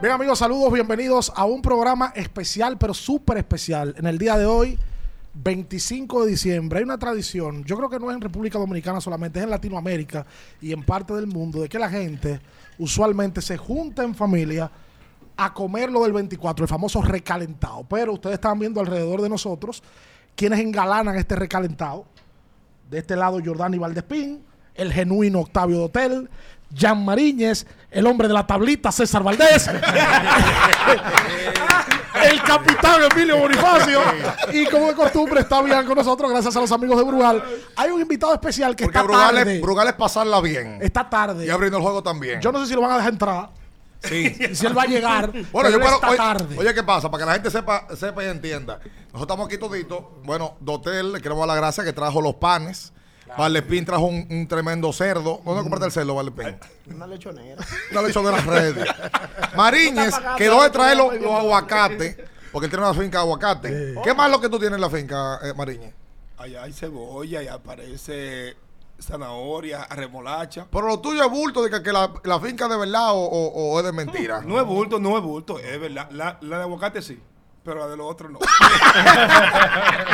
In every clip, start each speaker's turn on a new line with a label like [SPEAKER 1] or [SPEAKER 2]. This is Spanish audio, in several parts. [SPEAKER 1] Bien amigos, saludos, bienvenidos a un programa especial, pero súper especial. En el día de hoy, 25 de diciembre, hay una tradición, yo creo que no es en República Dominicana solamente, es en Latinoamérica y en parte del mundo, de que la gente usualmente se junta en familia a comer lo del 24, el famoso recalentado. Pero ustedes están viendo alrededor de nosotros quienes engalanan este recalentado. De este lado, Jordani Valdespín, el genuino Octavio Dotel, Jan Mariñez, el hombre de la tablita, César Valdés, el capitán Emilio Bonifacio. Y como de costumbre, está bien con nosotros, gracias a los amigos de Brugal. Hay un invitado especial que
[SPEAKER 2] Porque
[SPEAKER 1] está
[SPEAKER 2] Brugal
[SPEAKER 1] tarde.
[SPEAKER 2] es, Brugal es pasarla bien.
[SPEAKER 1] Está tarde.
[SPEAKER 2] Y abriendo el juego también.
[SPEAKER 1] Yo no sé si lo van a dejar entrar,
[SPEAKER 2] Sí.
[SPEAKER 1] si él va a llegar.
[SPEAKER 2] Bueno, yo
[SPEAKER 1] pero él
[SPEAKER 2] espero.
[SPEAKER 1] está
[SPEAKER 2] Oye,
[SPEAKER 1] tarde.
[SPEAKER 2] oye, ¿qué pasa? Para que la gente sepa, sepa y entienda. Nosotros estamos aquí toditos. Bueno, Dotel, le queremos dar las gracias que trajo los panes. Valepín trajo un, un tremendo cerdo.
[SPEAKER 1] Mm.
[SPEAKER 2] ¿Dónde compraste el cerdo, Valepín?
[SPEAKER 3] Una lechonera.
[SPEAKER 2] Una lechón de las redes. Mariñez quedó de traer los, los aguacates. Porque él tiene una finca de aguacate. ¿Qué más es lo que tú tienes en la finca, eh, Mariñez?
[SPEAKER 4] Allá hay cebolla y aparece zanahoria, remolacha.
[SPEAKER 2] Pero lo tuyo es bulto de que, que la, la finca de verdad o, o- o es de mentira.
[SPEAKER 4] No es bulto, no es bulto, es verdad. La, la de aguacate sí, pero la de los otros no.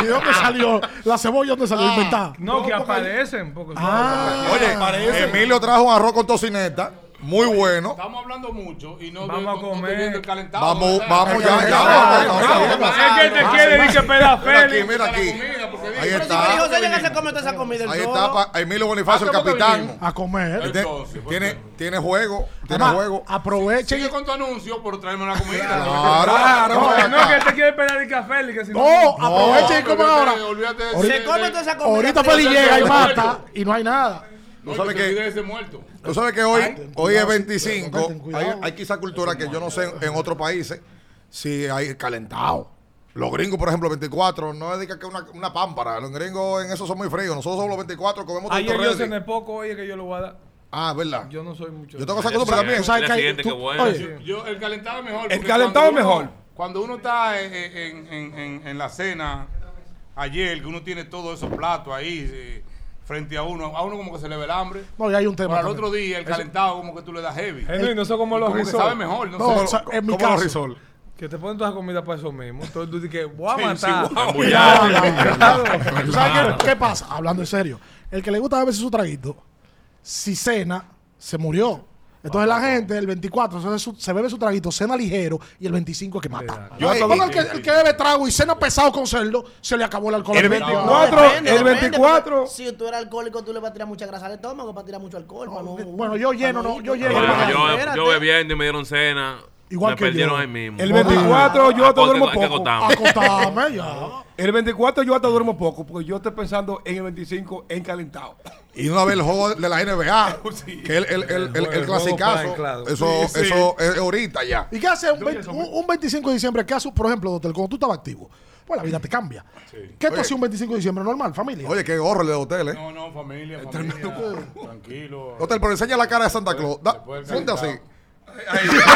[SPEAKER 1] ¿Y de dónde salió? ¿La cebolla dónde salió? Inventada.
[SPEAKER 5] No,
[SPEAKER 4] No,
[SPEAKER 5] que
[SPEAKER 4] porque-
[SPEAKER 5] aparecen. Porque
[SPEAKER 1] Ah.
[SPEAKER 2] Oye,
[SPEAKER 4] Parece.
[SPEAKER 2] Emilio trajo un arroz con tocineta, muy bueno.
[SPEAKER 6] Estamos hablando mucho y no
[SPEAKER 5] Vamos
[SPEAKER 6] no-
[SPEAKER 5] a
[SPEAKER 6] no estoy
[SPEAKER 5] comer.
[SPEAKER 6] viendo el calentado.
[SPEAKER 2] Vamos,
[SPEAKER 6] ¿verdad?
[SPEAKER 2] vamos ya, ya.
[SPEAKER 4] Ah,
[SPEAKER 2] vamos,
[SPEAKER 4] ah,
[SPEAKER 2] vamos, vamos.
[SPEAKER 5] es que te quiere decir que peda
[SPEAKER 2] Mira aquí,
[SPEAKER 5] Félix.
[SPEAKER 2] mira aquí.
[SPEAKER 6] comida, porque
[SPEAKER 2] Ahí
[SPEAKER 6] digo,
[SPEAKER 2] está.
[SPEAKER 3] José llega se come toda esa comida el
[SPEAKER 2] Ahí
[SPEAKER 3] solo.
[SPEAKER 2] está pa- Emilio Bonifacio, el
[SPEAKER 6] Ah, ¿cómo que
[SPEAKER 2] capitán.
[SPEAKER 6] vinimos?
[SPEAKER 1] A comer.
[SPEAKER 2] Tiene-
[SPEAKER 6] Entonces, pues,
[SPEAKER 2] Tiene, tiene juego, Este
[SPEAKER 5] Ah,
[SPEAKER 2] tiene
[SPEAKER 1] Además,
[SPEAKER 2] juego.
[SPEAKER 1] aprovechen.
[SPEAKER 6] Sigue con tu anuncio por traerme una comida.
[SPEAKER 2] Claro,
[SPEAKER 5] ah, No, que
[SPEAKER 2] claro.
[SPEAKER 5] no, que te quiere pedir de café, Félix. Que si
[SPEAKER 1] No, aprovechen y coman ahora.
[SPEAKER 6] Olvídate de
[SPEAKER 1] Ahorita-
[SPEAKER 3] Se come toda esa comida.
[SPEAKER 1] Ahorita
[SPEAKER 3] pero-
[SPEAKER 1] Feli llega y mata y no hay nada.
[SPEAKER 2] Tú sabes que-
[SPEAKER 6] ese muerto.
[SPEAKER 2] Tú sabes que hoy, hoy es 25.
[SPEAKER 1] ten cuidado.
[SPEAKER 2] Hay, hay quizá cultura que yo no sé en, en otros países si hay calentado. Los gringos, por ejemplo, 24, no dedican que una, una pámpara. Los gringos en eso son muy fríos. Nosotros somos los 24, comemos todo
[SPEAKER 5] Ayer yo
[SPEAKER 2] ready.
[SPEAKER 5] cené poco, oye, que yo lo voy a dar.
[SPEAKER 2] Ah, ¿verdad?
[SPEAKER 5] Yo no soy mucho.
[SPEAKER 2] Yo tengo esa costumbre
[SPEAKER 7] Ayer
[SPEAKER 2] también.
[SPEAKER 1] Tú sabes
[SPEAKER 7] El
[SPEAKER 1] que hay-
[SPEAKER 7] accidente,
[SPEAKER 1] tú-
[SPEAKER 7] qué bueno.
[SPEAKER 1] oye,
[SPEAKER 6] Yo, el calentado es mejor.
[SPEAKER 4] El
[SPEAKER 6] porque
[SPEAKER 4] calentado
[SPEAKER 6] cuando
[SPEAKER 4] es
[SPEAKER 6] uno-
[SPEAKER 4] mejor.
[SPEAKER 6] Cuando uno está en, en- en- en- en la cena ayer, que uno tiene todos esos platos ahí eh, frente a uno, a uno como que se le ve el hambre.
[SPEAKER 1] No, y hay un tema.
[SPEAKER 6] Para el
[SPEAKER 1] también.
[SPEAKER 6] otro día, el calentado como que tú le das heavy.
[SPEAKER 5] Henry, no sé cómo los
[SPEAKER 6] Como que sabe
[SPEAKER 5] risos.
[SPEAKER 6] mejor, no,
[SPEAKER 1] No,
[SPEAKER 6] sé.
[SPEAKER 1] o sea, en mi
[SPEAKER 2] ¿Cómo los
[SPEAKER 1] caso.
[SPEAKER 2] risol?
[SPEAKER 5] Que te ponen toda la comida para eso mismo. Entonces tú dices, voy a
[SPEAKER 4] Sí,
[SPEAKER 5] matar.
[SPEAKER 4] sí, guau.
[SPEAKER 1] Ya,
[SPEAKER 7] Ambullado.
[SPEAKER 1] ya, ya. ¿Tú sabes qué, qué pasa? Hablando en serio. El que le gusta a veces su traguito, si cena, se murió. Entonces la gente, el 24, se bebe su, se bebe su traguito, cena ligero y el 25 es que mata.
[SPEAKER 4] Yo
[SPEAKER 1] Ay,
[SPEAKER 4] hasta-
[SPEAKER 1] porque el, que, el que bebe trago y cena pesado con cerdo, se le acabó el alcohol.
[SPEAKER 4] El
[SPEAKER 1] al
[SPEAKER 4] 24.
[SPEAKER 1] No,
[SPEAKER 4] otro, el
[SPEAKER 3] depende,
[SPEAKER 4] 24.
[SPEAKER 3] porque pues. Si tú eres alcohólico, tú le vas a tirar mucha grasa al estómago para tirar mucho alcohol. para no-
[SPEAKER 1] bueno, yo lleno, no, yo
[SPEAKER 3] para
[SPEAKER 1] lleno.
[SPEAKER 3] ir.
[SPEAKER 7] Yo- yo,
[SPEAKER 3] Espérate.
[SPEAKER 7] yo bebiendo y me dieron cena.
[SPEAKER 1] Igual
[SPEAKER 7] me
[SPEAKER 1] que
[SPEAKER 7] perdieron
[SPEAKER 1] yo.
[SPEAKER 7] ahí mismo.
[SPEAKER 4] El 24 yo hasta
[SPEAKER 7] Acorte,
[SPEAKER 4] duermo
[SPEAKER 7] hay que
[SPEAKER 4] poco.
[SPEAKER 7] acotarme.
[SPEAKER 1] Acostame ya.
[SPEAKER 4] El 24 yo hasta duermo poco, porque yo estoy pensando en el 25 en calentado.
[SPEAKER 2] Y una vez el juego de la NBA, que el, el, el, el, el
[SPEAKER 5] juego- el juego
[SPEAKER 2] clasicazo,
[SPEAKER 5] claro.
[SPEAKER 2] eso, eso es ahorita ya.
[SPEAKER 1] ¿Y qué hace un, 20 un- un 25 de diciembre? ¿Qué hace, por ejemplo, doctor, cuando tú estabas activo? Pues la vida te cambia. ¿Qué tú
[SPEAKER 2] Oye.
[SPEAKER 1] hacías un 25 de diciembre normal, familia?
[SPEAKER 2] Oye, qué gorro el de hotel, ¿eh?
[SPEAKER 6] No, no, familia, familia. Tranquilo.
[SPEAKER 2] Hotel, pero enseña la cara de Santa Claus. Da,
[SPEAKER 6] después del
[SPEAKER 2] ponte así.
[SPEAKER 6] calentado.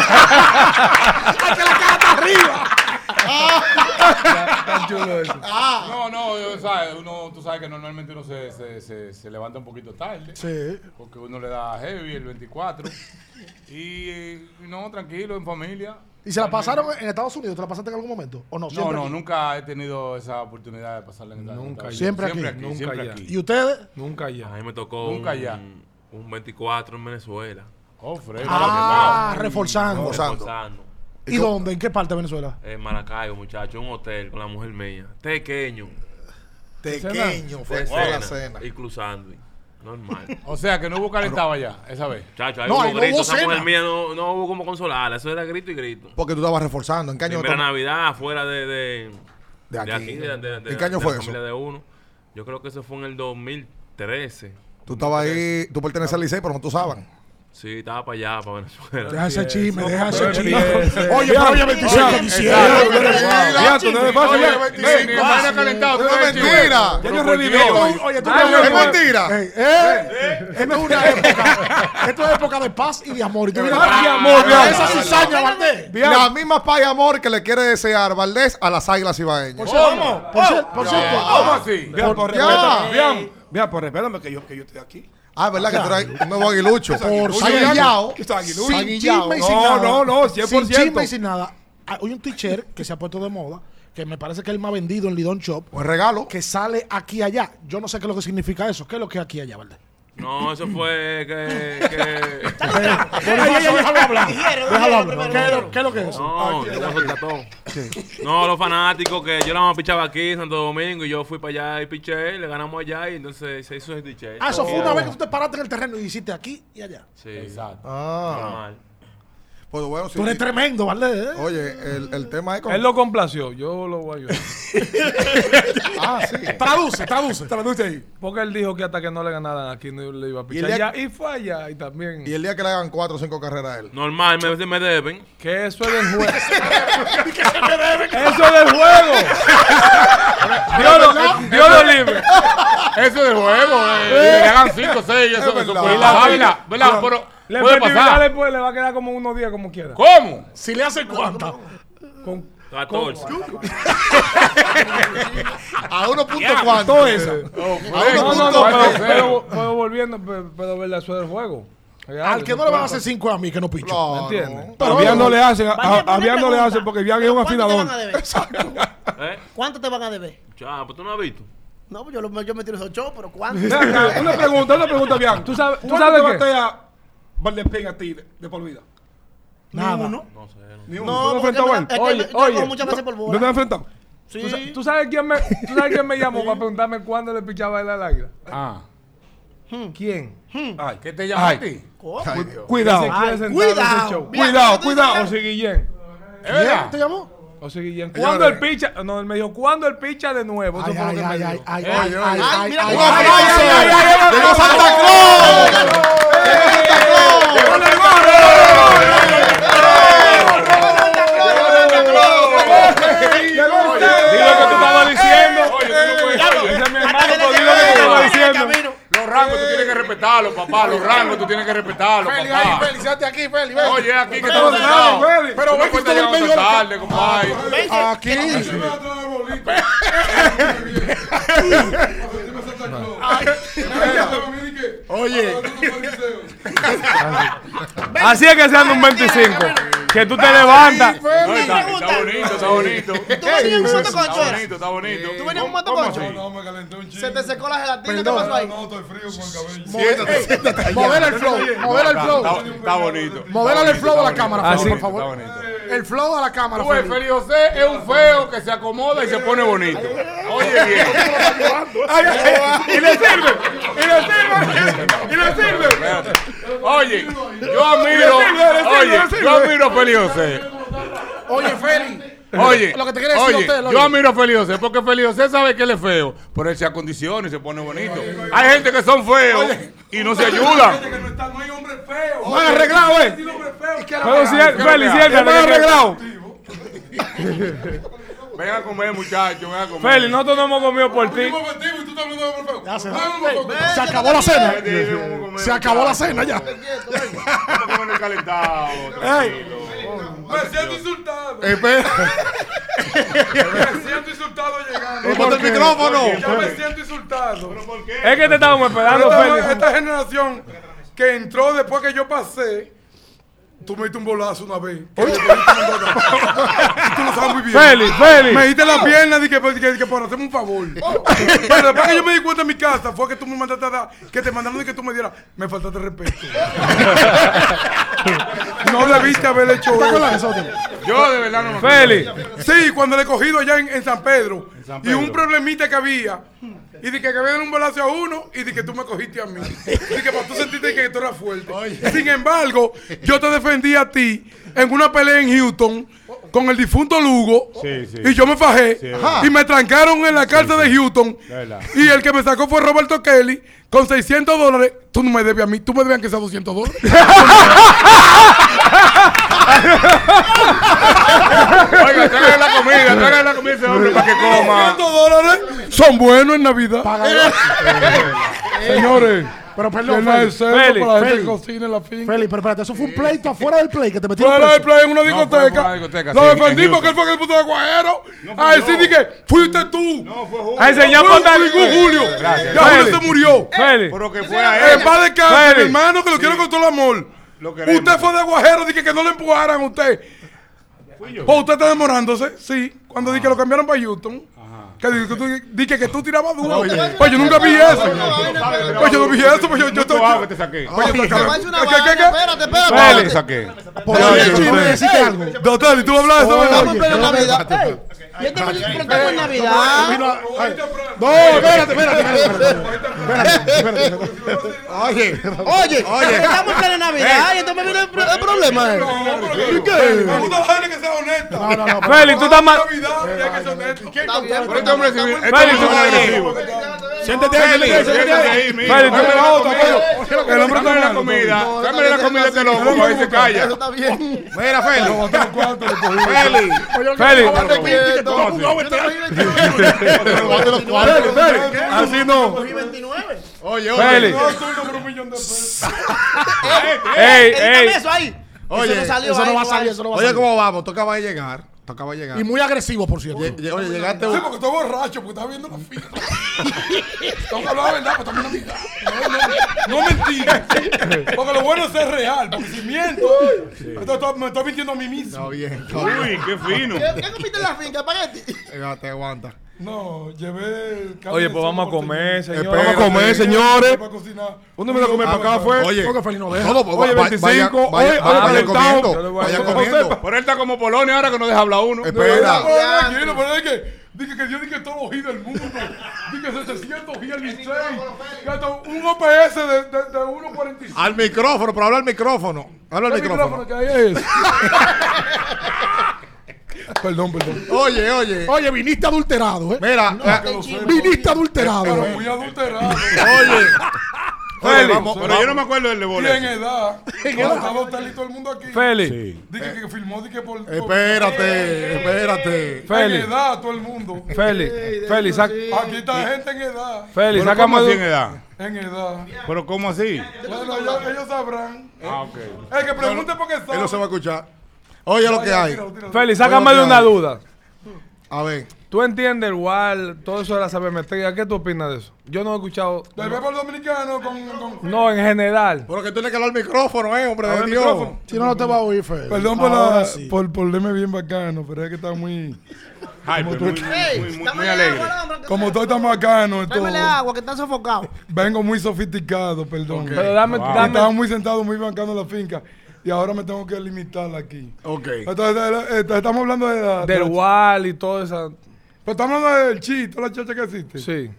[SPEAKER 5] Tan chulo eso.
[SPEAKER 6] No, no, yo, ¿sabes? Uno, tú sabes que normalmente uno se, se, se, se levanta un poquito tarde.
[SPEAKER 1] Sí.
[SPEAKER 6] Porque uno le da heavy el 24. y eh, no, tranquilo, en familia.
[SPEAKER 1] ¿Y se la pasaron en Estados Unidos? ¿Te la pasaste en algún momento? ¿O no?
[SPEAKER 6] No,
[SPEAKER 1] Siempre
[SPEAKER 6] no,
[SPEAKER 1] aquí.
[SPEAKER 6] nunca he tenido esa oportunidad de pasarla en el
[SPEAKER 5] Nunca allá.
[SPEAKER 1] Siempre
[SPEAKER 6] siempre
[SPEAKER 1] aquí.
[SPEAKER 6] aquí,
[SPEAKER 5] Nunca
[SPEAKER 6] siempre
[SPEAKER 5] allá.
[SPEAKER 6] aquí.
[SPEAKER 1] ¿Y ustedes?
[SPEAKER 5] Nunca ya.
[SPEAKER 7] A mí me tocó
[SPEAKER 6] Nunca
[SPEAKER 7] un,
[SPEAKER 6] ya.
[SPEAKER 7] un 24 en Venezuela.
[SPEAKER 6] Oh, Fred.
[SPEAKER 1] Ah, reforzando.
[SPEAKER 2] Gozando.
[SPEAKER 7] Gozando.
[SPEAKER 1] ¿Y dónde? ¿En qué parte de Venezuela?
[SPEAKER 7] En Maracaibo, muchacho, un hotel con la mujer mía. Tequeño.
[SPEAKER 2] Tequeño fue
[SPEAKER 7] De
[SPEAKER 2] fue la cena.
[SPEAKER 7] Y cruzando. Normal.
[SPEAKER 6] O sea, que no hubo calentado allá, esa vez.
[SPEAKER 7] Chacho, ahí
[SPEAKER 1] No,
[SPEAKER 7] hubo
[SPEAKER 1] ahí no
[SPEAKER 7] grito.
[SPEAKER 1] hubo
[SPEAKER 7] Esa mujer
[SPEAKER 1] cena.
[SPEAKER 7] mía no, no hubo como consolarla. Eso era grito y grito.
[SPEAKER 2] Porque tú estabas reforzando. ¿En qué año,
[SPEAKER 7] Primera
[SPEAKER 2] estamos?
[SPEAKER 7] Navidad, afuera de, de,
[SPEAKER 2] de aquí.
[SPEAKER 7] de aquí, de, de- de-
[SPEAKER 2] ¿En qué año
[SPEAKER 7] de
[SPEAKER 2] fue
[SPEAKER 7] la
[SPEAKER 2] eso?
[SPEAKER 7] familia de uno. Yo creo que eso fue en el 2013.
[SPEAKER 2] Tú estabas ahí, tú perteneces al liceo, pero no tú sabes.
[SPEAKER 7] Sí, estaba para allá, para Venezuela.
[SPEAKER 1] Deja ese chisme, deja ese
[SPEAKER 5] pero
[SPEAKER 1] chisme.
[SPEAKER 5] empiece.
[SPEAKER 1] Oye, pero hoy es 25 de diciembre.
[SPEAKER 4] Exacto, no es fácil.
[SPEAKER 6] Oye, eh,
[SPEAKER 4] ya.
[SPEAKER 6] ni- ni vaina calentado,
[SPEAKER 2] ¡No
[SPEAKER 6] tú
[SPEAKER 2] es
[SPEAKER 6] ves, chico.
[SPEAKER 2] mentira!
[SPEAKER 4] Ya yo reviví hoy.
[SPEAKER 1] Oye, tú
[SPEAKER 4] Ah,
[SPEAKER 1] sabes
[SPEAKER 4] yo
[SPEAKER 1] que-
[SPEAKER 2] ¡Es
[SPEAKER 4] no-
[SPEAKER 2] mentira!
[SPEAKER 1] Ey, ¡Eh! Esto es una época. Esto es época de paz y de amor. Y tú vienes
[SPEAKER 4] Paz y
[SPEAKER 1] a-
[SPEAKER 4] amor,
[SPEAKER 1] a
[SPEAKER 4] bien.
[SPEAKER 1] Esa cizaña, Valdés.
[SPEAKER 4] Bien.
[SPEAKER 2] La misma paz y amor que le quiere desear Valdés a las águilas ibaeñas.
[SPEAKER 1] Por cier- por cierto,
[SPEAKER 6] ¿Cómo así?
[SPEAKER 4] Vean, por
[SPEAKER 2] Ya.
[SPEAKER 4] respétame, vean, vean, por respétame que yo, que yo estoy aquí.
[SPEAKER 2] Ah, ¿verdad? Que tú eres un nuevo aguilucho.
[SPEAKER 1] Por
[SPEAKER 2] Oye,
[SPEAKER 1] cierto.
[SPEAKER 2] aguillao.
[SPEAKER 8] ¿Qué está, Aguilucho?
[SPEAKER 1] sin
[SPEAKER 2] Aguillao.
[SPEAKER 1] chisme y
[SPEAKER 8] No,
[SPEAKER 1] sin nada.
[SPEAKER 8] no, no,
[SPEAKER 1] Sin
[SPEAKER 8] 100%.
[SPEAKER 1] chisme y sin nada. Ah, Hay un teacher que se ha puesto de moda, que me parece que es el más vendido en Lidón Shop,
[SPEAKER 2] Buen regalo.
[SPEAKER 1] que sale aquí y allá. Yo no sé qué es lo que significa eso. ¿Qué es lo que es aquí y allá, verdad?
[SPEAKER 7] No, eso fue que. que-
[SPEAKER 1] déjalo hablar. Déjalo
[SPEAKER 3] Dijeron, dijeron
[SPEAKER 1] hablar.
[SPEAKER 3] primero.
[SPEAKER 1] ¿Qué es lo- ¿Qué es lo que es eso?
[SPEAKER 7] No, yo la solté todo. No, los fanáticos que yo la mamá pichaba aquí en Santo Domingo y yo fui para allá y piché, le ganamos allá y entonces se hizo el DJ.
[SPEAKER 1] Ah, eso fue una vez que tú te paraste en el terreno y hiciste aquí y allá.
[SPEAKER 7] Sí,
[SPEAKER 6] Exacto.
[SPEAKER 2] Ah.
[SPEAKER 7] normal.
[SPEAKER 2] Pues bueno, sí.
[SPEAKER 1] Tú eres tremendo, ¿eh? ¿vale?
[SPEAKER 2] Oye, el, el tema es con...
[SPEAKER 9] Él lo complació, yo lo voy a ayudar.
[SPEAKER 2] Ah, sí.
[SPEAKER 1] Traduce, traduce.
[SPEAKER 8] Traduce ahí.
[SPEAKER 9] Porque él dijo que hasta que no le ganaran aquí no le iba a
[SPEAKER 2] Y el
[SPEAKER 9] pichar.
[SPEAKER 2] día-
[SPEAKER 9] Ya, Y, fue allá y también.
[SPEAKER 2] Y el día que le hagan cuatro o cinco carreras a él.
[SPEAKER 7] Normal, me, me deben.
[SPEAKER 4] Eh.
[SPEAKER 9] Que eso es del juego. eso es del juego. Dios lo, Dios lo libre.
[SPEAKER 6] Eso de juego, eh. Que le hagan 5, 6, eso, eso
[SPEAKER 2] verdad.
[SPEAKER 6] puede
[SPEAKER 2] Y la-
[SPEAKER 7] Ah,
[SPEAKER 6] pasar. ¿verdad? ¿Verdad? Pero
[SPEAKER 9] La
[SPEAKER 6] puede
[SPEAKER 9] efectividad
[SPEAKER 6] pasar.
[SPEAKER 9] después pues, le va a quedar como unos días como quiera.
[SPEAKER 6] ¿Cómo?
[SPEAKER 1] Si le hace cuánta.
[SPEAKER 9] Con,
[SPEAKER 7] 14.
[SPEAKER 2] A uno punto cuánto.
[SPEAKER 9] Todo eso.
[SPEAKER 2] A uno
[SPEAKER 9] Eh, no,
[SPEAKER 2] punto
[SPEAKER 9] no, no, pero,
[SPEAKER 2] cuánto.
[SPEAKER 9] pero- pero volviendo, pero, pero verdad, eso es del juego.
[SPEAKER 1] Al que no le van a hacer cinco a mí, que no picho.
[SPEAKER 2] No,
[SPEAKER 9] ¿Entiendes?
[SPEAKER 2] no.
[SPEAKER 1] Pero
[SPEAKER 8] A Bian
[SPEAKER 1] bueno,
[SPEAKER 8] no le hacen, a,
[SPEAKER 4] Ah,
[SPEAKER 3] Vale,
[SPEAKER 8] a- a
[SPEAKER 3] una
[SPEAKER 8] Bian no le
[SPEAKER 3] pregunta.
[SPEAKER 8] hacen porque Bian es un
[SPEAKER 3] ¿Cuánto te
[SPEAKER 8] afilador.
[SPEAKER 3] van a deber?
[SPEAKER 7] ¿Eh?
[SPEAKER 3] ¿Cuánto te van a deber?
[SPEAKER 7] Chao, pues tú no has visto.
[SPEAKER 3] No, pues yo, lo- yo me tiro esos shows, pero ¿cuánto?
[SPEAKER 8] Ven acá, Una pregunta, una pregunta, Bian.
[SPEAKER 9] ¿Tú sabes, tú
[SPEAKER 8] ¿Cuánto
[SPEAKER 9] sabes
[SPEAKER 8] te
[SPEAKER 9] qué?
[SPEAKER 8] batea Valdespín a ti de, de por vida?
[SPEAKER 1] Nada.
[SPEAKER 7] No sé. no.
[SPEAKER 8] Ni uno.
[SPEAKER 3] No,
[SPEAKER 8] ¿Tú
[SPEAKER 3] porque
[SPEAKER 8] enfrentado a
[SPEAKER 3] me-
[SPEAKER 8] él?
[SPEAKER 3] es que
[SPEAKER 9] Oye,
[SPEAKER 3] me- yo
[SPEAKER 9] oye.
[SPEAKER 3] cojo muchas veces por bola.
[SPEAKER 8] ¿No te has enfrentado?
[SPEAKER 3] Sí.
[SPEAKER 9] ¿Tú, sa- tú sabes quién me, tú sabes quién me llamó para preguntarme cuándo le pichaba él al águila?
[SPEAKER 6] Ah.
[SPEAKER 9] ¿Quién?
[SPEAKER 8] Ay,
[SPEAKER 6] ¿Qué te llama
[SPEAKER 8] Ay.
[SPEAKER 6] a ti?
[SPEAKER 3] ¿Cómo?
[SPEAKER 2] Ay, Dios.
[SPEAKER 8] Cuidado.
[SPEAKER 9] Ay,
[SPEAKER 3] cuidado.
[SPEAKER 8] Cuidado, cuidado.
[SPEAKER 9] José Guillén.
[SPEAKER 6] ¿Es verdad?
[SPEAKER 1] ¿Te llamó?
[SPEAKER 9] José Guillén. ¿Cuándo
[SPEAKER 2] Señores.
[SPEAKER 9] el picha? No, él me dijo, ¿cuándo el picha de nuevo? Eso
[SPEAKER 1] Ay,
[SPEAKER 9] fue lo
[SPEAKER 1] ay,
[SPEAKER 9] que
[SPEAKER 1] ay,
[SPEAKER 9] me
[SPEAKER 1] ay,
[SPEAKER 9] dijo.
[SPEAKER 1] ay,
[SPEAKER 6] Eh,
[SPEAKER 1] ay,
[SPEAKER 6] yo-
[SPEAKER 1] ay,
[SPEAKER 3] ay,
[SPEAKER 1] ay,
[SPEAKER 3] mira
[SPEAKER 1] ay,
[SPEAKER 2] ¡Un
[SPEAKER 3] cómo-
[SPEAKER 1] ay,
[SPEAKER 2] aplauso!
[SPEAKER 1] ay, ay, ay, ay,
[SPEAKER 2] ¡Llegó Santa Claus!
[SPEAKER 9] ¡Con el gorro! Dile
[SPEAKER 8] Llegó usted.
[SPEAKER 9] lo que
[SPEAKER 4] Eh,
[SPEAKER 9] tú estabas diciendo.
[SPEAKER 6] Oye, tú no puedes-
[SPEAKER 9] Ese es mi hermano,
[SPEAKER 3] Hasta que
[SPEAKER 9] pues, dile
[SPEAKER 3] le
[SPEAKER 9] lo que
[SPEAKER 3] llegue
[SPEAKER 9] estaba
[SPEAKER 3] la vaina en el
[SPEAKER 9] diciendo.
[SPEAKER 3] camino.
[SPEAKER 6] Los rangos tú tienes que respetarlos, papá. Los rangos tú tienes que respetarlos,
[SPEAKER 2] Feli, ven,
[SPEAKER 6] papá.
[SPEAKER 2] Feli, siéntate aquí, Feli, ven.
[SPEAKER 6] Oye, aquí que
[SPEAKER 8] Pero
[SPEAKER 6] estamos
[SPEAKER 8] dale,
[SPEAKER 6] sentados.
[SPEAKER 8] Feli.
[SPEAKER 6] Pero ven que
[SPEAKER 2] usted
[SPEAKER 6] ustedes
[SPEAKER 2] del medio
[SPEAKER 6] medio tarde, compadre.
[SPEAKER 3] Ven, que-
[SPEAKER 2] Aquí. Oye,
[SPEAKER 9] Así es que sean un 25. Que tú te levantas.
[SPEAKER 6] No,
[SPEAKER 3] me
[SPEAKER 6] está,
[SPEAKER 3] preguntan.
[SPEAKER 6] está bonito, está bonito.
[SPEAKER 3] ¿Tú venías en un motoconcho?
[SPEAKER 6] Está
[SPEAKER 3] era?
[SPEAKER 6] bonito, está bonito.
[SPEAKER 3] ¿Tú venías en un
[SPEAKER 6] ¿Cómo
[SPEAKER 3] motoconcho?
[SPEAKER 6] así?
[SPEAKER 4] me calenté un
[SPEAKER 3] Se
[SPEAKER 4] chiste.
[SPEAKER 3] te secó la gelatina, ¿qué pasó ahí?
[SPEAKER 4] estoy frío con el cabello.
[SPEAKER 2] siéntate, siéntate.
[SPEAKER 1] Modela el flow, modela el
[SPEAKER 6] Está,
[SPEAKER 1] flow.
[SPEAKER 6] está- está bonito. Ah,
[SPEAKER 1] Modélale el flow a la cámara,
[SPEAKER 9] Así.
[SPEAKER 1] por favor. El flow a la cámara,
[SPEAKER 6] Tú, el
[SPEAKER 1] Feli.
[SPEAKER 6] Feli José es un feo que se acomoda y se pone bonito. Oye, bien.
[SPEAKER 9] Y le sirve. Y le sirve. Y le sirve.
[SPEAKER 6] Oye, yo admiro.
[SPEAKER 9] Le sirve, le sirve,
[SPEAKER 6] Oye,
[SPEAKER 9] le sirve.
[SPEAKER 6] yo admiro a Feli José.
[SPEAKER 1] Oye, Feli.
[SPEAKER 6] Oye,
[SPEAKER 1] Lo que te quiere decir
[SPEAKER 6] oye,
[SPEAKER 1] usted, Eloy.
[SPEAKER 6] yo admiro a Feliz José porque Feliz José sabe que él es feo, pero él se acondiciona y se pone bonito. Hay gente que son feos y no se ayudan.
[SPEAKER 4] No hay hombre feo.
[SPEAKER 8] Más arreglado, eh.
[SPEAKER 9] Pero si él, Feli, siéntate,
[SPEAKER 8] Más
[SPEAKER 9] que-
[SPEAKER 8] arreglado.
[SPEAKER 6] Ven a comer, muchachos, ven a comer.
[SPEAKER 9] Feli, nosotros no hemos comido por ti.
[SPEAKER 4] y tú estás hablando de hombre feo.
[SPEAKER 1] Ya se va. Se acabó la cena.
[SPEAKER 6] Sí, vamos a comer,
[SPEAKER 1] Se acabó la
[SPEAKER 6] muchachos.
[SPEAKER 1] cena ya.
[SPEAKER 6] Vamos a comer el calentado, tranquilo.
[SPEAKER 4] Me siento insultado.
[SPEAKER 2] Eh, Espera,
[SPEAKER 4] Me siento insultado llegando.
[SPEAKER 2] ponte el micrófono.
[SPEAKER 4] Ya me siento insultado.
[SPEAKER 9] Es que te estábamos esperando,
[SPEAKER 4] Esta,
[SPEAKER 9] Feli.
[SPEAKER 4] esta generación que entró después que yo pasé, tú me diste un bolazo una vez. Que yo te di un bolazo. tú lo sabes muy bien.
[SPEAKER 9] Feli, Feli.
[SPEAKER 4] Me diste la pierna pues, y que, que, que para hacerme un favor. Pero después que yo me di cuenta en mi casa, fue que tú me mandaste a dar, que te mandaron y que tú me dieras, me faltaste respeto. no debiste haber hecho eso.
[SPEAKER 6] Yo de verdad no me acuerdo.
[SPEAKER 9] Feli.
[SPEAKER 4] Sí, cuando le he cogido allá en, en San Pedro,
[SPEAKER 6] San
[SPEAKER 4] Y un
[SPEAKER 6] Pedro.
[SPEAKER 4] problemita que había. Y de que había un balazo a uno y de que tú me cogiste a mí. Y que pues, tú sentiste que tú eras fuerte. Sin embargo, yo te defendí a ti en una pelea en Houston con el difunto Lugo.
[SPEAKER 6] Sí, sí.
[SPEAKER 4] Y yo me fajé.
[SPEAKER 6] es verdad.
[SPEAKER 4] y me trancaron en la cárcel de Houston.
[SPEAKER 6] verdad.
[SPEAKER 4] Y el que me sacó fue Roberto Kelly con 600 dólares. Tú no me debes a mí. Tú me debes que sea 200 dólares.
[SPEAKER 6] Oiga, tráigale la comida, tráigale la comida a ese hombre para que coma.
[SPEAKER 4] 200 dólares son buenos en Navidad.
[SPEAKER 1] Págalo.
[SPEAKER 10] Señores,
[SPEAKER 1] Pero perdón,
[SPEAKER 10] llena de
[SPEAKER 1] Félix,
[SPEAKER 10] cerdo
[SPEAKER 4] Félix,
[SPEAKER 10] para la gente que
[SPEAKER 1] Félix.
[SPEAKER 10] cocina en la finca.
[SPEAKER 1] Félix, pero espérate, eso fue un pleito afuera del play que te metieron
[SPEAKER 10] Fuera de
[SPEAKER 1] preso.
[SPEAKER 10] play en una
[SPEAKER 6] fue- fue
[SPEAKER 10] discoteca.
[SPEAKER 6] una discoteca,
[SPEAKER 10] Lo
[SPEAKER 6] sí, en
[SPEAKER 10] defendí porque
[SPEAKER 6] Houston.
[SPEAKER 10] él fue que el puto de Guajero.
[SPEAKER 6] fui
[SPEAKER 10] A decir
[SPEAKER 6] yo.
[SPEAKER 10] que fuiste tú.
[SPEAKER 6] No, fue Julio.
[SPEAKER 4] Ay, señor
[SPEAKER 10] Fue
[SPEAKER 4] Fontaine.
[SPEAKER 10] ningún Julio.
[SPEAKER 6] Gracias.
[SPEAKER 10] Ya Julio
[SPEAKER 4] Félix.
[SPEAKER 10] se murió.
[SPEAKER 4] Félix.
[SPEAKER 6] Pero que fue a
[SPEAKER 10] En
[SPEAKER 6] él.
[SPEAKER 10] paz de casa, mi
[SPEAKER 4] Félix.
[SPEAKER 10] hermano, que lo quiero con todo el amor.
[SPEAKER 6] Lo queremos.
[SPEAKER 10] Usted fue de Guajero, dije que no le empujaran a usted. O usted está demorándose, sí. Cuando dije que lo cambiaron para Houston. Que dije que tú, dije que tú tirabas duro. Pues yo nunca vi eso. Pues yo no vi eso, pues yo,
[SPEAKER 6] Mucho
[SPEAKER 10] yo estoy.
[SPEAKER 6] agua que te saqué.
[SPEAKER 10] Pues yo estoy-
[SPEAKER 2] Te
[SPEAKER 3] Parece una
[SPEAKER 10] ¿Qué, qué,
[SPEAKER 3] vaina,
[SPEAKER 10] qué?
[SPEAKER 3] espérate,
[SPEAKER 6] Mucho agua que te
[SPEAKER 3] espérate.
[SPEAKER 6] saqué.
[SPEAKER 1] Por
[SPEAKER 10] Oye,
[SPEAKER 1] el chisme,
[SPEAKER 10] Félix.
[SPEAKER 1] decirte algo.
[SPEAKER 10] Doctor, ¿y tú vas a hablar de esa
[SPEAKER 1] Oye,
[SPEAKER 10] vaina?
[SPEAKER 3] Estamos en pleno
[SPEAKER 1] no,
[SPEAKER 3] Navidad. Ey, Yo tengo que preguntar en Navidad.
[SPEAKER 1] Vino a- ay. No, espérate, espérate, espérate. espérate, espérate, espérate.
[SPEAKER 2] Oye,
[SPEAKER 3] Oye,
[SPEAKER 2] Oye.
[SPEAKER 3] estamos en pleno Navidad y entonces me vino el pro- el problema. eh.
[SPEAKER 10] Me gusta la gente que sea honesta.
[SPEAKER 1] No, no, no.
[SPEAKER 4] Félix, tú estás mal.
[SPEAKER 10] Navidad, y hay que ser honesto.
[SPEAKER 6] Pero este hombre es civil- este
[SPEAKER 4] Félix,
[SPEAKER 6] hombre es
[SPEAKER 4] tú-
[SPEAKER 6] agresivo.
[SPEAKER 1] Siéntete ahí,
[SPEAKER 6] Félix,
[SPEAKER 1] siéntete ahí.
[SPEAKER 6] siéntate ahí, mira.
[SPEAKER 4] Félix, tú-
[SPEAKER 6] Dame la comida.
[SPEAKER 10] El hombre
[SPEAKER 6] Dame
[SPEAKER 10] está
[SPEAKER 6] la comida. Dame la comida a este loco para que se calla.
[SPEAKER 3] Está bien.
[SPEAKER 2] mira, Félix.
[SPEAKER 4] Félix.
[SPEAKER 2] Félix, Félix.
[SPEAKER 4] Así no.
[SPEAKER 3] Cogí 29.
[SPEAKER 2] Oye,
[SPEAKER 4] Félix.
[SPEAKER 2] oye.
[SPEAKER 4] Ey,
[SPEAKER 3] Edítame
[SPEAKER 4] ey.
[SPEAKER 3] eso ahí.
[SPEAKER 2] Oye,
[SPEAKER 3] eso no salió
[SPEAKER 1] Eso no
[SPEAKER 3] ahí,
[SPEAKER 1] va a
[SPEAKER 3] tú
[SPEAKER 1] salir,
[SPEAKER 3] ahí.
[SPEAKER 1] eso no va a
[SPEAKER 2] Oye,
[SPEAKER 1] salir.
[SPEAKER 2] ¿cómo vamos? Tú acabas de llegar. Tú acabas de llegar.
[SPEAKER 1] Y muy agresivo, por cierto.
[SPEAKER 2] Lle- Oye, llegaste.
[SPEAKER 10] Sí, porque estoy borracho, porque estaba viendo la fiesta. Tengo que hablar la verdad, porque estamos en Navidad. No, no, no mentiras. Porque lo bueno es ser real, porque si miento, entonces to- me estoy mintiendo a mí
[SPEAKER 2] Está
[SPEAKER 10] mismo.
[SPEAKER 2] bien.
[SPEAKER 6] Uy, qué fino.
[SPEAKER 3] ¿Qué qué comiste en la finca, espagueti?
[SPEAKER 2] Venga, Te aguanta.
[SPEAKER 10] No, llevé. carne
[SPEAKER 4] Oye,
[SPEAKER 10] de
[SPEAKER 4] pues vamos a
[SPEAKER 10] cerdo
[SPEAKER 4] comer,
[SPEAKER 10] porteño.
[SPEAKER 4] señor.
[SPEAKER 2] Espérate. Vamos a comer,
[SPEAKER 4] señores.
[SPEAKER 10] Para cocinar.
[SPEAKER 4] ¿Dónde me lo comí? ¿Para acá fue?
[SPEAKER 2] Oye,
[SPEAKER 1] Porque Félix no deja.
[SPEAKER 2] todo, pues,
[SPEAKER 4] Oye,
[SPEAKER 2] va-
[SPEAKER 4] 25,
[SPEAKER 2] vaya,
[SPEAKER 4] oye,
[SPEAKER 2] vaya,
[SPEAKER 4] oye,
[SPEAKER 2] vaya
[SPEAKER 4] calentado.
[SPEAKER 2] comiendo,
[SPEAKER 4] Yo le voy a
[SPEAKER 2] vaya
[SPEAKER 4] dar
[SPEAKER 2] comiendo.
[SPEAKER 4] sepa.
[SPEAKER 6] Pero él está como Polonia ahora que no deja hablar uno.
[SPEAKER 2] Espera,
[SPEAKER 10] Pero tranquilo, pero es que. Dije que yo dije todos los hits del mundo. Dije 700 hits al 16. Gato, Un OPS de, de, de 1.45.
[SPEAKER 2] al micrófono, pero habla al micrófono. Habla al
[SPEAKER 10] El micrófono
[SPEAKER 2] micrófono.
[SPEAKER 10] que hay es. perdón, perdón.
[SPEAKER 2] Oye, oye.
[SPEAKER 1] Oye, viniste adulterado, ¿eh?
[SPEAKER 2] Mira, ah,
[SPEAKER 1] Viniste adulterado.
[SPEAKER 10] Pero
[SPEAKER 1] ¿eh?
[SPEAKER 10] muy adulterado.
[SPEAKER 2] oye. Oye,
[SPEAKER 4] Félix,
[SPEAKER 2] vamos, eh.
[SPEAKER 6] Pero yo no me acuerdo del de
[SPEAKER 10] Y en
[SPEAKER 6] boleto.
[SPEAKER 10] edad. Cuando estaba usted y todo el mundo aquí.
[SPEAKER 4] Félix.
[SPEAKER 10] Dije que filmó, dije por. por-
[SPEAKER 2] Espérate, espérate.
[SPEAKER 10] En
[SPEAKER 4] Félix.
[SPEAKER 10] edad, todo el mundo.
[SPEAKER 4] Félix. Félix, sac-
[SPEAKER 10] Aquí está gente en edad.
[SPEAKER 4] Félix,
[SPEAKER 6] Pero
[SPEAKER 4] sácame
[SPEAKER 6] ¿cómo así
[SPEAKER 4] de
[SPEAKER 6] en edad?
[SPEAKER 10] En edad.
[SPEAKER 6] ¿Pero cómo así?
[SPEAKER 10] Bueno, ellos, ellos sabrán.
[SPEAKER 6] Ah, ok.
[SPEAKER 10] El que pregunte porque
[SPEAKER 2] Él no se va a
[SPEAKER 10] sabe.
[SPEAKER 2] escuchar. Oye lo que hay.
[SPEAKER 4] Félix, sácame de una duda.
[SPEAKER 2] A ver.
[SPEAKER 4] ¿Tú entiendes el WAL, todo eso de la sabermetría? ¿Qué tú opinas de eso? Yo no he escuchado...
[SPEAKER 10] Del béisbol dominicano con. con-
[SPEAKER 4] No, en general.
[SPEAKER 2] Pero que tú tienes que hablar al micrófono, eh, hombre de
[SPEAKER 10] Habla al
[SPEAKER 2] Dios.
[SPEAKER 10] micrófono.
[SPEAKER 1] Si no, no te va a oír, Félix.
[SPEAKER 10] Perdón por,
[SPEAKER 1] Ahora
[SPEAKER 10] la,
[SPEAKER 1] sí.
[SPEAKER 10] por, por verme bien bacano, pero es que está muy.
[SPEAKER 6] Ay, pero muy, muy,
[SPEAKER 3] Ey,
[SPEAKER 6] muy, muy,
[SPEAKER 3] dame
[SPEAKER 6] muy
[SPEAKER 3] agua,
[SPEAKER 6] alegre.
[SPEAKER 3] hombre, que
[SPEAKER 10] Como
[SPEAKER 3] sea-
[SPEAKER 10] todo está bacano, y todo.
[SPEAKER 3] Tráemele agua, que está sofocado.
[SPEAKER 10] Vengo muy sofisticado, perdón.
[SPEAKER 4] Pero dame...
[SPEAKER 6] Wow.
[SPEAKER 4] dame
[SPEAKER 10] Ah. Estaba muy sentado, muy bacano en la finca. Y ahora me tengo que limitar aquí.
[SPEAKER 2] Ok.
[SPEAKER 10] Entonces, eh, eh, estamos hablando de la. de
[SPEAKER 4] del
[SPEAKER 10] la-
[SPEAKER 4] WAL y todo eso.
[SPEAKER 10] pero estamos hablando del chi, toda la chacha que existe.
[SPEAKER 4] Sí.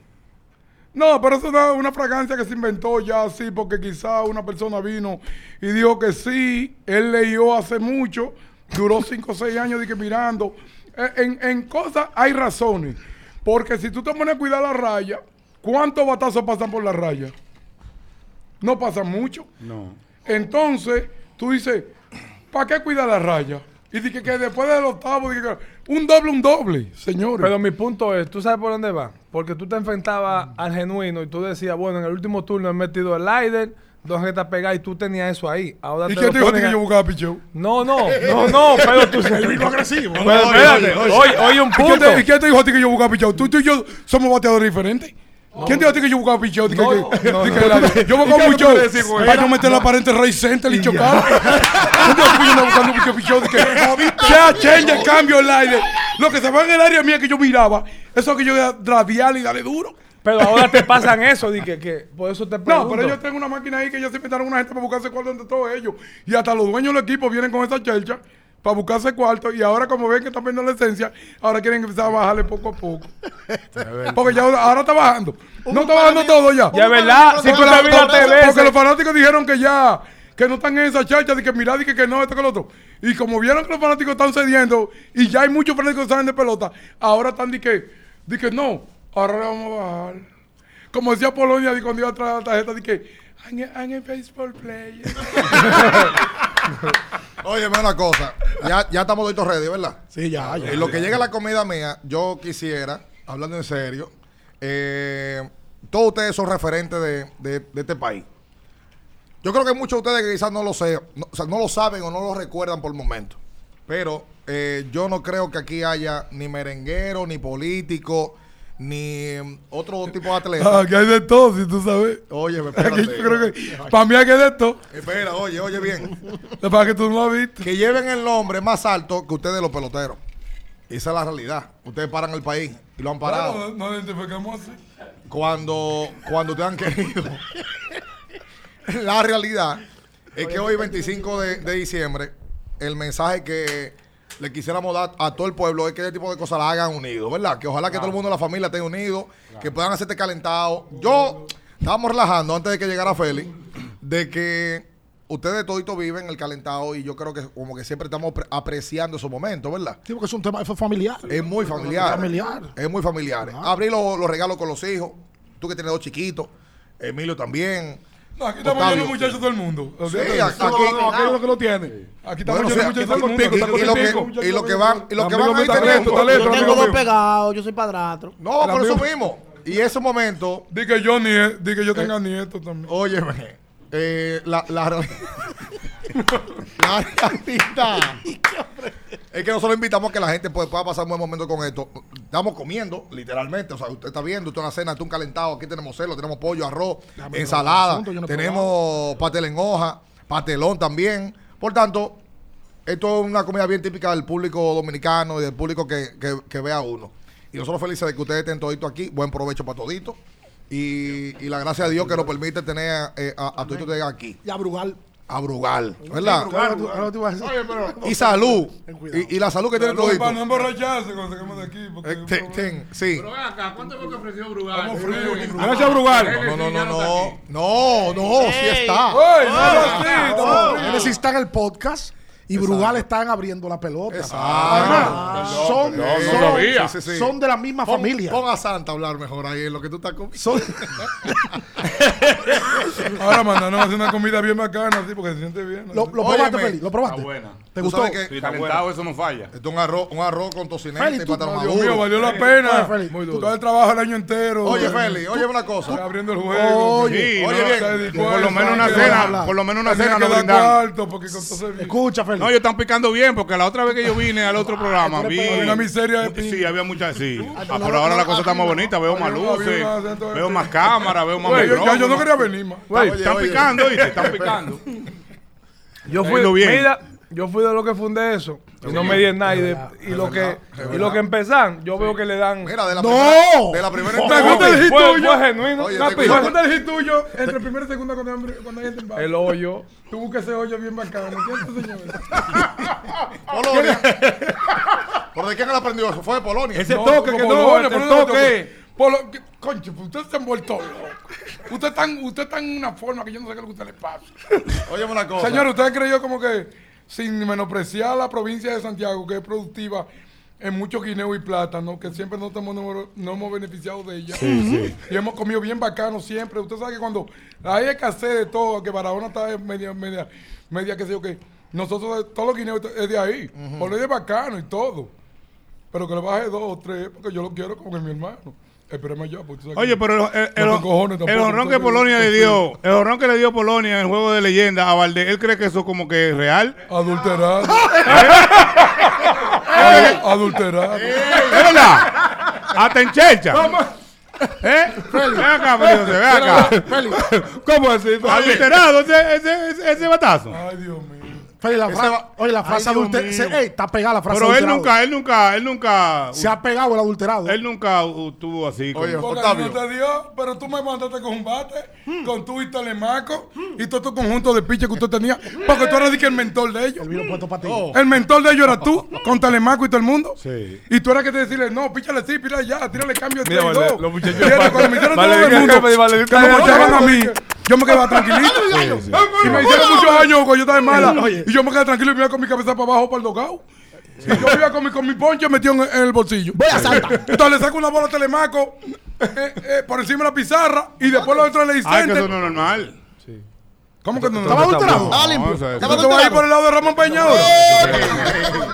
[SPEAKER 10] No, pero eso es una, una fragancia que se inventó ya así, porque quizá una persona vino y dijo que sí, él leyó hace mucho, duró 5 o 6 años de que mirando. Eh, En, en cosas hay razones, porque si tú te pones a cuidar la raya, ¿cuántos batazos pasan por la raya? No pasan mucho.
[SPEAKER 6] No.
[SPEAKER 10] Entonces, tú dices, ¿para qué cuidar la raya? Y dije que después del octavo, dije que- un doble, un doble, señores.
[SPEAKER 4] Pero mi punto es, ¿tú sabes por dónde va? Porque tú te enfrentabas al genuino y tú decías, bueno, en el último turno he metido el Lider, dos retas pegadas y tú tenías eso ahí. Ahora
[SPEAKER 10] ¿Y
[SPEAKER 4] te
[SPEAKER 10] qué
[SPEAKER 4] lo
[SPEAKER 10] te dijo a ti
[SPEAKER 4] ponen
[SPEAKER 10] que
[SPEAKER 4] a-
[SPEAKER 10] yo buscaba picheo?
[SPEAKER 4] No, no, no, no, pero tú...
[SPEAKER 2] agresivo.
[SPEAKER 4] Pero espérate, oye, oye un
[SPEAKER 10] ¿Y quién,
[SPEAKER 4] punto.
[SPEAKER 10] te, y quién te dijo a ti que yo buscaba pichado? Tú, tú y yo somos bateadores diferentes. ¿Quién te dijo a ti que yo buscaba pichado? Dije que- dije que la- Yo buscaba mucho para yo meter la pared entre Rey Center y chocar. ¿Quién te dijo a ti que yo andaba buscando mucho pichado? Dije, ya, change, el cambio el aire. Lo que se va en el área mía que yo miraba, eso que yo era dravial y dale duro.
[SPEAKER 4] Pero ahora te pasan eso, di que, que por eso te pregunto.
[SPEAKER 10] No, pero ellos tienen una máquina ahí que ellos se inventaron una gente para buscarse cuarto entre todos ellos. Y hasta los dueños del equipo vienen con esa chelcha para buscarse cuarto. Y ahora, como ven que están perdiendo la esencia, ahora quieren empezar a bajarle poco a poco. Porque ya ahora está bajando. No está bajando todo ya.
[SPEAKER 4] Ya es verdad, si tú
[SPEAKER 10] Porque-
[SPEAKER 4] te miras
[SPEAKER 10] porque-
[SPEAKER 4] te ves.
[SPEAKER 10] Porque los fanáticos dijeron que ya, que no están en esa chacha, de que mirá, de que, que no, esto que lo otro. Y como vieron que los fanáticos están cediendo, y ya hay muchos fanáticos que salen de pelota, ahora están de que, de que no, ahora le vamos a bajar. Como decía Polonia, de cuando iba atrás de la tarjeta, de que, I'm a, I'm a baseball player.
[SPEAKER 2] Oye, una cosa. Ya, ya estamos todos ready, ¿verdad?
[SPEAKER 1] Sí, ya, ya.
[SPEAKER 2] En lo que llega la comida mía, yo quisiera, hablando en serio, eh, todos ustedes son referentes de, de- de este país. Yo creo que muchos de ustedes que quizás no lo, sé, no, o sea, no lo saben o no lo recuerdan por el momento. Pero eh, yo no creo que aquí haya ni merenguero, ni político, ni mm, otro tipo de atleta.
[SPEAKER 10] Aquí Ah, hay de todo, si tú sabes.
[SPEAKER 2] Oye,
[SPEAKER 10] Aquí
[SPEAKER 2] espérate.
[SPEAKER 10] yo creo que. Para mí aquí hay de todo.
[SPEAKER 2] Espera, oye, oye bien.
[SPEAKER 10] Lo que pasa es que tú no lo has visto.
[SPEAKER 2] Que lleven el nombre más alto que ustedes los peloteros. Esa es la realidad. Ustedes paran el país y lo han parado.
[SPEAKER 10] Bueno, nos identificamos así.
[SPEAKER 2] cuando, cuando te han querido. La realidad es que hoy, 25 de, de diciembre, el mensaje que le quisiéramos dar a todo el pueblo es que este tipo de cosas las hagan unidos, ¿verdad? Que ojalá que todo el mundo de la familia esté unido, que puedan hacerte calentado. Yo, estábamos relajando antes de que llegara Félix, de que ustedes toditos viven el calentado y yo creo que como que siempre estamos apre- apreciando esos momentos, ¿verdad?
[SPEAKER 1] Sí, porque es un tema es familiar.
[SPEAKER 2] Es muy familiar.
[SPEAKER 1] Familiar.
[SPEAKER 2] Es muy familiar. Abrir los, los regalos con los hijos. Tú que tienes dos chiquitos. Emilio también.
[SPEAKER 10] No, aquí estamos
[SPEAKER 2] Octavio.
[SPEAKER 10] llenos de muchachos todo el mundo.
[SPEAKER 2] Sí,
[SPEAKER 10] Olvídate.
[SPEAKER 2] aquí-
[SPEAKER 10] No, no, no,
[SPEAKER 2] aquí-
[SPEAKER 10] aquí es lo que lo tiene. Aquí estamos
[SPEAKER 2] Bueno, o
[SPEAKER 10] llenos de
[SPEAKER 2] sea,
[SPEAKER 10] muchachos todo el mundo.
[SPEAKER 2] y- y lo que- y lo que van- y lo que van ahí teniendo-
[SPEAKER 3] Yo tengo dos pegados, yo soy padrastro.
[SPEAKER 2] No,
[SPEAKER 10] El
[SPEAKER 2] por eso
[SPEAKER 10] amigo-
[SPEAKER 2] mismo. Y ese momento,
[SPEAKER 10] Di que yo nie- di que yo
[SPEAKER 2] Eh,
[SPEAKER 10] tenga nietos también.
[SPEAKER 2] óyeme, eh, la, la, real- la realidad es que nosotros invitamos a que la gente pues, pueda pasar un buen momento con esto. Estamos comiendo, literalmente. O sea, usted está viendo, usted una cena, usted un calentado. Aquí tenemos celo, tenemos pollo, arroz, ensalada,
[SPEAKER 1] probar el asunto, yo no he
[SPEAKER 2] tenemos pastel en hoja, pastelón también. Por tanto, Esto es una comida bien típica del público dominicano y del público que, que, que ve a uno. Y nosotros felices de que ustedes estén toditos aquí. Buen provecho para toditos. Y, y la gracia de Dios que nos permite tener eh, a, a toditos ustedes aquí.
[SPEAKER 1] Y a Brugal.
[SPEAKER 2] A Brugal, ¿verdad?
[SPEAKER 1] Ahora tú- ahora tú vas a decir.
[SPEAKER 2] Y salud.
[SPEAKER 1] cuidado.
[SPEAKER 2] Y, y la salud que tiene
[SPEAKER 10] Pero no, para no
[SPEAKER 2] todito.
[SPEAKER 10] emborracharse cuando saquemos de aquí. porque-
[SPEAKER 2] Eh, ten- ten, sí.
[SPEAKER 6] Pero ven acá, ¿cuánto fue que ofreció Brugal?
[SPEAKER 10] Estamos fríos, ni Brugal.
[SPEAKER 4] Gracias, Brugal.
[SPEAKER 2] No, no, Oh. no, no. No, no, sí está.
[SPEAKER 10] ¡Ey, no
[SPEAKER 2] Ah,
[SPEAKER 10] es así,
[SPEAKER 4] Oh,
[SPEAKER 10] estamos
[SPEAKER 1] Él
[SPEAKER 10] fríos!
[SPEAKER 1] está en el podcast y Brugal están abriendo la pelota.
[SPEAKER 2] Exacto.
[SPEAKER 1] Además, son,
[SPEAKER 2] Ah. No, no
[SPEAKER 1] son-
[SPEAKER 2] sabía. Sí, sí, sí.
[SPEAKER 1] son de la misma
[SPEAKER 2] Pon-
[SPEAKER 1] familia.
[SPEAKER 2] Pon a Santa a hablar mejor ahí en lo que tú estás comiendo.
[SPEAKER 1] Son-
[SPEAKER 2] ah.
[SPEAKER 10] Ahora mandanos a hacer una comida bien bacana, así, porque se siente bien.
[SPEAKER 1] lo,
[SPEAKER 10] así.
[SPEAKER 1] lo
[SPEAKER 2] Óyeme,
[SPEAKER 1] probaste, Feli, lo probaste.
[SPEAKER 6] Está buena.
[SPEAKER 1] ¿Te
[SPEAKER 2] Tú
[SPEAKER 1] gustó?
[SPEAKER 2] sabes que-
[SPEAKER 6] Sí, calentado, eso no falla.
[SPEAKER 2] Esto es un arroz, un arroz con tocineta
[SPEAKER 1] Feli,
[SPEAKER 2] y
[SPEAKER 1] tú-
[SPEAKER 2] plátano
[SPEAKER 1] no,
[SPEAKER 10] Dios
[SPEAKER 2] maduro.
[SPEAKER 10] mío, valió la
[SPEAKER 1] Oye,
[SPEAKER 10] pena.
[SPEAKER 1] Félix,
[SPEAKER 10] Tú
[SPEAKER 1] tú-
[SPEAKER 10] estás el trabajo el año entero.
[SPEAKER 2] Oye,
[SPEAKER 10] tú-
[SPEAKER 2] Feli, oye una
[SPEAKER 10] Está
[SPEAKER 2] cosa.
[SPEAKER 10] abriendo el juego.
[SPEAKER 2] Oye, oye
[SPEAKER 6] Sí, no,
[SPEAKER 2] bien.
[SPEAKER 10] te di
[SPEAKER 6] que por lo
[SPEAKER 10] cuenta,
[SPEAKER 6] menos una
[SPEAKER 10] que-
[SPEAKER 6] cena, por lo menos una
[SPEAKER 10] Tenía
[SPEAKER 6] cena
[SPEAKER 10] que
[SPEAKER 6] nos
[SPEAKER 10] dar
[SPEAKER 6] brindaron.
[SPEAKER 10] cuarto, porque con todo se-
[SPEAKER 1] Escucha, Feli.
[SPEAKER 6] No, ellos están picando bien, porque la otra vez que yo vine al otro programa vi...
[SPEAKER 10] Había una miseria de
[SPEAKER 6] Sí,
[SPEAKER 10] pinga.
[SPEAKER 6] había muchas, sí. Ah, pero ahora la cosa está más bonita, veo más
[SPEAKER 10] Había una- había
[SPEAKER 6] luces,
[SPEAKER 10] una acento de
[SPEAKER 6] veo más
[SPEAKER 10] pinga.
[SPEAKER 6] cámaras, veo más...
[SPEAKER 10] Güey, yo, ya yo no
[SPEAKER 6] micrófonos.
[SPEAKER 10] quería venir más.
[SPEAKER 4] Güey,
[SPEAKER 2] Oye,
[SPEAKER 6] Están
[SPEAKER 2] oye.
[SPEAKER 6] picando, oíste, están picando.
[SPEAKER 4] yo
[SPEAKER 6] está
[SPEAKER 4] fui,
[SPEAKER 6] yendo bien.
[SPEAKER 4] mira, yo fui de lo que fundé eso. Y no me di en nada. Y, de- y lo que, y lo que empezan, yo veo que le dan.
[SPEAKER 2] Mira, de la
[SPEAKER 1] No.
[SPEAKER 2] primera. De la primera
[SPEAKER 10] Me
[SPEAKER 2] entrada.
[SPEAKER 10] gusta el hit
[SPEAKER 4] Fue-
[SPEAKER 10] tuyo.
[SPEAKER 4] fue genuino.
[SPEAKER 2] Oye,
[SPEAKER 4] Una
[SPEAKER 2] te
[SPEAKER 4] pila.
[SPEAKER 10] Me gusta el hit tuyo entre el primero y segundo cuando hay hambre- cuando hay gente en
[SPEAKER 4] El hoyo.
[SPEAKER 10] Tú buscas ese hoyo bien bacano, ¿entiendes, señores?
[SPEAKER 2] Polonia. ¿Por de quién él aprendió eso? Fue de Polonia.
[SPEAKER 4] Ese toque que no, ese toque.
[SPEAKER 10] Polo, que- conche, pues ustedes se han vuelto locos. Ustedes están, ustedes están en una forma que yo no sé qué es lo que a ustedes les pasa.
[SPEAKER 2] Oye una cosa.
[SPEAKER 10] Señores, ustedes han creído como que, sin menospreciar la provincia de Santiago, que es productiva en muchos guineos y plátanos, que siempre nos hemos, no, no hemos beneficiado de ella. Y hemos comido bien bacano siempre. Usted sabe que cuando hay escasez de todo, que Barahona está en media, media, media, qué sé yo qué, nosotros, eh, todos los guineos es de ahí. Por lo de bacano y todo. Pero que le baje dos o tres, porque yo lo quiero como que mi hermano. Espérame allá, porque tú sabes
[SPEAKER 6] Oye,
[SPEAKER 10] que-
[SPEAKER 6] pero el, el,
[SPEAKER 10] No te cojones
[SPEAKER 6] el
[SPEAKER 10] tampoco,
[SPEAKER 6] honrón que
[SPEAKER 10] entonces,
[SPEAKER 6] Polonia le
[SPEAKER 10] sí.
[SPEAKER 6] dio, el honrón que le dio Polonia en el juego de leyenda a Valdés, él cree que eso como que es real.
[SPEAKER 10] Adulterado.
[SPEAKER 4] Eh.
[SPEAKER 10] Adulterado.
[SPEAKER 6] ¿Es verdad? Hasta en chelcha. ¿Eh? Ven acá, Felipe, José, ven acá.
[SPEAKER 4] ¿Cómo así?
[SPEAKER 6] Adulterado ese, ese, ese, ese batazo.
[SPEAKER 10] Ay, Dios mío.
[SPEAKER 4] Pues
[SPEAKER 1] Feli, la frase.
[SPEAKER 2] va-
[SPEAKER 1] Oye, la frase
[SPEAKER 6] Dios
[SPEAKER 1] adulterada.
[SPEAKER 6] mío.
[SPEAKER 1] está pegada la frase
[SPEAKER 6] Pero él
[SPEAKER 1] adulterado.
[SPEAKER 6] nunca, él nunca, él nunca,
[SPEAKER 1] Se ha pegado el adulterado.
[SPEAKER 6] él nunca uh, tuvo así. como-
[SPEAKER 2] Oye,
[SPEAKER 10] Porque a mí no
[SPEAKER 2] Octavio.
[SPEAKER 10] te dio, pero tú me mandaste con un bate,
[SPEAKER 4] Hmm.
[SPEAKER 10] con tú y Telemaco, y todo tu conjunto de piches que usted tenía, porque tú eras de que el mentor de ellos.
[SPEAKER 1] El vino puesto para ti.
[SPEAKER 10] El mentor de ellos era tú, con Telemaco y todo el mundo. Y tú eras que te decirle, no, píchale sí, píchale ya, tírale cambio de
[SPEAKER 4] Mira,
[SPEAKER 10] tres y
[SPEAKER 4] vale,
[SPEAKER 10] dos.
[SPEAKER 4] los muchachos
[SPEAKER 10] Y era
[SPEAKER 4] vale-
[SPEAKER 10] Cuando me hicieron
[SPEAKER 4] vale,
[SPEAKER 10] todo el
[SPEAKER 4] que
[SPEAKER 10] mundo,
[SPEAKER 4] me vale-
[SPEAKER 10] que me
[SPEAKER 4] vale-
[SPEAKER 10] echaban a mí, yo me quedaba tranquilito. Y me hicieron muchos años cuando yo estaba en mala. Y yo me quedé tranquilo y me iba con mi cabeza para abajo para el dogado. Y yo iba con mi, con mi poncho metido en, en el bolsillo.
[SPEAKER 1] Voy a saltar.
[SPEAKER 10] Entonces le saco una bola a Telemaco eh, eh, por encima de la pizarra y después lo entra en el
[SPEAKER 6] Ay, que eso
[SPEAKER 10] instante.
[SPEAKER 6] no Ah, es normal.
[SPEAKER 10] ¿Cómo que no?
[SPEAKER 1] ¿Estaba
[SPEAKER 10] no?
[SPEAKER 1] adulterado?
[SPEAKER 6] No, eso es-
[SPEAKER 10] ¿Tú te vas a ir por el lado de Ramón Peña ahora?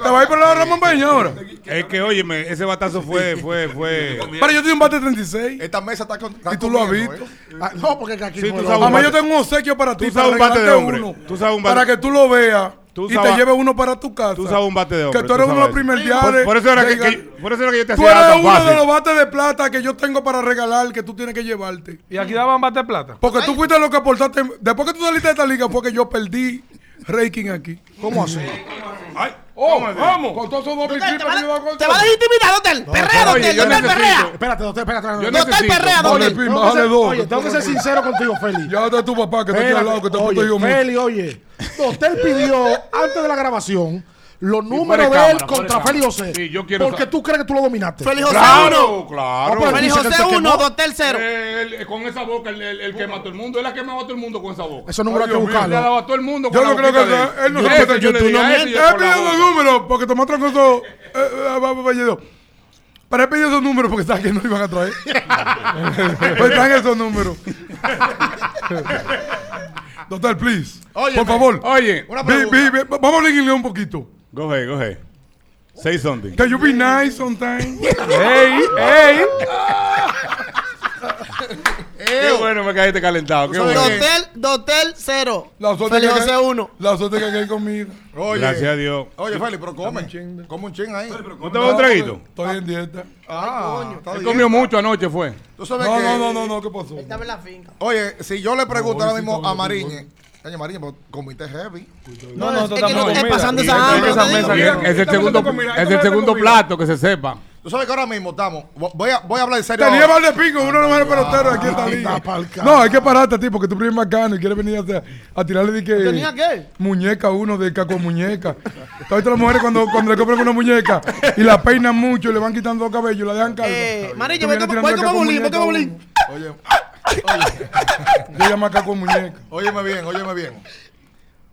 [SPEAKER 10] ¿Te
[SPEAKER 4] va a ir por la Ramón Peña ahora.
[SPEAKER 6] Es que, óyeme, ese batazo fue, fue, fue.
[SPEAKER 4] Pero yo tengo un bate 36.
[SPEAKER 2] Esta mesa está con. está
[SPEAKER 4] Y tú lo has
[SPEAKER 2] comiendo,
[SPEAKER 4] visto.
[SPEAKER 2] ¿eh?
[SPEAKER 1] Ah, no, porque aquí
[SPEAKER 6] Sí,
[SPEAKER 1] no
[SPEAKER 6] tú
[SPEAKER 1] lo-
[SPEAKER 6] sabes-
[SPEAKER 4] Mamá, yo
[SPEAKER 6] bate-
[SPEAKER 4] tengo un obsequio para ti.
[SPEAKER 6] Tú sabes
[SPEAKER 4] para
[SPEAKER 6] un bate de
[SPEAKER 4] regalarte
[SPEAKER 6] hombre.
[SPEAKER 4] uno.
[SPEAKER 6] Tú sabes un bate-
[SPEAKER 4] Para que tú lo veas
[SPEAKER 6] Tú
[SPEAKER 4] y
[SPEAKER 6] sabes-
[SPEAKER 4] te lleves uno para tu casa.
[SPEAKER 6] Tú sabes un bate de hombre.
[SPEAKER 4] Que tú eres uno de los
[SPEAKER 6] sabes.
[SPEAKER 4] primeros días
[SPEAKER 6] Por,
[SPEAKER 4] de-
[SPEAKER 6] por eso era que,
[SPEAKER 4] de-
[SPEAKER 6] que- por eso era que yo te
[SPEAKER 4] Tú
[SPEAKER 6] hacía
[SPEAKER 4] eres
[SPEAKER 6] tan
[SPEAKER 4] uno de
[SPEAKER 6] fácil.
[SPEAKER 4] los bates de plata que yo tengo para regalar que tú tienes que llevarte.
[SPEAKER 10] Y aquí daban bate plata.
[SPEAKER 4] Porque tú fuiste lo que aportaste. Después que tú saliste de esta liga fue que yo perdí ranking aquí.
[SPEAKER 1] ¿Cómo así?
[SPEAKER 6] Ay,
[SPEAKER 4] ¿Cómo? Con todos esos dos mil
[SPEAKER 3] Dotel,
[SPEAKER 4] clips
[SPEAKER 3] te va
[SPEAKER 4] que yo
[SPEAKER 3] a-
[SPEAKER 4] hago-
[SPEAKER 3] te va a desintimidar, Dotel. Perrea,
[SPEAKER 6] oye,
[SPEAKER 3] Dotel.
[SPEAKER 6] yo
[SPEAKER 3] Dotel,
[SPEAKER 6] necesito-
[SPEAKER 3] perrea.
[SPEAKER 1] Espérate, doctor, espérate, espérate. doctor.
[SPEAKER 6] yo
[SPEAKER 3] Dotel,
[SPEAKER 6] necesito.
[SPEAKER 3] perrea,
[SPEAKER 4] Ponle
[SPEAKER 3] Dotel.
[SPEAKER 4] pin,
[SPEAKER 1] Tengo que ser-
[SPEAKER 4] bájale dos.
[SPEAKER 1] Oye, tengo que ser sincero contigo, Feli.
[SPEAKER 4] Ya está tu papá que está aquí al lado, que te
[SPEAKER 1] Espérate,
[SPEAKER 4] protegió
[SPEAKER 1] oye,
[SPEAKER 4] mucho.
[SPEAKER 1] Feli, oye. Doctor pidió antes de la grabación los números de
[SPEAKER 6] cámara,
[SPEAKER 1] él
[SPEAKER 6] fuera
[SPEAKER 1] contra
[SPEAKER 6] cámara.
[SPEAKER 1] Feli José.
[SPEAKER 6] Sí, yo quiero
[SPEAKER 1] Porque
[SPEAKER 6] saber.
[SPEAKER 1] tú crees que tú lo dominaste.
[SPEAKER 3] Feliz José uno.
[SPEAKER 6] Claro, claro.
[SPEAKER 1] No, pero
[SPEAKER 3] Feliz
[SPEAKER 1] Dice que él
[SPEAKER 3] José
[SPEAKER 1] se
[SPEAKER 3] uno,
[SPEAKER 1] quemó.
[SPEAKER 3] Dotel cero.
[SPEAKER 6] Eh, él- con esa boca, él, él- él quema a todo el mundo. Él ha quemado a todo el mundo con esa boca.
[SPEAKER 1] Esos números hay que
[SPEAKER 4] Ay, Dios mío,
[SPEAKER 6] Él le ha
[SPEAKER 1] buscarlos.
[SPEAKER 6] dado a todo el mundo
[SPEAKER 4] Yo
[SPEAKER 6] con
[SPEAKER 4] no
[SPEAKER 6] la
[SPEAKER 4] creo
[SPEAKER 6] boquita
[SPEAKER 4] que
[SPEAKER 6] de
[SPEAKER 4] sea- él no se
[SPEAKER 6] Ese
[SPEAKER 4] mete-
[SPEAKER 6] yo le
[SPEAKER 4] tú
[SPEAKER 6] di
[SPEAKER 4] no
[SPEAKER 6] a ese y
[SPEAKER 4] mientes.
[SPEAKER 6] yo
[SPEAKER 4] Él
[SPEAKER 6] por la
[SPEAKER 4] pidió
[SPEAKER 6] boca.
[SPEAKER 4] los números porque tomó otro coso.
[SPEAKER 10] eh,
[SPEAKER 4] Pero él pidió esos números porque sabía que no lo iban a traer. pues están esos números. Doctor, please.
[SPEAKER 2] Óyeme,
[SPEAKER 4] por favor.
[SPEAKER 6] Oye,
[SPEAKER 2] Una
[SPEAKER 4] Ve-
[SPEAKER 2] pregunta.
[SPEAKER 4] ve- ve- vamos a hablar en inglés un poquito.
[SPEAKER 6] go ahead, go ahead. Say something.
[SPEAKER 4] Can you be nice sometimes?
[SPEAKER 10] ¡Ey! ¡Ey!
[SPEAKER 6] Qué bueno me caíste calentado. Qué
[SPEAKER 2] sabes
[SPEAKER 6] bueno.
[SPEAKER 2] que-
[SPEAKER 3] Dotel, Dotel cero.
[SPEAKER 4] La suerte
[SPEAKER 3] Feliz
[SPEAKER 4] que
[SPEAKER 3] José
[SPEAKER 4] cae-
[SPEAKER 3] uno.
[SPEAKER 4] La suerte que cae conmigo.
[SPEAKER 2] Oye.
[SPEAKER 6] Gracias a Dios.
[SPEAKER 2] Oye, Feli, pero come. Come un chin ahí.
[SPEAKER 6] ¿No te vas un traguito?
[SPEAKER 4] Estoy en dieta.
[SPEAKER 2] Ah, está
[SPEAKER 6] Él
[SPEAKER 2] bien.
[SPEAKER 6] comió mucho anoche, fue.
[SPEAKER 2] Tú sabes
[SPEAKER 4] No,
[SPEAKER 2] que.
[SPEAKER 4] no, no, no, no, ¿qué pasó?
[SPEAKER 3] Estaba en la finca.
[SPEAKER 2] Oye, si yo le pregunto
[SPEAKER 4] No,
[SPEAKER 2] ahora
[SPEAKER 4] hoy sí
[SPEAKER 2] mismo
[SPEAKER 4] estamos
[SPEAKER 2] a
[SPEAKER 4] de
[SPEAKER 2] Mariñe, coño Mariñe, pues comiste heavy.
[SPEAKER 10] No, no,
[SPEAKER 3] es que no
[SPEAKER 10] comida.
[SPEAKER 3] estés pasando
[SPEAKER 10] Y
[SPEAKER 3] esa hambre.
[SPEAKER 10] esa
[SPEAKER 3] te digo.
[SPEAKER 10] mesa
[SPEAKER 6] Bien,
[SPEAKER 10] que-
[SPEAKER 6] Es el
[SPEAKER 10] Esta
[SPEAKER 6] segundo,
[SPEAKER 10] mesa está comida,
[SPEAKER 6] es
[SPEAKER 10] esta
[SPEAKER 6] el
[SPEAKER 10] mesa
[SPEAKER 6] segundo
[SPEAKER 10] está comida.
[SPEAKER 6] plato que se sepa.
[SPEAKER 2] Tú sabes que ahora mismo estamos. Voy a, voy a hablar en serio.
[SPEAKER 4] Tenía
[SPEAKER 2] ahora.
[SPEAKER 4] mal de pingo, uno de los mejores peloteros aquí en
[SPEAKER 3] Ah,
[SPEAKER 4] esta liga. No, hay que pararte, tipo, que tú primo es bacano y quieres venir a, hacer- a tirarle de que.
[SPEAKER 3] ¿Tenía qué?
[SPEAKER 4] Muñeca uno de caco muñeca. Todas las mujeres cuando, cuando le compran una muñeca y la peinan mucho y le van quitando cabello y la dejan calva.
[SPEAKER 3] Eh,
[SPEAKER 4] Tú
[SPEAKER 3] Mariño, voy
[SPEAKER 4] vienes
[SPEAKER 3] como-
[SPEAKER 4] tirando
[SPEAKER 3] voy como
[SPEAKER 4] caco
[SPEAKER 3] bulín, voy
[SPEAKER 4] muñeca
[SPEAKER 3] como
[SPEAKER 4] a uno.
[SPEAKER 3] bulín.
[SPEAKER 2] Oye,
[SPEAKER 4] Yo llamo a caco muñeca.
[SPEAKER 2] óyeme bien, óyeme bien.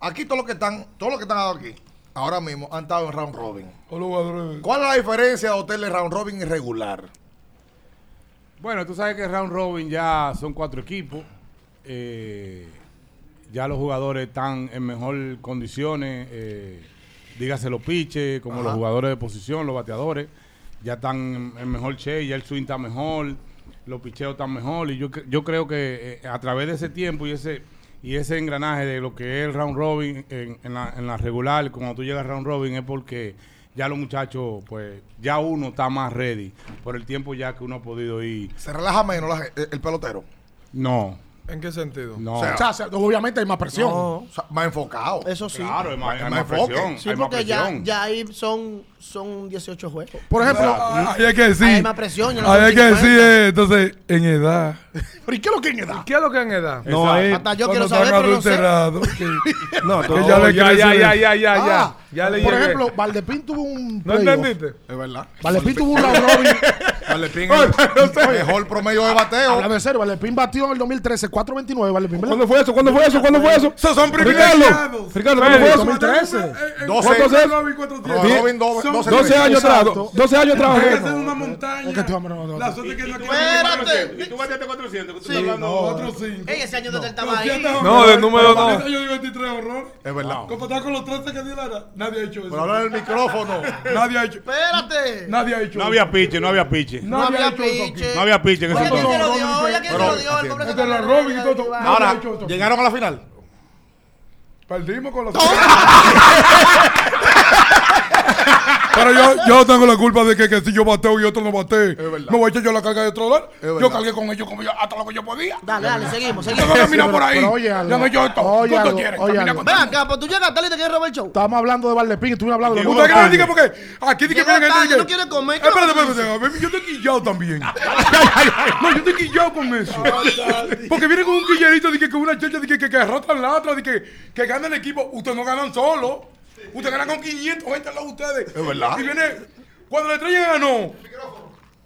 [SPEAKER 2] Aquí todos los que están, todos los que están aquí, ahora mismo han estado en round robin.
[SPEAKER 4] O los jugadores-
[SPEAKER 2] ¿Cuál es la diferencia de hotel de round robin y regular?
[SPEAKER 6] Bueno, tú sabes que Round Robin ya son cuatro equipos. eh, ya los jugadores están en mejor condiciones. eh, dígase los piches, como los jugadores de posición, los bateadores. Ya están en, en mejor shape, ya el swing está mejor, los picheos están mejor. Y yo, cre- yo creo que eh, a través de ese tiempo y ese y ese engranaje de lo que es el Round Robin en, en la, en la regular, cuando tú llegas al Round Robin, es porque ya los muchachos, pues ya uno está más ready por el tiempo ya que uno ha podido ir.
[SPEAKER 2] ¿Se relaja menos la ge- el, el pelotero?
[SPEAKER 6] No,
[SPEAKER 4] ¿En qué sentido?
[SPEAKER 6] no.
[SPEAKER 1] O sea, se- obviamente hay más presión.
[SPEAKER 2] O sea, más enfocado.
[SPEAKER 3] Eso sí.
[SPEAKER 6] Claro, hay más, hay
[SPEAKER 2] Hay
[SPEAKER 6] más
[SPEAKER 2] más
[SPEAKER 6] presión.
[SPEAKER 2] enfoque.
[SPEAKER 3] Sí,
[SPEAKER 6] hay más
[SPEAKER 3] porque ya,
[SPEAKER 6] presión.
[SPEAKER 3] ya ahí son, son 18 juegos.
[SPEAKER 1] Por ejemplo,
[SPEAKER 4] Ah, Ahí hay que decir.
[SPEAKER 3] Ahí hay más presión, yo no
[SPEAKER 4] ahí
[SPEAKER 3] sé
[SPEAKER 4] hay
[SPEAKER 3] si
[SPEAKER 4] que
[SPEAKER 3] cuenta.
[SPEAKER 4] decir, eh, entonces, en edad.
[SPEAKER 1] ¿pero ¿y qué es lo que en edad?
[SPEAKER 10] ¿Qué es lo que en edad?
[SPEAKER 8] No, es.
[SPEAKER 3] Hasta yo
[SPEAKER 4] cuando
[SPEAKER 3] quiero saber,
[SPEAKER 4] están
[SPEAKER 3] pero no sé.
[SPEAKER 4] adulterados, que-
[SPEAKER 8] No,
[SPEAKER 4] que
[SPEAKER 8] todo-
[SPEAKER 4] ya
[SPEAKER 10] Oh,
[SPEAKER 4] le
[SPEAKER 10] ya,
[SPEAKER 4] crece
[SPEAKER 10] ya,
[SPEAKER 4] de-
[SPEAKER 10] ya, ya, ya,
[SPEAKER 1] Ah,
[SPEAKER 10] ya. Ya le
[SPEAKER 1] Por
[SPEAKER 10] llegué.
[SPEAKER 1] ejemplo, Valdepín tuvo un.
[SPEAKER 10] ¿No
[SPEAKER 1] playoff.
[SPEAKER 10] entendiste?
[SPEAKER 2] Es verdad.
[SPEAKER 1] Valdepín tuvo un round robin.
[SPEAKER 2] Vale, pin el, mejor promedio de bateo.
[SPEAKER 1] Hablando en serio, Ah, Valdepín batió en el 2013 4.29. Valdepín, ¿verdad?
[SPEAKER 8] ¿Cuándo fue eso? ¿Cuándo fue eso? ¿Cuándo fue eso?
[SPEAKER 4] Esos
[SPEAKER 8] Ricardo,
[SPEAKER 4] son privilegiados.
[SPEAKER 8] Ricardo, ¿cuándo fue eso?
[SPEAKER 1] 2013.
[SPEAKER 2] 12.
[SPEAKER 8] ¿Cuántos es?
[SPEAKER 4] Robin, ¿cuántos tiene?
[SPEAKER 2] Round Robin, do-
[SPEAKER 4] Son-
[SPEAKER 2] 12
[SPEAKER 8] 12 años atrás,
[SPEAKER 1] Exacto.
[SPEAKER 8] do- 12 años atrás.
[SPEAKER 4] Esa es
[SPEAKER 8] ¿eh?
[SPEAKER 4] una montaña.
[SPEAKER 1] Es que tú, hombre, no, no.
[SPEAKER 4] La suerte que no
[SPEAKER 3] Espérate.
[SPEAKER 6] ¿Y tú bateaste 400? ¿Qué tú
[SPEAKER 3] Sí.
[SPEAKER 6] estás hablando?
[SPEAKER 4] No, otro cinco.
[SPEAKER 3] Ey, ese año Dotel
[SPEAKER 4] Los
[SPEAKER 3] estaba ahí.
[SPEAKER 4] siete
[SPEAKER 10] No,
[SPEAKER 4] horrores.
[SPEAKER 10] de número
[SPEAKER 4] Pero
[SPEAKER 10] no.
[SPEAKER 4] para eso Yo digo "Este 23 horrores.
[SPEAKER 2] Es verdad.
[SPEAKER 4] Comparado con los 13 que dio Lara, nadie ha hecho
[SPEAKER 2] Pero
[SPEAKER 4] eso.
[SPEAKER 2] habla del micrófono.
[SPEAKER 4] Nadie ha hecho.
[SPEAKER 3] Espérate.
[SPEAKER 4] Nadie ha hecho.
[SPEAKER 6] No
[SPEAKER 4] eso.
[SPEAKER 6] había piche, no había piche.
[SPEAKER 3] No
[SPEAKER 4] Nadie ha
[SPEAKER 3] había
[SPEAKER 4] hecho eso aquí.
[SPEAKER 3] piche.
[SPEAKER 6] No había piche
[SPEAKER 3] Ya
[SPEAKER 6] en ese
[SPEAKER 3] que se
[SPEAKER 6] tiempo.
[SPEAKER 3] lo dio, ya que se lo dio, el
[SPEAKER 2] Pero-
[SPEAKER 3] pobre se
[SPEAKER 4] Este era
[SPEAKER 3] lo
[SPEAKER 4] Robin y
[SPEAKER 3] dio,
[SPEAKER 4] todo, todo.
[SPEAKER 3] iba.
[SPEAKER 4] Nadie ha
[SPEAKER 2] Ahora,
[SPEAKER 4] hecho eso.
[SPEAKER 2] llegaron a la final.
[SPEAKER 4] Perdimos con los. Pero yo, yo tengo la culpa de que, que si yo bateo y otro no bate, me voy a echar yo la carga de otro lado. Yo
[SPEAKER 2] verdad.
[SPEAKER 4] cargué con ellos como yo, hasta lo que yo podía.
[SPEAKER 3] Dale, dale, seguimos,
[SPEAKER 4] Yo no
[SPEAKER 3] seguimos.
[SPEAKER 4] camino por ahí.
[SPEAKER 1] pero pues, oye algo.
[SPEAKER 4] yo no he hecho esto.
[SPEAKER 1] Oye
[SPEAKER 4] ¿Cuánto
[SPEAKER 1] algo,
[SPEAKER 4] quieres?
[SPEAKER 1] oye
[SPEAKER 4] Camina
[SPEAKER 1] algo.
[SPEAKER 4] con-
[SPEAKER 3] Ven acá, pues tú llegas tarde y te quieres robar el show.
[SPEAKER 1] Estábamos hablando de Valdepín y tú hablando de
[SPEAKER 6] Llegó
[SPEAKER 4] ¿Usted cree que
[SPEAKER 6] tarde.
[SPEAKER 4] diga porque aquí
[SPEAKER 3] Llegó
[SPEAKER 4] dice que viene gente
[SPEAKER 3] tarde,
[SPEAKER 4] dice que-
[SPEAKER 3] no quiere comer, ¿qué
[SPEAKER 4] Eh, Espérate,
[SPEAKER 3] le pasa?
[SPEAKER 4] espérate, espérate, baby, yo estoy quillado también. No, yo estoy quillado con eso. Porque viene con un quillerito de que con una chacha de que, que, que arrastran la otra, de que, que gana el equipo. Ustedes no ganan solo. Ustedes ganan con 500 gente al lado de ustedes.
[SPEAKER 2] Es verdad.
[SPEAKER 4] Y viene, cuando la estrella ganó,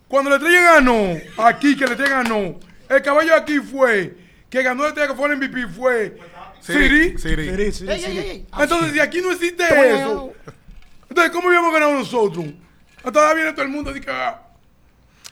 [SPEAKER 4] cuando la estrella ganó, aquí que la estrella ganó, el caballo aquí fue, que ganó la estrella que fue el MVP fue Siri.
[SPEAKER 2] Siri.
[SPEAKER 3] Ey, ey, ey, ey.
[SPEAKER 10] Ah,
[SPEAKER 4] Entonces, si aquí no existe eso, entonces, ¿cómo habíamos ganado nosotros? Entonces, ahora viene todo el mundo y dice, ah,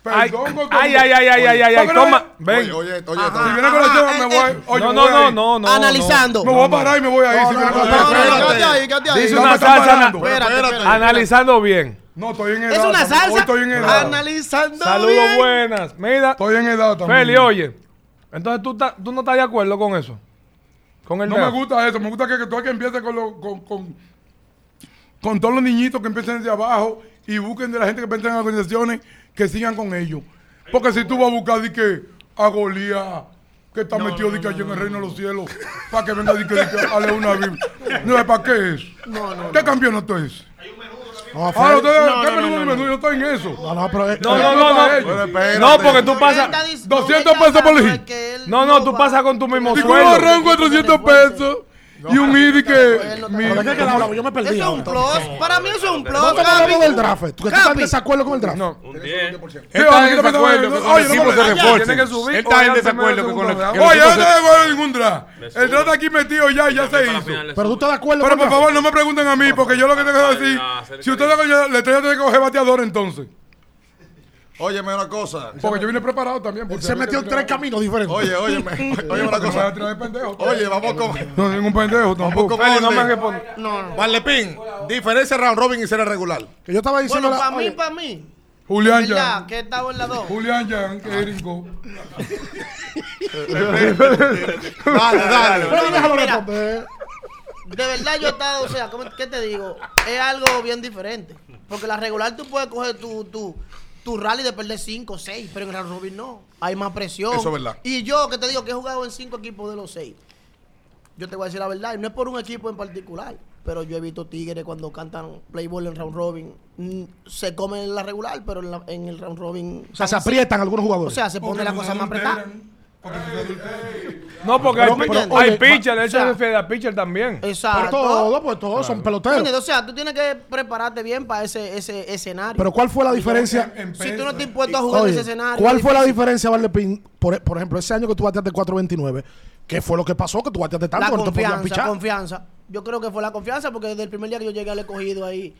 [SPEAKER 10] Ay,
[SPEAKER 4] Perdón, Coco.
[SPEAKER 10] ay, ay, ay, ay, ay, ay, ay,
[SPEAKER 4] Porque no
[SPEAKER 10] toma.
[SPEAKER 4] es-
[SPEAKER 10] Ven.
[SPEAKER 2] Oye, oye, oye.
[SPEAKER 4] Si
[SPEAKER 2] está-
[SPEAKER 4] viene con la
[SPEAKER 3] Ajá,
[SPEAKER 4] chava,
[SPEAKER 3] eh,
[SPEAKER 4] me voy.
[SPEAKER 3] eh.
[SPEAKER 4] Oye,
[SPEAKER 10] No,
[SPEAKER 4] me
[SPEAKER 10] no,
[SPEAKER 4] voy
[SPEAKER 10] no,
[SPEAKER 4] ahí.
[SPEAKER 10] no, no.
[SPEAKER 3] Analizando.
[SPEAKER 4] Me voy a parar y me voy ahí. si viene con la
[SPEAKER 2] no,
[SPEAKER 4] chava.
[SPEAKER 2] no,
[SPEAKER 4] Espérate.
[SPEAKER 2] espérate.
[SPEAKER 3] quédate
[SPEAKER 10] no. Dice
[SPEAKER 4] No me
[SPEAKER 10] una
[SPEAKER 4] están
[SPEAKER 10] salsa.
[SPEAKER 4] parando.
[SPEAKER 10] ana-
[SPEAKER 3] Espérate,
[SPEAKER 2] Espérate.
[SPEAKER 3] espérate.
[SPEAKER 10] Analizando bien.
[SPEAKER 4] No, estoy en edad.
[SPEAKER 3] Es una
[SPEAKER 4] también. Hoy
[SPEAKER 3] salsa.
[SPEAKER 4] Estoy en edad.
[SPEAKER 3] Analizando.
[SPEAKER 10] Saludos
[SPEAKER 3] bien.
[SPEAKER 10] buenas. Mira,
[SPEAKER 4] Estoy en edad también.
[SPEAKER 10] Feli, oye. Entonces tú, ta- tú no estás de acuerdo con eso. Con el
[SPEAKER 4] No me
[SPEAKER 10] neo.
[SPEAKER 4] gusta eso, me gusta que, que tú que empieces con, los- con, con, con todos los niñitos que empiecen desde abajo y busquen de la gente que piensa en organizaciones que sigan con ellos. Porque si tú vas a buscar di que a Golía, que está metido di que allá en el reino de los cielos, para que venga di que, di que a leer una Biblia. No, ¿para qué es? ¿Qué campeonato es?
[SPEAKER 1] No,
[SPEAKER 4] Ah, no,
[SPEAKER 1] Feli.
[SPEAKER 4] ustedes- ¿qué menudo ni menudo? Yo estoy en eso.
[SPEAKER 1] No, no, pero. eh,
[SPEAKER 10] No,
[SPEAKER 1] eh,
[SPEAKER 10] no, no,
[SPEAKER 4] Pero
[SPEAKER 10] no.
[SPEAKER 2] espérate.
[SPEAKER 10] No, porque tú pasas.
[SPEAKER 4] 200 pesos por elegir.
[SPEAKER 10] No, no, tú pasas con tu mismo
[SPEAKER 4] Y tú
[SPEAKER 10] sueldo.
[SPEAKER 4] ahorran 400 pesos y un ID que... mi-
[SPEAKER 1] ¿Pero de qué que hablamos? Yo me perdí.
[SPEAKER 3] Eso es un
[SPEAKER 1] ahora.
[SPEAKER 3] plus. Para mí eso es un plus.
[SPEAKER 1] Nosotros
[SPEAKER 3] Capi.
[SPEAKER 1] hablamos del draft. ¿Tú que estás en
[SPEAKER 3] Capi.
[SPEAKER 1] desacuerdo con el draft?
[SPEAKER 10] No.
[SPEAKER 7] Un 10.
[SPEAKER 4] Oye,
[SPEAKER 11] Está en
[SPEAKER 4] no me da-
[SPEAKER 11] desacuerdo que
[SPEAKER 4] no-
[SPEAKER 11] con los
[SPEAKER 4] oye, no me
[SPEAKER 11] equipos
[SPEAKER 4] da-
[SPEAKER 11] se
[SPEAKER 4] ya,
[SPEAKER 11] refuercen.
[SPEAKER 10] tiene que subir
[SPEAKER 11] Él
[SPEAKER 10] o
[SPEAKER 11] está en
[SPEAKER 10] ya se mueve
[SPEAKER 11] desacuerdo
[SPEAKER 10] el
[SPEAKER 11] que con los
[SPEAKER 10] segundo
[SPEAKER 11] que los
[SPEAKER 4] Oye, yo
[SPEAKER 11] equipos
[SPEAKER 4] no estoy
[SPEAKER 11] se-
[SPEAKER 4] de acuerdo en ningún draft.
[SPEAKER 7] sube.
[SPEAKER 4] El draft aquí metido ya, ya se
[SPEAKER 7] Para la
[SPEAKER 4] hizo.
[SPEAKER 7] final le
[SPEAKER 1] Pero tú
[SPEAKER 7] sube.
[SPEAKER 1] estás de acuerdo
[SPEAKER 4] Pero
[SPEAKER 1] con
[SPEAKER 4] por
[SPEAKER 1] el
[SPEAKER 4] favor, no me pregunten a mí, porque yo lo que tengo que decir.
[SPEAKER 7] no, acerca
[SPEAKER 4] Si ustedes le estoy tiene que coger bateador entonces.
[SPEAKER 2] Óyeme una cosa.
[SPEAKER 4] Porque yo vine preparado también.
[SPEAKER 1] draft? Se metió en tres caminos diferentes.
[SPEAKER 2] Oye, óyeme. Óyeme una cosa. Oye,
[SPEAKER 4] Oye,
[SPEAKER 2] vamos con.
[SPEAKER 4] no soy ningún pendejo tampoco.
[SPEAKER 2] Vamos
[SPEAKER 10] Feli,
[SPEAKER 2] con
[SPEAKER 10] no me
[SPEAKER 2] orden.
[SPEAKER 10] respondes.
[SPEAKER 2] Valepín, diferencia round robin y serie regular.
[SPEAKER 1] Que yo estaba diciendo.
[SPEAKER 3] Bueno,
[SPEAKER 1] la-
[SPEAKER 3] para mí,
[SPEAKER 1] oye,
[SPEAKER 3] para mí.
[SPEAKER 4] Julián
[SPEAKER 3] ¿Verdad?
[SPEAKER 4] Jan.
[SPEAKER 3] Que estaba en la 2.
[SPEAKER 4] Julián Jan, que es gringo.
[SPEAKER 2] Dale, dale.
[SPEAKER 1] pero déjalo
[SPEAKER 3] Mira.
[SPEAKER 1] responder.
[SPEAKER 3] De verdad yo he estado, o sea, ¿cómo- ¿qué te digo? Es algo bien diferente. Porque la regular tú puedes coger tu, tu, tu rally de perder 5 o 6, pero en el Round Robin no. Hay más presión.
[SPEAKER 2] Eso es verdad.
[SPEAKER 3] Y yo que te digo que he jugado en 5 equipos de los 6. Yo te voy a decir la verdad, y no es por un equipo en particular, pero yo he visto Tigres cuando cantan Play Ball en Round Robin, mm, se comen en la regular, pero en, la- en el Round Robin,
[SPEAKER 1] O sea, se aprietan algunos
[SPEAKER 3] o
[SPEAKER 1] jugadores.
[SPEAKER 3] sea, se pone la cosa más apretada.
[SPEAKER 10] No, porque
[SPEAKER 1] Pero-
[SPEAKER 10] hay, pi-
[SPEAKER 1] pero,
[SPEAKER 10] hay
[SPEAKER 1] oye,
[SPEAKER 10] pitcher, él
[SPEAKER 3] o sea-
[SPEAKER 10] se refiere a pitcher también.
[SPEAKER 1] Pero
[SPEAKER 3] Exacto.
[SPEAKER 1] todos, pues todos son
[SPEAKER 3] ¿Entiendes?
[SPEAKER 1] peloteros.
[SPEAKER 3] O sea, tú tienes que prepararte bien para ese, ese escenario.
[SPEAKER 1] Pero ¿cuál fue la diferencia?
[SPEAKER 3] Si tú no estás impuesto a jugar
[SPEAKER 1] Oye,
[SPEAKER 3] en ese escenario.
[SPEAKER 1] ¿Cuál fue la
[SPEAKER 3] difícil.
[SPEAKER 1] diferencia, Valepín? Por, por ejemplo, ese año que tú bateaste 4.29, ¿qué fue lo que pasó? Que tú bateaste tanto
[SPEAKER 3] La
[SPEAKER 1] que no te podían
[SPEAKER 3] confianza,
[SPEAKER 1] pichar.
[SPEAKER 3] confianza. Yo creo que fue la confianza porque desde el primer día que yo llegué al cogido ahí,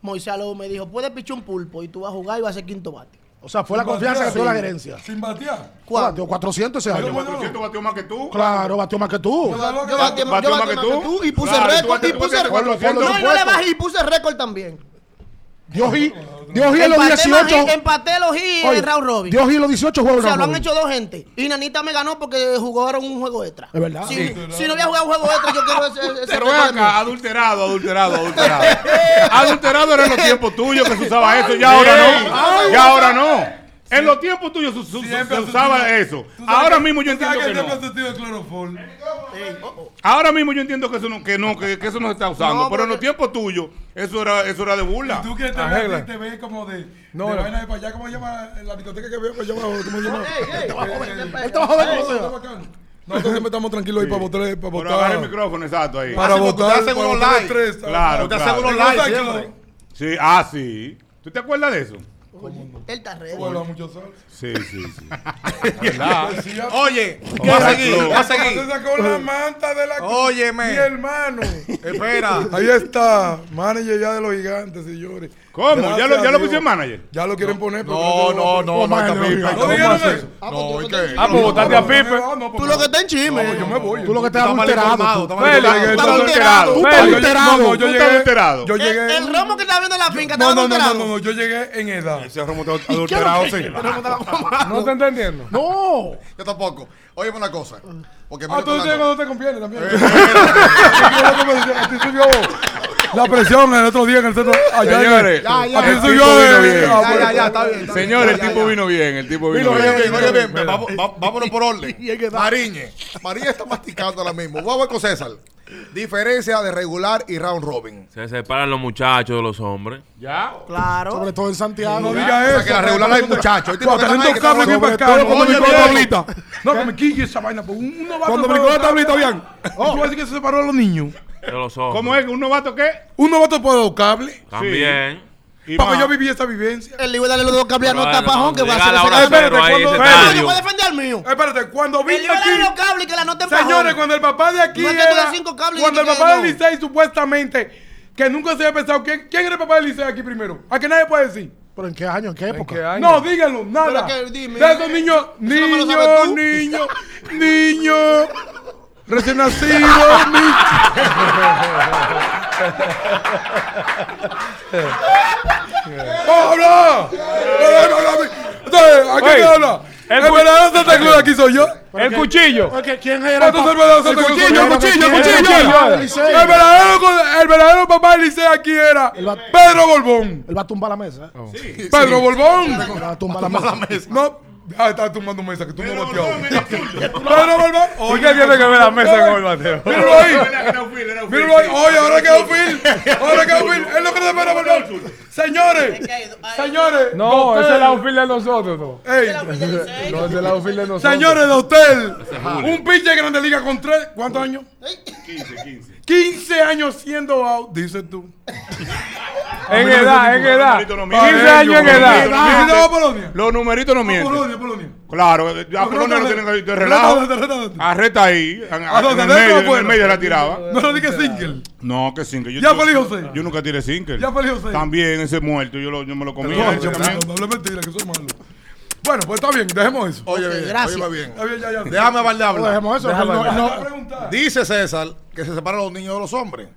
[SPEAKER 3] Moisés Alou me dijo, puedes pichar un pulpo y tú vas a jugar y vas a ser quinto bate.
[SPEAKER 1] O sea, fue la confianza que dio la gerencia.
[SPEAKER 4] Sin batear.
[SPEAKER 1] ¿Cuál?
[SPEAKER 3] ¿Cuándo?
[SPEAKER 1] Bateó 400 ese año.
[SPEAKER 4] Yo
[SPEAKER 6] batió más que tú.
[SPEAKER 1] Claro, batió más que tú.
[SPEAKER 3] Yo batí yo
[SPEAKER 6] Batió más
[SPEAKER 3] batí
[SPEAKER 6] que tú.
[SPEAKER 3] y puse
[SPEAKER 6] Claro, y tú
[SPEAKER 3] récord. Y
[SPEAKER 6] batiste- tú
[SPEAKER 3] puse
[SPEAKER 6] batiste
[SPEAKER 3] récord. No,
[SPEAKER 1] 400,
[SPEAKER 3] y no le
[SPEAKER 1] supuesto.
[SPEAKER 3] bajé y puse récord también.
[SPEAKER 1] Dios y Dios y en los
[SPEAKER 3] Empaté, más
[SPEAKER 1] 18.
[SPEAKER 3] hit- empaté los hits
[SPEAKER 1] Oye,
[SPEAKER 3] en Round Robin.
[SPEAKER 1] Dios y los 18
[SPEAKER 3] o
[SPEAKER 1] juegos.
[SPEAKER 3] sea,
[SPEAKER 1] round
[SPEAKER 3] lo han
[SPEAKER 1] robin.
[SPEAKER 3] hecho dos gente. Y Nanita me ganó porque jugaron un juego extra.
[SPEAKER 1] Es verdad.
[SPEAKER 3] Si,
[SPEAKER 1] Sí.
[SPEAKER 3] si no había jugado un juego extra, yo quiero ese, ese
[SPEAKER 6] Pero
[SPEAKER 3] récord
[SPEAKER 6] ven
[SPEAKER 3] de mí.
[SPEAKER 6] acá, adulterado, adulterado, adulterado. adulterado era en los tiempos tuyos que se usaba eso, ya ahora no. Ya ahora no. En los tiempos tuyos se, se- se
[SPEAKER 4] Siempre
[SPEAKER 6] usaba
[SPEAKER 4] sustituye.
[SPEAKER 6] eso. Ahora mismo yo entiendo que no.
[SPEAKER 4] clorofol.
[SPEAKER 6] Ahora mismo yo entiendo que eso no, que no, que, que eso no se está usando.
[SPEAKER 3] No,
[SPEAKER 6] pero en los
[SPEAKER 3] porque-
[SPEAKER 6] tiempos tuyos, eso era, eso era de burla.
[SPEAKER 4] Tú que te
[SPEAKER 10] Arregla.
[SPEAKER 4] ves, te ves como de,
[SPEAKER 10] No,
[SPEAKER 4] de
[SPEAKER 10] no.
[SPEAKER 4] vaina de para allá, ¿cómo se llama la discoteca que veo para allá abajo? ¿Cómo se llama?
[SPEAKER 3] Ey, ey,
[SPEAKER 4] Eh,
[SPEAKER 3] joven,
[SPEAKER 4] eh,
[SPEAKER 3] ven
[SPEAKER 1] Él te va a joder
[SPEAKER 4] eh,
[SPEAKER 1] como
[SPEAKER 4] está
[SPEAKER 1] sea.
[SPEAKER 4] bacano. No, entonces estamos tranquilos ahí para votar. Para
[SPEAKER 6] Pero agarra el
[SPEAKER 4] votar.
[SPEAKER 6] micrófono, exacto, ahí.
[SPEAKER 2] Ah,
[SPEAKER 4] Para
[SPEAKER 2] sí, porque
[SPEAKER 4] votar.
[SPEAKER 2] ustedes hacen
[SPEAKER 4] para
[SPEAKER 2] un
[SPEAKER 4] votar
[SPEAKER 2] online.
[SPEAKER 4] tres,
[SPEAKER 6] Claro,
[SPEAKER 2] Usted
[SPEAKER 6] claro.
[SPEAKER 2] aseguró
[SPEAKER 4] Tengo
[SPEAKER 2] live
[SPEAKER 4] tranquilo.
[SPEAKER 2] siempre.
[SPEAKER 6] Sí, ah, sí. ¿Tú te acuerdas de eso?
[SPEAKER 3] Él está ready.
[SPEAKER 4] Vuelva mucho sol.
[SPEAKER 6] Sí, sí, sí.
[SPEAKER 4] Decía,
[SPEAKER 2] Oye,
[SPEAKER 6] Oye,
[SPEAKER 2] va a seguir, va a
[SPEAKER 4] Se
[SPEAKER 2] seguir.
[SPEAKER 4] sacó la manta de la
[SPEAKER 2] Óyeme.
[SPEAKER 4] Mi hermano.
[SPEAKER 2] Espera.
[SPEAKER 4] Ahí está, manager ya de los gigantes, señores.
[SPEAKER 6] ¿Cómo?
[SPEAKER 4] Gracias
[SPEAKER 6] ¿Ya lo-
[SPEAKER 4] a
[SPEAKER 6] ya lo
[SPEAKER 4] Dios.
[SPEAKER 6] pusieron manager?
[SPEAKER 4] Ya lo quieren poner. pero creo
[SPEAKER 2] No,
[SPEAKER 4] que lo
[SPEAKER 2] no,
[SPEAKER 4] van a
[SPEAKER 2] no, no, está
[SPEAKER 1] no,
[SPEAKER 2] Pipe.
[SPEAKER 1] no,
[SPEAKER 2] ¿Cómo
[SPEAKER 4] digan
[SPEAKER 2] hace
[SPEAKER 4] eso.
[SPEAKER 2] eso? No,
[SPEAKER 3] Ah, pues,
[SPEAKER 2] ¿y
[SPEAKER 3] tú no
[SPEAKER 2] qué?
[SPEAKER 3] te-
[SPEAKER 10] Ah, pues votaste a Pipe.
[SPEAKER 4] poner. Ah, no, pues,
[SPEAKER 3] Tú lo que estás en chisme.
[SPEAKER 4] no, yo me voy.
[SPEAKER 1] Tú lo que
[SPEAKER 2] Tú
[SPEAKER 1] te has
[SPEAKER 2] estás mal
[SPEAKER 1] adulterado.
[SPEAKER 2] informado,
[SPEAKER 1] tú.
[SPEAKER 2] estás mal informado. Tú
[SPEAKER 4] Feli, estás
[SPEAKER 1] Tú
[SPEAKER 2] adulterado. Tú
[SPEAKER 1] estás
[SPEAKER 10] Feli,
[SPEAKER 1] adulterado.
[SPEAKER 4] No, no, yo
[SPEAKER 6] Tú
[SPEAKER 4] llegué.
[SPEAKER 6] estás adulterado.
[SPEAKER 4] Yo
[SPEAKER 3] El,
[SPEAKER 4] llegué.
[SPEAKER 3] el romo que está viendo en la finca está
[SPEAKER 4] No, no, no, no,
[SPEAKER 3] adulterado.
[SPEAKER 4] no, no, yo llegué en edad.
[SPEAKER 6] Se ha remontado adulterado, sí.
[SPEAKER 10] No te entendiendo.
[SPEAKER 1] No.
[SPEAKER 2] Yo tampoco. Óyeme una cosa. Porque
[SPEAKER 4] Ah,
[SPEAKER 2] Mario
[SPEAKER 4] tú dices
[SPEAKER 2] Fernando-
[SPEAKER 4] cuando te conviene también.
[SPEAKER 2] Eh.
[SPEAKER 4] A ti subió la presión el otro día en el centro. Allá
[SPEAKER 6] Señores,
[SPEAKER 4] en el-
[SPEAKER 2] ya, ya.
[SPEAKER 4] a ti
[SPEAKER 2] El
[SPEAKER 4] subió
[SPEAKER 6] tipo
[SPEAKER 4] de-
[SPEAKER 6] vino bien.
[SPEAKER 4] ah,
[SPEAKER 2] Ya,
[SPEAKER 4] bueno.
[SPEAKER 2] ya, ya, está bien. está bien.
[SPEAKER 6] Señor, el
[SPEAKER 2] Ya, ya,
[SPEAKER 6] tipo
[SPEAKER 2] ya.
[SPEAKER 6] vino bien, el tipo vino
[SPEAKER 2] Oye
[SPEAKER 6] bien.
[SPEAKER 2] bien, oye bien, vamos- va- vámonos por orden. Mariñe, Mariñe está masticando ahora mismo. Vamos con César. Diferencia de regular y round robin.
[SPEAKER 7] Se separan los muchachos de los hombres.
[SPEAKER 6] ¿Ya?
[SPEAKER 3] Claro.
[SPEAKER 1] Sobre todo en Santiago.
[SPEAKER 4] No
[SPEAKER 1] Ya.
[SPEAKER 4] digas
[SPEAKER 2] O sea,
[SPEAKER 4] eso.
[SPEAKER 2] que la regular no hay muchachos. Hay tipos
[SPEAKER 4] Cuando
[SPEAKER 2] que
[SPEAKER 4] tenés
[SPEAKER 2] están ahí
[SPEAKER 4] dos
[SPEAKER 2] que están
[SPEAKER 4] cables bien
[SPEAKER 2] sobre todo.
[SPEAKER 4] bacanos, cuando
[SPEAKER 2] Oye,
[SPEAKER 4] brincó la
[SPEAKER 2] bien.
[SPEAKER 4] tablita. No, que me quille esa vaina. pues, Uno va
[SPEAKER 10] Cuando brincó la tablita, bien.
[SPEAKER 4] Tú vas a decir que se separó de los niños.
[SPEAKER 7] De los hombres.
[SPEAKER 6] ¿Cómo es? ¿Un novato qué?
[SPEAKER 4] Un novato por dos cables.
[SPEAKER 7] También.
[SPEAKER 6] Y
[SPEAKER 4] Porque
[SPEAKER 6] más.
[SPEAKER 4] yo viví esa vivencia.
[SPEAKER 3] El libro de los dos cables no
[SPEAKER 7] Bueno,
[SPEAKER 3] está pajón que va a
[SPEAKER 7] llega
[SPEAKER 3] hacer
[SPEAKER 7] la
[SPEAKER 3] ese
[SPEAKER 7] hora
[SPEAKER 3] cambio.
[SPEAKER 7] cero ahí en ese
[SPEAKER 10] espérate,
[SPEAKER 3] Ah,
[SPEAKER 7] estadio.
[SPEAKER 3] Yo voy a defender al mío.
[SPEAKER 4] Eh, Espérate, cuando
[SPEAKER 3] El
[SPEAKER 4] vine
[SPEAKER 3] libro de los
[SPEAKER 4] aquí.
[SPEAKER 3] cables que la nota está
[SPEAKER 4] Señores, cuando el papá de aquí
[SPEAKER 3] No es que tú
[SPEAKER 4] era,
[SPEAKER 3] de cinco cables y
[SPEAKER 4] cuando el
[SPEAKER 3] dije que
[SPEAKER 4] papá del
[SPEAKER 3] no.
[SPEAKER 4] Licey supuestamente, que nunca se había pensado, ¿quién, quién era el papá del Licey aquí primero? A que nadie puede decir.
[SPEAKER 1] ¿Pero en qué año? ¿En qué
[SPEAKER 4] ¿En
[SPEAKER 1] época?
[SPEAKER 4] qué año?
[SPEAKER 10] No, dígalo, nada.
[SPEAKER 3] Pero que dime,
[SPEAKER 10] de esos niños,
[SPEAKER 3] eso no me lo sabes
[SPEAKER 10] niño,
[SPEAKER 3] tú.
[SPEAKER 10] niño, niño, recién nacido, niño. ¡Habla! Entonces, ¿A qué
[SPEAKER 4] Oye,
[SPEAKER 10] te habla?
[SPEAKER 4] el
[SPEAKER 10] El verdadero Santa Cruz de aquí soy yo.
[SPEAKER 4] El cuchillo.
[SPEAKER 1] Porque ¿Quién era?
[SPEAKER 10] ¿Cuántos el verdadero Santa Cruz?
[SPEAKER 1] cuchillo, el cuchillo, el
[SPEAKER 10] El
[SPEAKER 1] cuchillo.
[SPEAKER 10] verdadero,
[SPEAKER 1] El Licey.
[SPEAKER 10] el verdadero con- el verdadero papá del Liceo aquí era
[SPEAKER 1] va-
[SPEAKER 10] Pedro Borbón.
[SPEAKER 1] Él va a tumbar la mesa. ¿eh?
[SPEAKER 10] Pedro Borbón.
[SPEAKER 1] Va a tumbar la mesa.
[SPEAKER 10] No, ah, estaba tumbando mesa que tú no boteabas. Pedro Borbón.
[SPEAKER 4] ¿Por
[SPEAKER 10] Oye,
[SPEAKER 4] qué tiene que ver la mesa con el bateo?
[SPEAKER 10] Míralo ahí. Míralo ahí. Oye, ahora quedó Phil. Ahora quedó Phil. Es lo que te espera Borbón. Señores. Señores.
[SPEAKER 4] No,
[SPEAKER 10] de
[SPEAKER 4] ese es la
[SPEAKER 10] hotel.
[SPEAKER 4] outfield de nosotros. No,
[SPEAKER 10] Ey,
[SPEAKER 4] No, ese es la outfield de nosotros.
[SPEAKER 10] Señores de hotel. Un pinche de Grande Liga con tres. ¿Cuántos años?
[SPEAKER 5] 15,
[SPEAKER 10] 15 años siendo out. Dices tú.
[SPEAKER 4] En edad, en edad. 15
[SPEAKER 10] Para
[SPEAKER 4] años en
[SPEAKER 10] ellos,
[SPEAKER 4] edad.
[SPEAKER 10] ¿no? ¿Visitaba a Polonia?
[SPEAKER 5] Los numeritos no mienten.
[SPEAKER 10] Polonia, Polonia.
[SPEAKER 5] Claro, eh, a Polonia no tienen que de relajo.
[SPEAKER 10] Retadete, retadete.
[SPEAKER 5] Arreta ahí, en,
[SPEAKER 10] ¿A
[SPEAKER 5] en
[SPEAKER 10] dónde?
[SPEAKER 5] el
[SPEAKER 10] ¿Dentro o
[SPEAKER 5] medio, en el
[SPEAKER 10] afuera?
[SPEAKER 5] medio la tiraba.
[SPEAKER 10] No lo digas single.
[SPEAKER 5] No, que sinker. Yo,
[SPEAKER 10] Ya
[SPEAKER 5] yo-
[SPEAKER 10] feliz José.
[SPEAKER 5] Yo nunca tiré sinker.
[SPEAKER 10] Ya feliz José.
[SPEAKER 5] También ese muerto, yo, lo, yo me lo comí.
[SPEAKER 10] No,
[SPEAKER 5] Ese
[SPEAKER 10] yo-
[SPEAKER 5] también.
[SPEAKER 10] no hables mentira, que soy malo. Bueno, pues está bien, dejemos eso.
[SPEAKER 2] Oye, bien,
[SPEAKER 3] gracias.
[SPEAKER 2] óyeme bien.
[SPEAKER 10] Está bien, ya, ya.
[SPEAKER 2] Déjame hablar de
[SPEAKER 1] No,
[SPEAKER 2] hablar.
[SPEAKER 1] dejemos eso. que él no-
[SPEAKER 10] Déjame
[SPEAKER 1] no-
[SPEAKER 10] preguntar.
[SPEAKER 2] Dice César que se separan los niños de los hombres.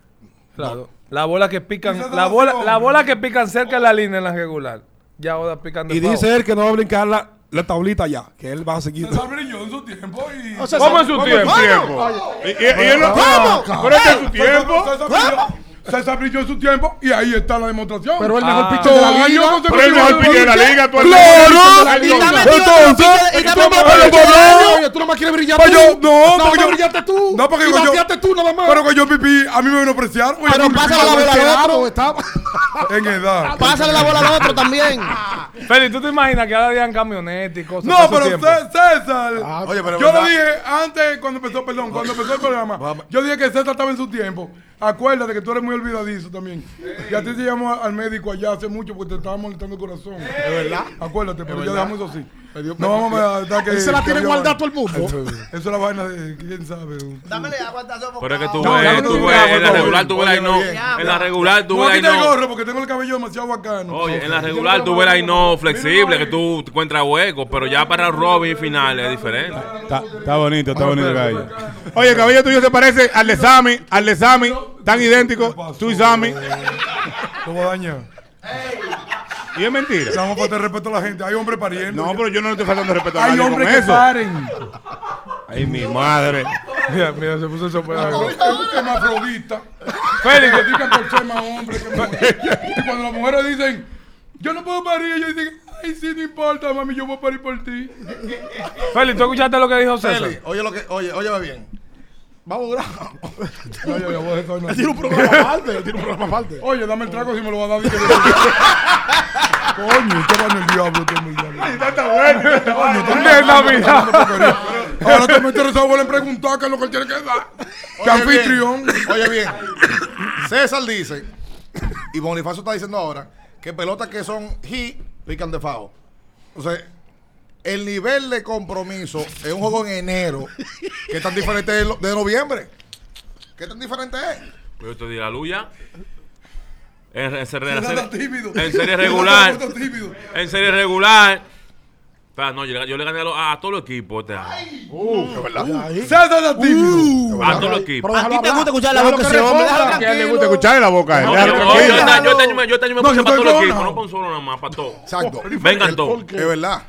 [SPEAKER 4] Claro. La bola que
[SPEAKER 10] Quizás
[SPEAKER 4] pican,
[SPEAKER 10] no
[SPEAKER 4] la
[SPEAKER 10] hace
[SPEAKER 4] bola,
[SPEAKER 10] hombre.
[SPEAKER 4] la bola que pican cerca de la línea en la regular. Ya ahora pican de
[SPEAKER 8] Y
[SPEAKER 4] pavo.
[SPEAKER 8] dice él que no va a brincar la, la tablita ya, que él va a seguir.
[SPEAKER 10] César brilló en su tiempo y.
[SPEAKER 1] o sea,
[SPEAKER 4] ¿Cómo es su tiempo?
[SPEAKER 5] Tiempo. Y, y- y él no Pero este es su tiempo.
[SPEAKER 10] César brilló- César brilló en su tiempo y ahí está la demostración.
[SPEAKER 1] Pero el
[SPEAKER 10] Ah.
[SPEAKER 1] mejor
[SPEAKER 4] Ah.
[SPEAKER 1] pitcher de la
[SPEAKER 10] Dos
[SPEAKER 1] liga.
[SPEAKER 10] años
[SPEAKER 5] Pero el mejor
[SPEAKER 10] consecutivos.
[SPEAKER 5] pique de la liga. tú eres el mejor
[SPEAKER 8] ¡Claro!
[SPEAKER 5] pitcher de la liga.
[SPEAKER 8] Entonces,
[SPEAKER 1] Oye, oye, tú nomás quieres brillar
[SPEAKER 10] Pues
[SPEAKER 1] tú.
[SPEAKER 10] yo- no,
[SPEAKER 1] Nada más
[SPEAKER 10] porque yo-
[SPEAKER 1] brillaste tú.
[SPEAKER 10] No, porque
[SPEAKER 1] Y
[SPEAKER 10] yo-
[SPEAKER 1] bateaste tú nada más.
[SPEAKER 10] Pero que yo pipí, a mí me menospreciaron. Oye,
[SPEAKER 3] Pero
[SPEAKER 10] tú
[SPEAKER 3] pásala
[SPEAKER 10] pipí,
[SPEAKER 3] la bola
[SPEAKER 10] yo
[SPEAKER 3] al
[SPEAKER 10] me
[SPEAKER 3] otro.
[SPEAKER 1] Estaba-
[SPEAKER 10] quedaba En edad.
[SPEAKER 3] Pásale la bola al otro también.
[SPEAKER 4] Feli, ¿tú te imaginas que ahora digan camionetas y cosas?
[SPEAKER 10] No,
[SPEAKER 4] para esos
[SPEAKER 10] pero
[SPEAKER 4] tiempos?
[SPEAKER 10] Cé- César.
[SPEAKER 2] Oye, pero
[SPEAKER 10] yo
[SPEAKER 2] verdad-
[SPEAKER 10] le dije antes, cuando empezó, perdón, cuando empezó el programa, yo dije que César estaba en su tiempo. Acuérdate que tú eres muy olvidadizo también. Y a ti te llamó al médico allá hace mucho porque te estaba molestando el corazón. Es verdad. Acuérdate, pero ya dejamos eso así. No vamos a dar que.
[SPEAKER 1] Él se la tiene
[SPEAKER 10] que había
[SPEAKER 1] guardada
[SPEAKER 10] vaina.
[SPEAKER 1] todo el mundo.
[SPEAKER 10] Eso es la vaina de quién sabe.
[SPEAKER 3] Dámele agua, está sofocado.
[SPEAKER 7] Pero es que tú
[SPEAKER 10] No, ya
[SPEAKER 7] ves,
[SPEAKER 10] no
[SPEAKER 7] tú
[SPEAKER 10] tengo
[SPEAKER 7] ves,
[SPEAKER 10] nada,
[SPEAKER 7] en la
[SPEAKER 10] no,
[SPEAKER 7] regular tú ves ahí no.
[SPEAKER 2] óyeme
[SPEAKER 3] bien.
[SPEAKER 7] En la regular tú
[SPEAKER 10] Voy
[SPEAKER 7] ves
[SPEAKER 10] a
[SPEAKER 7] ahí
[SPEAKER 10] quitar el
[SPEAKER 7] no.
[SPEAKER 10] gorro porque tengo el cabello demasiado bacano.
[SPEAKER 7] Oye, en la regular tú ves ahí no flexible, que tú te encuentras hueco, pero ya para Robin y final es diferente.
[SPEAKER 5] Está, está bonito, está bonito el cabello. Oye, el cabello tuyo se parece al de Sammy, al de Sammy, tan idéntico, tú y
[SPEAKER 10] Eh,
[SPEAKER 5] Sammy.
[SPEAKER 10] Te voy a dañar.
[SPEAKER 5] Y es mentira.
[SPEAKER 10] Vamos a faltar respeto a la gente. Hay hombres pariendo.
[SPEAKER 5] No, pero yo no le estoy faltando respeto a
[SPEAKER 10] Hay
[SPEAKER 5] nadie con
[SPEAKER 10] hombres que
[SPEAKER 5] eso.
[SPEAKER 10] paren.
[SPEAKER 5] Ay, mi madre.
[SPEAKER 4] Mira, mira, se puso el sopeado.
[SPEAKER 10] Ah, Es hermafrodita.
[SPEAKER 4] Feli,
[SPEAKER 10] Que critican por ser más hombre que mujer. Y cuando las mujeres dicen, yo no puedo parir, ellos dicen, ay, sí, no importa, mami, yo voy a parir por ti.
[SPEAKER 4] Feli, ¿tú escuchaste lo que dijo César?
[SPEAKER 2] Eli, oye lo que, oye, óyeme bien. Vamos a durar.
[SPEAKER 10] No, yo, yo voy a dejar una-
[SPEAKER 1] Tiene un programa aparte. Tiene un programa aparte.
[SPEAKER 10] Oye, dame el trago si me lo vas a dar. dije, "No". Coño, usted va en el diablo, usted en el diablo. Coño, usted
[SPEAKER 4] De Navidad.
[SPEAKER 10] Ahora te metes esa bola en preguntar qué es lo que él tiene que dar. Que
[SPEAKER 2] Oye, bien.
[SPEAKER 10] anfitrión.
[SPEAKER 2] Oye bien, César dice, y Bonifacio está diciendo ahora, que pelotas que son he pican de fao. O sea, el nivel de compromiso es un juego en enero, que es tan diferente de, lo- de noviembre. ¿Qué tan diferente es?
[SPEAKER 7] Yo te di la luya. En, en ser- en
[SPEAKER 10] César
[SPEAKER 7] serie,
[SPEAKER 10] está tímido.
[SPEAKER 7] en serie
[SPEAKER 10] César
[SPEAKER 7] regular.
[SPEAKER 10] está tímido.
[SPEAKER 7] En serie regular. Espera, no, yo, le- yo le gané a, los- a todos los equipos este año.
[SPEAKER 10] César
[SPEAKER 4] Uh.
[SPEAKER 10] está tímido.
[SPEAKER 7] A todos los equipos.
[SPEAKER 3] A ti te gusta escuchar la
[SPEAKER 2] Déjalo
[SPEAKER 3] boca
[SPEAKER 2] que
[SPEAKER 3] de ese hombre.
[SPEAKER 2] responda.
[SPEAKER 3] déjalo
[SPEAKER 5] Que a él le
[SPEAKER 3] tranquilo.
[SPEAKER 5] gusta escucharle la boca a él.
[SPEAKER 7] No,
[SPEAKER 5] Déjalo
[SPEAKER 7] yo-
[SPEAKER 5] tranquilo.
[SPEAKER 7] yo, este año- yo este año me- yo este año me
[SPEAKER 10] No,
[SPEAKER 7] puse
[SPEAKER 10] yo
[SPEAKER 7] para todos
[SPEAKER 10] estoy
[SPEAKER 7] los
[SPEAKER 10] con
[SPEAKER 7] equipos,
[SPEAKER 10] una.
[SPEAKER 7] no con solo nada más, para todos.
[SPEAKER 2] Exacto.
[SPEAKER 7] Vengan todos.
[SPEAKER 2] Es verdad.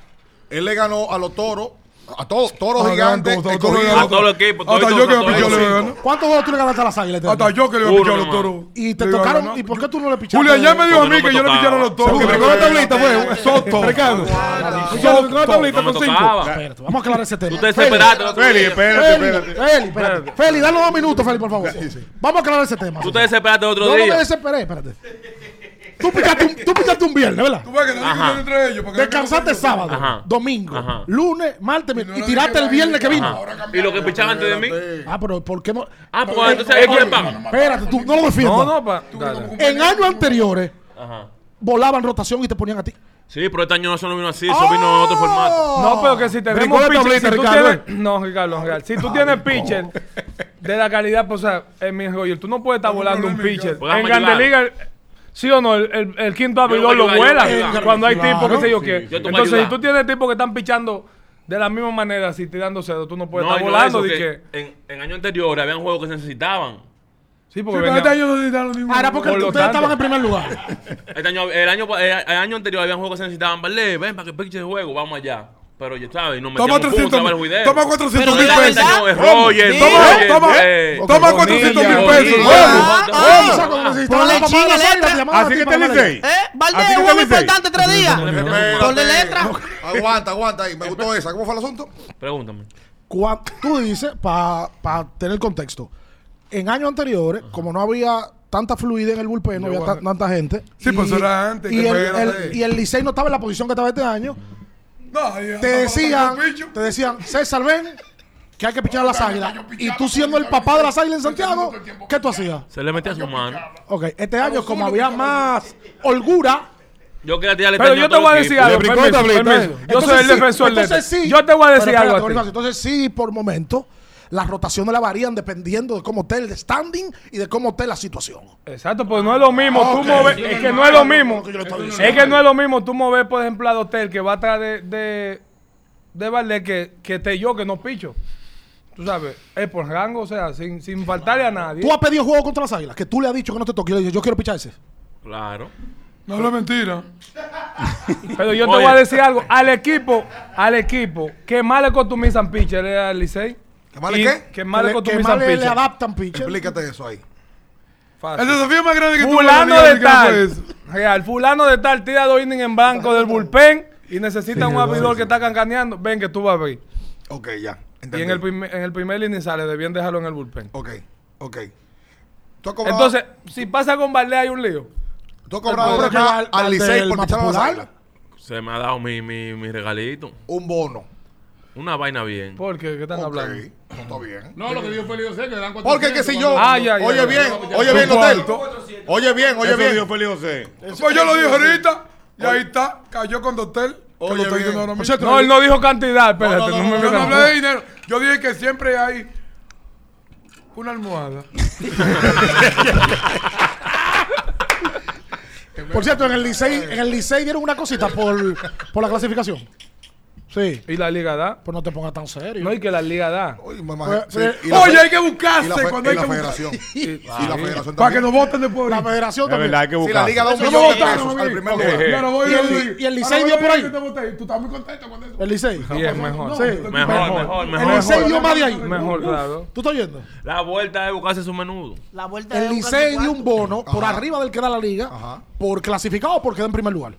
[SPEAKER 2] Él le ganó a los toros, a todos, toros
[SPEAKER 10] Ah,
[SPEAKER 2] gigantes,
[SPEAKER 10] ganó, todos,
[SPEAKER 2] el
[SPEAKER 10] todos
[SPEAKER 2] corrido.
[SPEAKER 10] ganó.
[SPEAKER 7] A todos los equipos. todos,
[SPEAKER 10] Hasta
[SPEAKER 7] todos,
[SPEAKER 10] yo que
[SPEAKER 7] todos,
[SPEAKER 10] me pichó
[SPEAKER 7] todos,
[SPEAKER 10] le
[SPEAKER 7] todos.
[SPEAKER 10] ganó.
[SPEAKER 1] ¿Cuántos juegos tú le ganaste a las águilas? este
[SPEAKER 10] Hasta
[SPEAKER 1] año?
[SPEAKER 10] yo que le voy a pichar a los
[SPEAKER 7] Uno nomás.
[SPEAKER 10] toros.
[SPEAKER 1] Y te
[SPEAKER 10] Le iba a
[SPEAKER 1] tocaron.
[SPEAKER 10] ganar.
[SPEAKER 1] ¿Y por qué tú no le pichaste?
[SPEAKER 10] Julián ya me
[SPEAKER 7] Porque
[SPEAKER 10] dijo a mí
[SPEAKER 7] no me
[SPEAKER 10] que yo le
[SPEAKER 7] tocaba.
[SPEAKER 10] picharon a los toros.
[SPEAKER 8] Se
[SPEAKER 10] que
[SPEAKER 8] brincó la
[SPEAKER 10] me-
[SPEAKER 8] tablita, fue.
[SPEAKER 10] Soto.
[SPEAKER 8] Ricardo.
[SPEAKER 10] Soto.
[SPEAKER 8] Brincó la tablita
[SPEAKER 7] No me
[SPEAKER 8] con cinco.
[SPEAKER 7] tocaba.
[SPEAKER 1] Espérate, vamos a aclarar ese tema.
[SPEAKER 7] Tú te desesperaste. el otro
[SPEAKER 5] Feli,
[SPEAKER 7] día.
[SPEAKER 5] espérate,
[SPEAKER 1] Feli,
[SPEAKER 5] espérate.
[SPEAKER 1] Feli, espérate. Feli, dale dos minutos, Feli, por favor. Vamos a aclarar ese tema.
[SPEAKER 7] Tú te desesperaste el otro
[SPEAKER 1] Yo no me
[SPEAKER 7] día.
[SPEAKER 1] desesperé, espérate. Tú picaste un, tú picaste un viernes, ¿verdad?
[SPEAKER 10] Tú ves que no
[SPEAKER 7] Ajá.
[SPEAKER 10] discusión entre ellos. porque-
[SPEAKER 1] Descansaste sábado,
[SPEAKER 7] Ajá.
[SPEAKER 1] domingo,
[SPEAKER 7] Ajá.
[SPEAKER 1] lunes, martes
[SPEAKER 10] no
[SPEAKER 1] y
[SPEAKER 10] le
[SPEAKER 1] tiraste
[SPEAKER 10] dije
[SPEAKER 1] el viernes que
[SPEAKER 10] nada.
[SPEAKER 1] vino.
[SPEAKER 10] Ahora
[SPEAKER 7] Y lo que
[SPEAKER 10] cambiaron.
[SPEAKER 7] pichaban antes de mí.
[SPEAKER 1] Ah, pero ¿por qué no?
[SPEAKER 7] Ah, pues entonces ahí fue el pan.
[SPEAKER 1] Espérate, tú no lo defiendas.
[SPEAKER 4] No, no, pa. dale.
[SPEAKER 1] En años anteriores
[SPEAKER 7] Ajá.
[SPEAKER 1] volaban rotación y te ponían a ti.
[SPEAKER 7] Sí, pero este año eso no vino así, eso vino en otro formato.
[SPEAKER 4] No, pero que si tenemos
[SPEAKER 8] Brincó la
[SPEAKER 4] pitcher, si
[SPEAKER 8] tablita,
[SPEAKER 4] tú
[SPEAKER 8] Ricardo,
[SPEAKER 4] tienes- No, Ricardo, Ricardo, Si tú tienes pitcher de la calidad, pues, o sea, en mi rollo, tú no puedes estar volando un pitcher.
[SPEAKER 7] Pues,
[SPEAKER 4] En
[SPEAKER 7] déjame
[SPEAKER 4] Grande Liga, ¿Sí o no? El, el- el quinto abridor
[SPEAKER 7] Yo
[SPEAKER 4] lo
[SPEAKER 7] voy a ayudar,
[SPEAKER 4] vuela
[SPEAKER 7] yo voy a ayudar.
[SPEAKER 4] cuando hay
[SPEAKER 8] Claro.
[SPEAKER 4] tipos, que sé yo
[SPEAKER 8] Sí.
[SPEAKER 4] qué.
[SPEAKER 7] Yo te voy a
[SPEAKER 4] Entonces, si
[SPEAKER 7] ayudar.
[SPEAKER 4] tú tienes tipos que están pichando de la misma manera, si tirando cedo, tú no puedes
[SPEAKER 7] No, y
[SPEAKER 4] estar
[SPEAKER 7] no
[SPEAKER 4] volando.
[SPEAKER 7] eso,
[SPEAKER 4] de
[SPEAKER 7] que en, en años anteriores habían juegos que se necesitaban.
[SPEAKER 4] Sí,
[SPEAKER 8] Sí,
[SPEAKER 4] porque
[SPEAKER 8] pero
[SPEAKER 4] venía-
[SPEAKER 8] este año no necesitaron ningún.
[SPEAKER 1] Ah, era porque
[SPEAKER 4] Por lo
[SPEAKER 1] ustedes
[SPEAKER 4] tanto.
[SPEAKER 1] estaban en primer lugar.
[SPEAKER 7] Este año, el, año, el, año anterior habían juegos que se necesitaban. Vale, ven para que piche el juego, vamos allá. Pero ya sabes, no me
[SPEAKER 10] Toma 300 mil
[SPEAKER 7] juidero.
[SPEAKER 10] Toma 400
[SPEAKER 7] Pero
[SPEAKER 10] mil
[SPEAKER 7] la
[SPEAKER 10] pesos.
[SPEAKER 7] verdad, es Roger,
[SPEAKER 10] Sí.
[SPEAKER 7] Roger,
[SPEAKER 10] Toma,
[SPEAKER 7] eh,
[SPEAKER 10] toma
[SPEAKER 4] ok,
[SPEAKER 10] 400 mil
[SPEAKER 4] Bonilla,
[SPEAKER 10] pesos.
[SPEAKER 7] Bonilla.
[SPEAKER 10] huevo.
[SPEAKER 3] Ah,
[SPEAKER 1] O sea,
[SPEAKER 3] ah,
[SPEAKER 1] cuando necesitaban
[SPEAKER 3] Ponle
[SPEAKER 1] la mamá de
[SPEAKER 3] chinga
[SPEAKER 1] las águilas,
[SPEAKER 3] letra.
[SPEAKER 1] llamaban a
[SPEAKER 5] Así que
[SPEAKER 1] ti
[SPEAKER 6] este
[SPEAKER 5] te
[SPEAKER 1] para darle.
[SPEAKER 5] licey.
[SPEAKER 3] ¿Eh? Valdés,
[SPEAKER 5] Así que
[SPEAKER 3] juego
[SPEAKER 5] dice ahí.
[SPEAKER 3] importante tres días.
[SPEAKER 2] Espérate.
[SPEAKER 3] Ponle letra.
[SPEAKER 2] Aguanta, aguanta ahí. Me gustó esa. ¿Cómo fue el asunto?
[SPEAKER 7] Pregúntame.
[SPEAKER 1] Cua- tú dices, para tener contexto, en años anteriores, como no había tanta fluidez en el bullpen, no había ta- tanta gente.
[SPEAKER 10] Sí, pues, eso era antes,
[SPEAKER 1] Y el,
[SPEAKER 10] que fuera,
[SPEAKER 1] el-
[SPEAKER 10] sí.
[SPEAKER 1] y el Licey no estaba en la posición que estaba este año.
[SPEAKER 10] No, ya,
[SPEAKER 1] Te
[SPEAKER 10] no,
[SPEAKER 1] decían,
[SPEAKER 10] no, no, no,
[SPEAKER 1] te decían, César, ven, que hay que pichar a las águilas. Y tú siendo el papá de las águilas en Santiago, ¿qué tú hacías?
[SPEAKER 7] Se le metía su mano.
[SPEAKER 1] Ok, este año, como había más holgura,
[SPEAKER 7] Yo quería tirarle
[SPEAKER 4] Pero
[SPEAKER 7] caña a
[SPEAKER 4] yo te
[SPEAKER 7] todo
[SPEAKER 4] voy a
[SPEAKER 7] el
[SPEAKER 4] decir
[SPEAKER 7] equipo.
[SPEAKER 4] algo.
[SPEAKER 8] Le brincó
[SPEAKER 4] permiso,
[SPEAKER 8] el tablero.
[SPEAKER 4] permiso. Yo soy
[SPEAKER 1] Entonces
[SPEAKER 4] el
[SPEAKER 1] sí,
[SPEAKER 4] defensor de
[SPEAKER 1] entonces sí.
[SPEAKER 4] Yo te voy a
[SPEAKER 1] Pero
[SPEAKER 4] decir
[SPEAKER 1] espérate,
[SPEAKER 4] algo. a ti.
[SPEAKER 1] Bonifacio, Entonces sí, por momento, las rotaciones la varían dependiendo de cómo esté el standing y de cómo esté la situación.
[SPEAKER 4] Exacto, pues no es lo mismo. tú mover- es que no es lo mismo. Es que no es lo mismo tú mover, por ejemplo, a Dotel que va atrás de, de, de Valdés que, que esté yo, que no picho. Tú sabes, es por rango, o sea, sin, sin faltarle a nadie.
[SPEAKER 1] Tú has pedido juego contra las águilas, que tú le has dicho que no te toque. Yo le dije, yo quiero pichar ese.
[SPEAKER 7] Claro.
[SPEAKER 10] No no es mentira.
[SPEAKER 4] Pero yo te voy
[SPEAKER 7] Oye.
[SPEAKER 4] a decir algo. Al equipo, al equipo, que más le costumizan pitcher es al Licey.
[SPEAKER 2] ¿Que más le
[SPEAKER 4] Y
[SPEAKER 2] qué?
[SPEAKER 4] Que más
[SPEAKER 1] Que le- que más
[SPEAKER 4] le costumizan
[SPEAKER 1] le, le
[SPEAKER 4] pitcher.
[SPEAKER 1] adaptan pitcher.
[SPEAKER 2] Explícate eso ahí.
[SPEAKER 4] Fácil.
[SPEAKER 10] El desafío más grande que tuvo la
[SPEAKER 4] Fulano
[SPEAKER 10] liga
[SPEAKER 4] de
[SPEAKER 10] de que no fue
[SPEAKER 4] tal.
[SPEAKER 10] eso.
[SPEAKER 4] Real, fulano de tal tira dos innings en banco del bullpen y necesita un abridor que está cancaneando. Ven que tú vas a ver.
[SPEAKER 2] Ok, ya.
[SPEAKER 4] Y
[SPEAKER 2] Entendí. Oh,
[SPEAKER 4] en el, primer, en el primer inning sale de bien dejarlo en el bullpen.
[SPEAKER 2] Ok, ok. ¿Tú has cobrado,
[SPEAKER 4] Entonces, si pasa con Valdés hay un lío.
[SPEAKER 2] ¿tú has cobrado
[SPEAKER 1] Pero
[SPEAKER 2] de
[SPEAKER 1] que
[SPEAKER 2] más
[SPEAKER 1] al-
[SPEAKER 2] al
[SPEAKER 1] al
[SPEAKER 2] Licey
[SPEAKER 1] del
[SPEAKER 2] por pichar a las
[SPEAKER 1] Popular.
[SPEAKER 2] águilas?
[SPEAKER 7] Se me ha dado mi, mi, mi regalito.
[SPEAKER 2] Un bono.
[SPEAKER 7] Una vaina bien.
[SPEAKER 4] Porque, ¿qué están
[SPEAKER 2] Ok,
[SPEAKER 4] hablando?
[SPEAKER 2] no está bien.
[SPEAKER 5] No, lo que dijo Félix José, que le dan cuatro.
[SPEAKER 2] Porque que si yo.
[SPEAKER 4] Ah, ya, ya,
[SPEAKER 2] oye
[SPEAKER 4] ya.
[SPEAKER 2] bien, oye bien, hotel. Oye bien, oye
[SPEAKER 5] Eso dijo
[SPEAKER 2] bien.
[SPEAKER 5] Félix José.
[SPEAKER 10] Pues yo lo dije ahorita. Y ahí está. Cayó con Dotel. Que
[SPEAKER 2] Oye,
[SPEAKER 10] lo
[SPEAKER 2] bien.
[SPEAKER 10] estoy diciendo ahora mismo.
[SPEAKER 4] No, él no dijo cantidad, espérate.
[SPEAKER 2] No, no, no,
[SPEAKER 4] no me
[SPEAKER 10] Yo no
[SPEAKER 4] metas.
[SPEAKER 10] hablé de dinero. Yo dije que siempre hay una almohada.
[SPEAKER 1] Por cierto, en el Licey,
[SPEAKER 2] Eh.
[SPEAKER 1] en el Licey dieron una cosita por, por la clasificación. Sí.
[SPEAKER 4] Y la liga da.
[SPEAKER 1] Pues no te pongas tan serio.
[SPEAKER 4] No, y que la liga da.
[SPEAKER 10] Oh,
[SPEAKER 2] Oye, mamá, sí,
[SPEAKER 1] Oye,
[SPEAKER 2] y la
[SPEAKER 10] Oye,
[SPEAKER 2] fe-
[SPEAKER 10] hay que
[SPEAKER 2] y la fe-
[SPEAKER 10] buscarse
[SPEAKER 2] y
[SPEAKER 10] cuando hay
[SPEAKER 2] la
[SPEAKER 10] que
[SPEAKER 2] federación.
[SPEAKER 10] buscarse.
[SPEAKER 2] Y la federación
[SPEAKER 10] Para que
[SPEAKER 2] también.
[SPEAKER 10] nos voten después.
[SPEAKER 1] La federación
[SPEAKER 5] La
[SPEAKER 1] también.
[SPEAKER 5] verdad hay que
[SPEAKER 2] Si la
[SPEAKER 5] buscar.
[SPEAKER 2] liga da un
[SPEAKER 10] Eso
[SPEAKER 2] millón de
[SPEAKER 10] votaron,
[SPEAKER 2] pesos
[SPEAKER 10] amigo.
[SPEAKER 2] al primer lugar.
[SPEAKER 10] Yo no voy
[SPEAKER 1] Y
[SPEAKER 10] a
[SPEAKER 1] el-
[SPEAKER 10] decir.
[SPEAKER 1] y el Licey
[SPEAKER 10] Ahora
[SPEAKER 1] dio
[SPEAKER 10] voy a
[SPEAKER 1] por
[SPEAKER 10] decir
[SPEAKER 1] ahí.
[SPEAKER 10] que te voté. Tú estás muy contento con eso.
[SPEAKER 1] El Licey.
[SPEAKER 4] Sí, es mejor.
[SPEAKER 1] Sí.
[SPEAKER 7] Mejor, mejor,
[SPEAKER 1] El
[SPEAKER 7] mejor.
[SPEAKER 1] Licey dio más de ahí.
[SPEAKER 4] Mejor, claro.
[SPEAKER 1] ¿Tú estás oyendo?
[SPEAKER 7] La vuelta es buscarse su menudo.
[SPEAKER 3] La vuelta de
[SPEAKER 1] El
[SPEAKER 3] un
[SPEAKER 1] Licey
[SPEAKER 3] casi
[SPEAKER 1] dio un bono por
[SPEAKER 2] Ajá.
[SPEAKER 1] arriba del que da la liga,
[SPEAKER 2] Ajá.
[SPEAKER 1] por clasificado o por quedar en primer lugar.